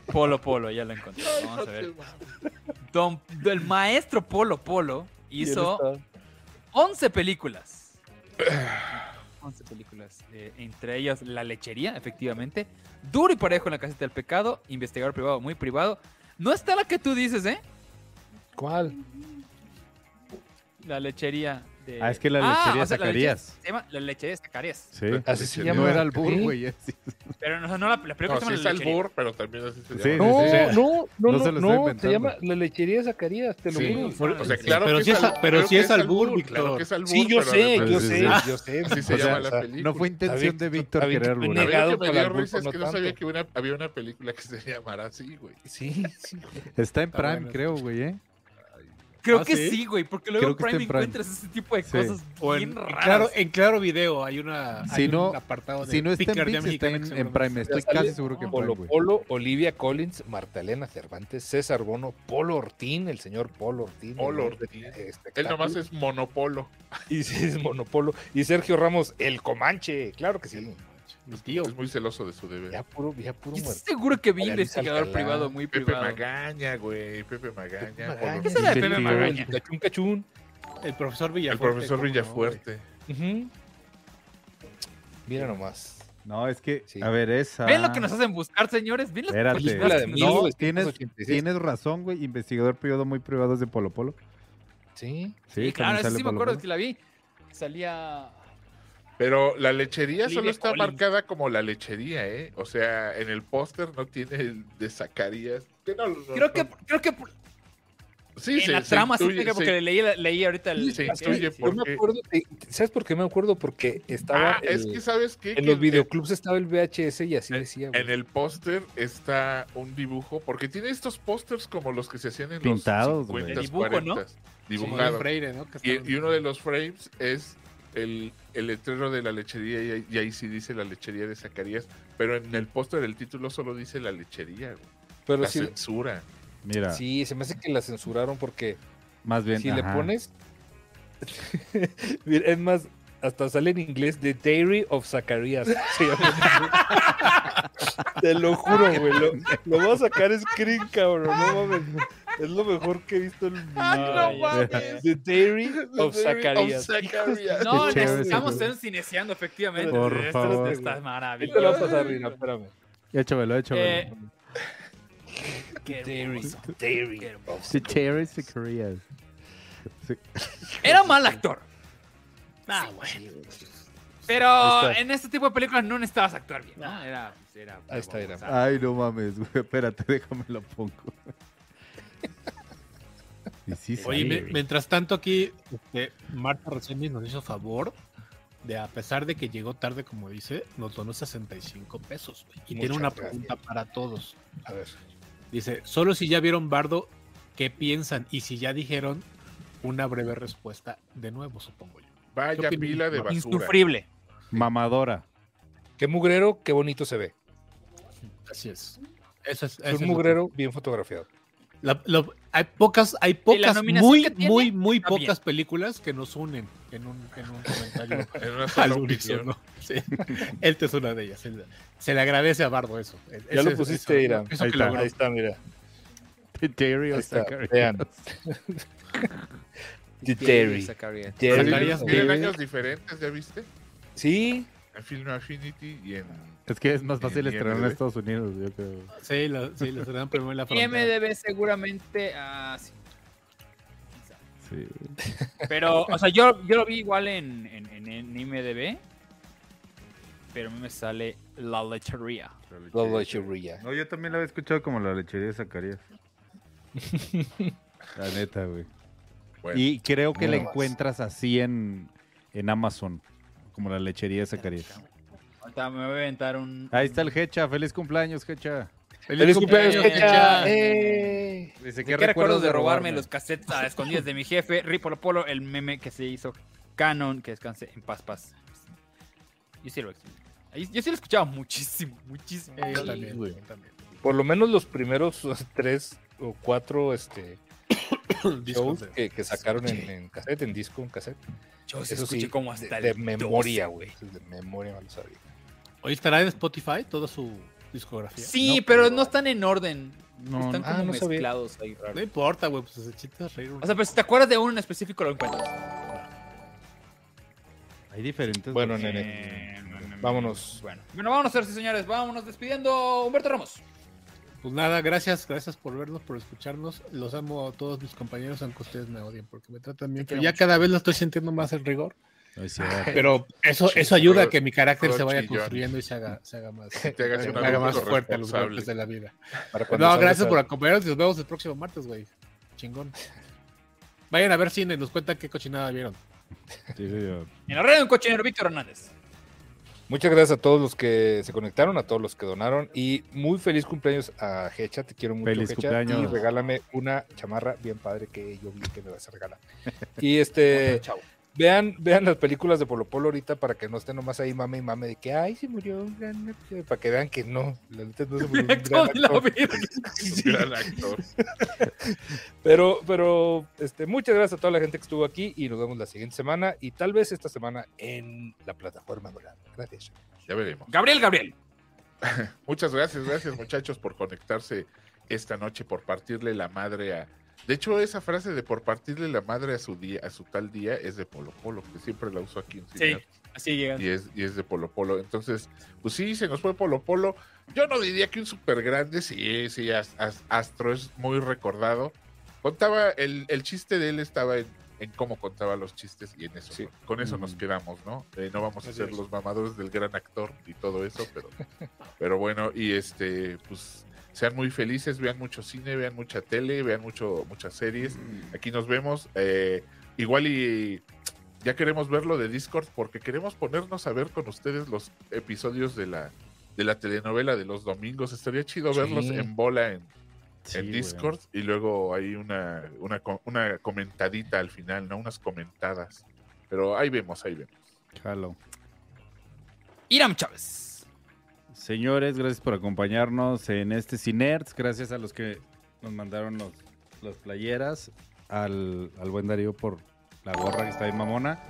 Speaker 1: Polo Polo, ya lo encontré. Vamos a ver.
Speaker 5: No te mames.
Speaker 1: Don, el maestro Polo Polo
Speaker 3: Y él
Speaker 1: hizo
Speaker 3: estaba-
Speaker 1: 11 películas. 11 películas. eh, entre ellas La Lechería, efectivamente. Duro y parejo en la caseta del pecado. Investigador privado, muy privado. No está la que tú dices, ¿eh?
Speaker 3: ¿Cuál?
Speaker 1: La lechería de.
Speaker 2: Ah, es que la lechería
Speaker 1: o sea, la
Speaker 2: Zacarías.
Speaker 1: lechería- se llama La lechería de Zacarías.
Speaker 2: Sí.
Speaker 3: Así se
Speaker 2: No
Speaker 3: llama.
Speaker 2: era el burro,
Speaker 3: ¿Eh? ¿Sí?
Speaker 2: güey. ¿eh? así.
Speaker 1: Pero no, no la, la película se
Speaker 5: No, sí
Speaker 1: llama
Speaker 5: es
Speaker 1: La Lechería.
Speaker 5: albur, pero también así se
Speaker 2: Sí,
Speaker 5: llama.
Speaker 3: No,
Speaker 2: sí, sí.
Speaker 3: no, no,
Speaker 2: No
Speaker 3: no,
Speaker 2: se
Speaker 3: se,
Speaker 2: lo estoy
Speaker 3: no
Speaker 2: inventando.
Speaker 3: se llama la lechería de Zacarías, te lo
Speaker 5: Sí.
Speaker 3: juro.
Speaker 5: O sea, claro
Speaker 4: Pero
Speaker 5: que
Speaker 4: sí es al-
Speaker 5: al-
Speaker 4: pero
Speaker 5: creo
Speaker 4: sí
Speaker 5: que
Speaker 4: es albur,
Speaker 5: Claro que es albur,
Speaker 3: Sí, yo
Speaker 5: pero
Speaker 3: sé,
Speaker 5: además-
Speaker 3: yo
Speaker 2: sí,
Speaker 3: sé,
Speaker 2: pues, sí.
Speaker 3: yo sé.
Speaker 5: Así se
Speaker 2: O sea,
Speaker 5: llama
Speaker 3: o
Speaker 5: la
Speaker 3: sea,
Speaker 5: película.
Speaker 2: No fue intención de Víctor
Speaker 3: a ver,
Speaker 2: querer ¿eh?
Speaker 3: me
Speaker 5: A
Speaker 2: burlar.
Speaker 5: mí lo
Speaker 3: negado
Speaker 5: que me
Speaker 3: por
Speaker 5: dio
Speaker 3: albur,
Speaker 5: risa es
Speaker 3: por
Speaker 5: que
Speaker 3: lo
Speaker 5: no sabía
Speaker 3: tanto.
Speaker 5: que una- había una película que se llamara así, güey.
Speaker 3: Sí, sí.
Speaker 2: Está en
Speaker 4: Ah,
Speaker 2: Prime,
Speaker 4: bueno,
Speaker 2: creo, güey, ¿eh?
Speaker 1: Creo
Speaker 4: Ah,
Speaker 1: que
Speaker 4: ¿sí?
Speaker 1: sí, güey. Porque luego
Speaker 2: Creo
Speaker 1: en
Speaker 2: que está
Speaker 1: Prime
Speaker 2: en Prime.
Speaker 1: encuentras ese tipo de
Speaker 2: Sí.
Speaker 1: cosas
Speaker 4: O en,
Speaker 1: bien
Speaker 4: en
Speaker 1: raras.
Speaker 4: claro, en claro video hay una
Speaker 2: Si
Speaker 4: hay
Speaker 2: no-
Speaker 4: un apartado de
Speaker 2: Si no está en
Speaker 4: Picardía
Speaker 2: Vix, está
Speaker 4: Mexicana
Speaker 2: en,
Speaker 4: que
Speaker 2: en
Speaker 4: seguramente-
Speaker 2: Prime. Estoy
Speaker 3: sale.
Speaker 2: casi seguro que en Prime,
Speaker 3: Polo
Speaker 2: güey.
Speaker 3: Polo, Olivia Collins, Marta Elena Cervantes, César Bono, Polo Ortín, el señor Polo Ortín.
Speaker 5: Polo
Speaker 3: el
Speaker 5: Ortín. Oh, Él
Speaker 3: espectáculo,
Speaker 5: nomás es monopolo.
Speaker 3: Y sí, es Monopolo. Y Sergio Ramos, el Comanche. Claro que sí.
Speaker 4: Mi tío.
Speaker 5: Es muy celoso de su
Speaker 3: Ya
Speaker 5: deber.
Speaker 3: puro, ya puro
Speaker 1: Yo
Speaker 3: muerto.
Speaker 1: seguro que vi
Speaker 3: Oye, Luis
Speaker 1: investigador
Speaker 3: Alcalá,
Speaker 1: privado, muy
Speaker 5: Pepe
Speaker 1: privado.
Speaker 5: Magaña, güey. Pepe Magaña.
Speaker 3: Magaña.
Speaker 5: Polo-
Speaker 1: Esa era de Pepe
Speaker 2: Investigador.
Speaker 1: Magaña.
Speaker 3: Cachún, cachún.
Speaker 4: El profesor
Speaker 5: El
Speaker 4: Villafuerte.
Speaker 5: profesor
Speaker 4: ¿cómo no,
Speaker 5: Villafuerte.
Speaker 3: Ujú. Mira nomás.
Speaker 2: No, es que,
Speaker 3: Sí.
Speaker 2: a ver, esa.
Speaker 1: ¿Ven lo que nos hacen buscar, señores? ¿Ven las
Speaker 2: Espérate.
Speaker 1: películas
Speaker 3: Película de
Speaker 1: que nos-
Speaker 2: No,
Speaker 3: 1986.
Speaker 2: tienes, tienes razón, güey. Investigador privado muy privado es de Polo Polo.
Speaker 3: Sí.
Speaker 2: Sí,
Speaker 1: Sí, claro,
Speaker 2: también
Speaker 1: esa sí
Speaker 2: sale
Speaker 1: me
Speaker 2: Polo
Speaker 1: acuerdo
Speaker 2: Polo.
Speaker 1: que la vi. Salía.
Speaker 5: Pero la lechería solo
Speaker 1: Olivia
Speaker 5: está
Speaker 1: Collins.
Speaker 5: marcada como la lechería, ¿eh? O sea, en el póster no tiene el de Zacarías. Que no- no-
Speaker 1: Creo que,
Speaker 5: no-
Speaker 1: creo que
Speaker 5: sí,
Speaker 1: en
Speaker 5: se-
Speaker 1: la
Speaker 5: se
Speaker 1: trama sí,
Speaker 5: intuye,
Speaker 1: pega,
Speaker 5: se-
Speaker 1: porque leí, leí ahorita el.
Speaker 5: Sí, se
Speaker 1: que-
Speaker 5: intuye
Speaker 3: Yo
Speaker 5: por
Speaker 3: me
Speaker 5: qué.
Speaker 3: acuerdo, de- ¿sabes por qué me acuerdo? Porque estaba
Speaker 5: Ah, es
Speaker 3: el-
Speaker 5: que sabes qué? que Eh,
Speaker 3: en los videoclubs estaba el VHS y así decía. güey.
Speaker 5: En el póster está un dibujo, porque tiene estos pósters como los que se hacían en
Speaker 2: Pintados,
Speaker 5: los
Speaker 2: güey.
Speaker 5: 50,
Speaker 1: De dibujo, ¿no?
Speaker 5: 40s,
Speaker 4: Como
Speaker 5: Dibujado.
Speaker 4: de Freire, ¿no? Que
Speaker 5: y,
Speaker 4: estaban-
Speaker 5: y uno de los frames es el, el letrero de la lechería, y, ahí- y ahí sí dice la lechería de Zacarías, pero en el póster del título solo dice la lechería, güey.
Speaker 3: Pero
Speaker 5: la
Speaker 3: sí,
Speaker 5: censura.
Speaker 2: Mira,
Speaker 3: sí, se me hace que la censuraron porque
Speaker 2: más bien.
Speaker 3: si le
Speaker 2: ajá.
Speaker 3: pones. Mira, es más, hasta sale en inglés The Diary of Zacarías. se llama. Te lo juro, güey. Lo, lo voy a sacar screen, cabrón. No mames. Es lo mejor que he visto en mi vida.
Speaker 1: Ah, no
Speaker 5: mames.
Speaker 3: The Diary of
Speaker 5: The Diary
Speaker 3: Zacarías.
Speaker 5: Zacarías.
Speaker 1: No,
Speaker 2: Qué chévere,
Speaker 1: necesitamos
Speaker 2: güey.
Speaker 1: ser cineando, efectivamente.
Speaker 2: Por
Speaker 1: Esto es-
Speaker 2: favor.
Speaker 1: Esto está
Speaker 3: ¿Qué te lo va a
Speaker 1: maravilloso.
Speaker 3: pasar, Rina? Espérame.
Speaker 2: Échamelo, échamelo.
Speaker 1: Eh, Qué hermoso.
Speaker 3: Dairy.
Speaker 1: Qué hermoso.
Speaker 2: Sí, Cherry Zacarías. Sí.
Speaker 1: Era mal actor. Ah, bueno. Pero
Speaker 3: está.
Speaker 1: en este tipo de películas no necesitabas actuar bien, ¿no? Era. era
Speaker 3: Ahí está, era.
Speaker 1: o sea,
Speaker 2: Ay, no mames, güey. Espérate, déjame lo pongo. Y sí,
Speaker 4: Oye,
Speaker 2: sale,
Speaker 4: me-
Speaker 2: güey.
Speaker 4: mientras tanto aquí este, Marta Reséndiz nos hizo favor de, a pesar de que llegó tarde, como dice, nos donó 65 pesos. güey. Y tiene
Speaker 3: Muchas
Speaker 4: una
Speaker 3: gracias.
Speaker 4: pregunta para todos.
Speaker 3: A ver.
Speaker 4: Dice, solo si ya vieron Bardo, ¿qué piensan? Y si ya dijeron, una breve respuesta de nuevo, supongo yo. ¿Qué
Speaker 5: Vaya
Speaker 4: opinas?
Speaker 5: pila de basura.
Speaker 1: Insufrible.
Speaker 2: Mamadora.
Speaker 3: Qué mugrero, qué bonito se ve.
Speaker 4: Así es. Eso es, eso
Speaker 3: Es
Speaker 4: es lo
Speaker 3: un mugrero bien fotografiado.
Speaker 4: que- la- lo- hay pocas, hay pocas,
Speaker 1: nominación
Speaker 4: muy,
Speaker 1: que tiene,
Speaker 4: muy, muy
Speaker 1: está bien.
Speaker 4: pocas películas que nos unen en un, en un comentario.
Speaker 5: En una sola
Speaker 4: al
Speaker 5: opinión.
Speaker 4: unísono. Sí. Esta es una de ellas. Se le- Se le agradece a Bardo eso. E-
Speaker 3: Ya
Speaker 4: ese-
Speaker 3: lo pusiste,
Speaker 4: eso-
Speaker 3: Irán.
Speaker 4: eso
Speaker 2: Ahí
Speaker 4: que logró.
Speaker 3: Ahí está, mira.
Speaker 2: Cherry
Speaker 3: Ahí está,
Speaker 2: Zacarías.
Speaker 3: vean.
Speaker 11: De Terry.
Speaker 12: Zacharias.
Speaker 11: Terry.
Speaker 5: Tienen- Tienen
Speaker 11: Terry.
Speaker 5: años diferentes, ¿ya viste?
Speaker 11: Sí.
Speaker 5: En Film Affinity y en.
Speaker 2: Es que es más fácil
Speaker 5: en
Speaker 2: estrenar en
Speaker 5: IMDb.
Speaker 2: Estados Unidos, yo creo.
Speaker 4: Sí, lo, sí, lo serán primero en la frontera.
Speaker 1: IMDB seguramente. ah, sí.
Speaker 2: Sí.
Speaker 1: Pero, o sea, yo, yo lo vi igual en, en, en- en IMDB. Pero a mí me sale la lechería.
Speaker 11: La lechería.
Speaker 2: No, yo también la había escuchado como la lechería de Zacarías. la neta, güey.
Speaker 5: Bueno,
Speaker 2: y creo que la
Speaker 11: nada más.
Speaker 2: encuentras así en, en Amazon, como la lechería de Zacarías.
Speaker 1: Ahorita me voy a inventar un.
Speaker 2: Ahí está el Hecha, feliz cumpleaños, Hecha.
Speaker 11: ¡Feliz
Speaker 3: pues,
Speaker 11: cumpleaños,
Speaker 1: cumpleaños,
Speaker 11: Kecha!
Speaker 1: Kecha!
Speaker 11: ¡Eh!
Speaker 1: ¿De
Speaker 2: Dice,
Speaker 1: ¿Qué, recuerdos de robarme los cassettes a escondidas de mi jefe? Ripolo Polo, el meme que se hizo canon, que descanse en paz, paz. Yo sí lo, yo sí lo escuchaba muchísimo, muchísimo.
Speaker 4: Eh, yo
Speaker 1: Sí,
Speaker 4: también,
Speaker 1: güey.
Speaker 4: yo también.
Speaker 3: Por lo menos los primeros tres o cuatro este,
Speaker 4: Discos
Speaker 3: shows
Speaker 4: de-
Speaker 3: que, que sacaron en, en cassette, en disco, en cassette.
Speaker 1: Yo sí
Speaker 3: Eso
Speaker 1: escuché
Speaker 3: sí,
Speaker 1: como
Speaker 3: de-
Speaker 1: hasta
Speaker 3: de,
Speaker 1: el
Speaker 3: memoria,
Speaker 1: 12.
Speaker 3: güey. De memoria me lo sabía.
Speaker 4: Hoy estará en Spotify toda su discografía.
Speaker 1: Sí, pero no están en orden.
Speaker 2: No,
Speaker 1: están
Speaker 3: ah,
Speaker 1: como
Speaker 3: no sabía.
Speaker 1: mezclados ahí
Speaker 4: No
Speaker 1: raro.
Speaker 4: importa, güey, pues se chiste es reír. un-
Speaker 1: O sea, pero si te acuerdas de uno en específico, lo encuentras.
Speaker 2: Hay diferentes.
Speaker 3: Bueno,
Speaker 2: versiones.
Speaker 3: nene,
Speaker 1: Eh,
Speaker 3: vámonos.
Speaker 1: Bueno, bueno vámonos, señores y señores. Vámonos despidiendo. Humberto Ramos.
Speaker 4: Pues nada, gracias, gracias por vernos, por escucharnos. Los amo a todos mis compañeros, aunque ustedes me odien, porque me tratan bien. Pero ya cada vez lo estoy sintiendo más el rigor.
Speaker 2: No, es cierto.
Speaker 4: Pero eso, eso ayuda a que mi carácter se vaya construyendo y se haga, se haga más,
Speaker 5: te hagas
Speaker 4: se
Speaker 5: un
Speaker 4: haga más
Speaker 5: adulto
Speaker 4: fuerte a los
Speaker 5: responsable.
Speaker 4: golpes de la vida.
Speaker 3: Para cuando
Speaker 4: No,
Speaker 3: salgas
Speaker 4: gracias
Speaker 3: a-
Speaker 4: por acompañarnos y nos vemos el próximo martes, güey. Chingón. Vayan a ver cine, nos cuentan qué cochinada vieron.
Speaker 2: Sí, señor.
Speaker 1: En la red de un cochinero, Víctor Hernández.
Speaker 3: Muchas gracias a todos los que se conectaron, a todos los que donaron y muy feliz cumpleaños a Hecha, te quiero mucho
Speaker 2: Feliz
Speaker 3: Hecha,
Speaker 2: cumpleaños.
Speaker 3: y regálame una chamarra bien padre que yo vi que me vas a regalar. Y este
Speaker 1: Chao.
Speaker 3: vean, vean las películas de Polo Polo ahorita para que no estén nomás ahí mame y mame de que ay se murió un gran actor", para que vean que no, la neta no se murió un gran
Speaker 1: Víctor de la
Speaker 3: actor.
Speaker 1: Virgen.
Speaker 5: Gran actor.
Speaker 3: Pero, pero este, muchas gracias a toda la gente que estuvo aquí y nos vemos la siguiente semana y tal vez esta semana en la plataforma dorada. Gracias.
Speaker 5: Ya veremos.
Speaker 1: Gabriel, Gabriel.
Speaker 5: Muchas gracias, gracias muchachos por conectarse esta noche, por partirle la madre a... De hecho, esa frase de por partirle la madre a su día, a su tal día, es de Polo Polo, que siempre la uso aquí en
Speaker 1: Sí,
Speaker 5: Cinear,
Speaker 1: así llegas.
Speaker 5: y, es, y es de Polo Polo. Entonces, pues sí, se nos fue Polo Polo. Yo no diría que un super grande, sí, sí, As- As- Astro es muy recordado. Contaba, el, el chiste de él estaba en, en cómo contaba los chistes y en eso.
Speaker 3: Sí.
Speaker 5: Con eso nos
Speaker 2: Mm.
Speaker 5: quedamos, ¿no? Eh, no vamos a
Speaker 4: Así
Speaker 5: ser
Speaker 4: es.
Speaker 5: los mamadores del gran actor y todo eso, pero, pero bueno, y este, pues sean muy felices, vean mucho cine, vean mucha tele, vean mucho, muchas series. Aquí nos vemos. eh, igual y ya queremos verlo de Discord porque queremos ponernos a ver con ustedes los episodios de la, de la telenovela de los domingos. Estaría chido
Speaker 3: Sí.
Speaker 5: verlos en bola en,
Speaker 2: Sí,
Speaker 5: en
Speaker 2: güey.
Speaker 5: Discord y luego hay una, una, co- una comentadita al final, ¿no? Unas comentadas. Pero ahí vemos, ahí vemos.
Speaker 2: Jalo.
Speaker 1: Iram Chávez.
Speaker 2: Señores, gracias por acompañarnos en este Cinerts. Gracias a los que nos mandaron los, las playeras. Al, al buen Darío por la gorra que está ahí mamona.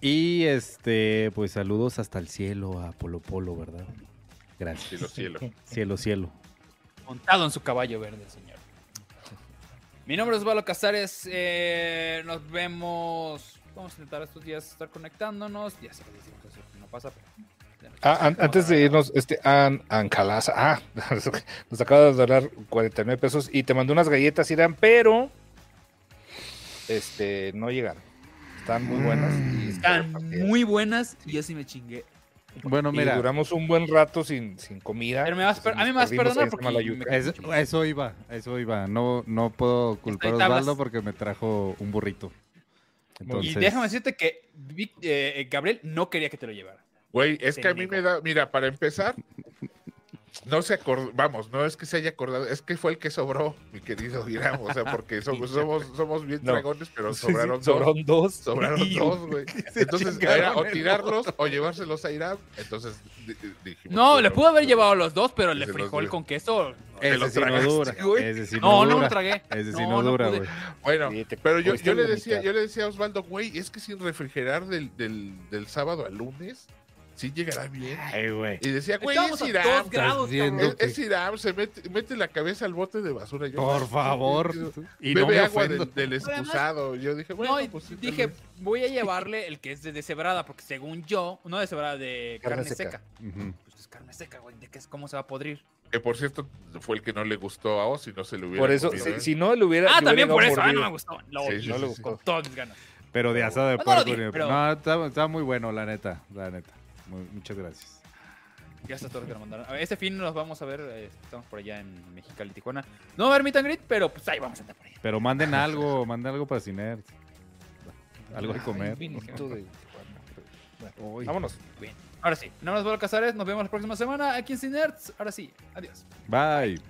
Speaker 2: Y este, pues saludos hasta el cielo a Polo Polo, ¿verdad? Gracias.
Speaker 5: Cielo, cielo.
Speaker 2: Cielo, cielo.
Speaker 1: Montado en su caballo verde, señor. Mi nombre es Valo Casares. eh, nos vemos. Vamos a intentar estos días estar conectándonos. Ya se lo decimos, eso no pasa. pero-
Speaker 3: Ah, an- antes de irnos, este An Ancalaza, ah, nos acaba de donar 49 pesos y te mandó unas galletas, Irán, pero este no llegaron. Están muy buenas. y
Speaker 1: Están
Speaker 3: espero que-
Speaker 1: muy buenas y yo sí me chingué.
Speaker 2: Bueno,
Speaker 3: y
Speaker 2: mira,
Speaker 3: duramos un buen rato sin, sin comida.
Speaker 1: Pero me vas a per-
Speaker 3: entonces
Speaker 1: a mí me
Speaker 3: nos
Speaker 1: vas a
Speaker 3: perdimos
Speaker 1: perdonar
Speaker 3: esa
Speaker 1: porque
Speaker 3: mala
Speaker 1: me-
Speaker 3: yuca.
Speaker 1: me-
Speaker 2: eso, eso iba, eso iba. No, no puedo culpar a
Speaker 1: tablas.
Speaker 2: Osvaldo porque me trajo un burrito. Entonces,
Speaker 1: Y déjame decirte que Vic- eh, eh, Gabriel no quería que te lo llevara.
Speaker 5: Güey, es que a mí
Speaker 1: Pendejo.
Speaker 5: me da, mira, para empezar, no se acordó, vamos, no es que se haya acordado, es que fue el que sobró, mi querido Irán, o sea, porque somos, somos, somos bien
Speaker 3: No.
Speaker 5: dragones, pero
Speaker 3: Sí, sí,
Speaker 5: sobraron dos.
Speaker 3: sobraron dos.
Speaker 5: Sobraron
Speaker 3: Y-
Speaker 5: dos, güey. Entonces, era o tirarlos o llevárselos a Irán. Entonces, di- di- dijimos.
Speaker 1: No,
Speaker 5: bueno,
Speaker 1: le pudo haber llevado los dos, pero
Speaker 5: Ese
Speaker 1: el
Speaker 5: los
Speaker 1: frijol
Speaker 5: dio.
Speaker 1: con queso.
Speaker 5: Te lo
Speaker 2: Ese sí no
Speaker 5: tragaste,
Speaker 2: dura.
Speaker 5: güey.
Speaker 2: Ese sí
Speaker 1: No,
Speaker 2: no
Speaker 1: no me lo
Speaker 2: dura.
Speaker 1: tragué.
Speaker 2: Ese sí
Speaker 1: No,
Speaker 2: no
Speaker 1: no
Speaker 2: dura,
Speaker 1: pude.
Speaker 2: güey.
Speaker 5: Bueno,
Speaker 3: Sí, te
Speaker 5: pero yo,
Speaker 3: comiste
Speaker 5: yo le
Speaker 3: la
Speaker 5: decía,
Speaker 3: mitad.
Speaker 5: yo le decía a Osvaldo, güey, es que sin refrigerar del, del, del sábado al lunes, Sí llegará bien.
Speaker 11: Ay, güey.
Speaker 5: Y decía, güey,
Speaker 1: Estábamos
Speaker 5: es
Speaker 1: a
Speaker 5: Irán.
Speaker 1: dos grados,
Speaker 5: Es-
Speaker 1: cabrón.
Speaker 5: es, Irán, se mete, mete la cabeza al bote de basura. Yo,
Speaker 2: Por favor. Y no
Speaker 5: bebe
Speaker 2: me
Speaker 5: agua
Speaker 2: ofendo.
Speaker 5: del, del excusado. Yo dije, bueno,
Speaker 1: No, y
Speaker 5: pues sí, tal
Speaker 1: dije,
Speaker 5: vez.
Speaker 1: voy a llevarle el que es de deshebrada, porque según yo, no deshebrada de
Speaker 3: Carne
Speaker 1: carne,
Speaker 3: seca.
Speaker 1: seca.
Speaker 2: Ujú.
Speaker 1: Pues es carne seca, güey, ¿de qué es? ¿Cómo se va a podrir?
Speaker 5: Que por cierto, fue el que no le gustó a Oz y no se le hubiera
Speaker 3: Por eso,
Speaker 5: comido,
Speaker 3: si,
Speaker 5: ¿eh?
Speaker 3: si no le hubiera.
Speaker 1: Ah,
Speaker 3: le
Speaker 1: también
Speaker 3: hubiera
Speaker 1: por eso, ah,
Speaker 3: mordido.
Speaker 1: no me gustó. Lo
Speaker 5: Sí,
Speaker 1: odio,
Speaker 5: sí,
Speaker 3: No le
Speaker 5: sí, sí.
Speaker 3: gustó.
Speaker 1: con todas mis ganas.
Speaker 2: Pero de asado de
Speaker 1: No lo
Speaker 2: puerco.
Speaker 1: dije,
Speaker 2: ni-
Speaker 1: pero-
Speaker 2: No, estaba, estaba muy bueno, la neta. La neta. Muy- muchas gracias.
Speaker 1: Ya está todo lo que nos mandaron. A ver, este fin nos vamos a ver, eh, estamos por allá en Mexicali, Tijuana. No va a haber meet and greet, pero pues ahí vamos a andar por allá.
Speaker 2: Pero manden algo, manden algo para Ciner. Algo de comer.
Speaker 3: Ay, vinito de- bueno,
Speaker 2: Uy.
Speaker 3: vámonos.
Speaker 1: Ahora sí, no nos vuelvo a casar, nos vemos la próxima semana aquí en Cinerts. Ahora sí, adiós.
Speaker 2: Bye.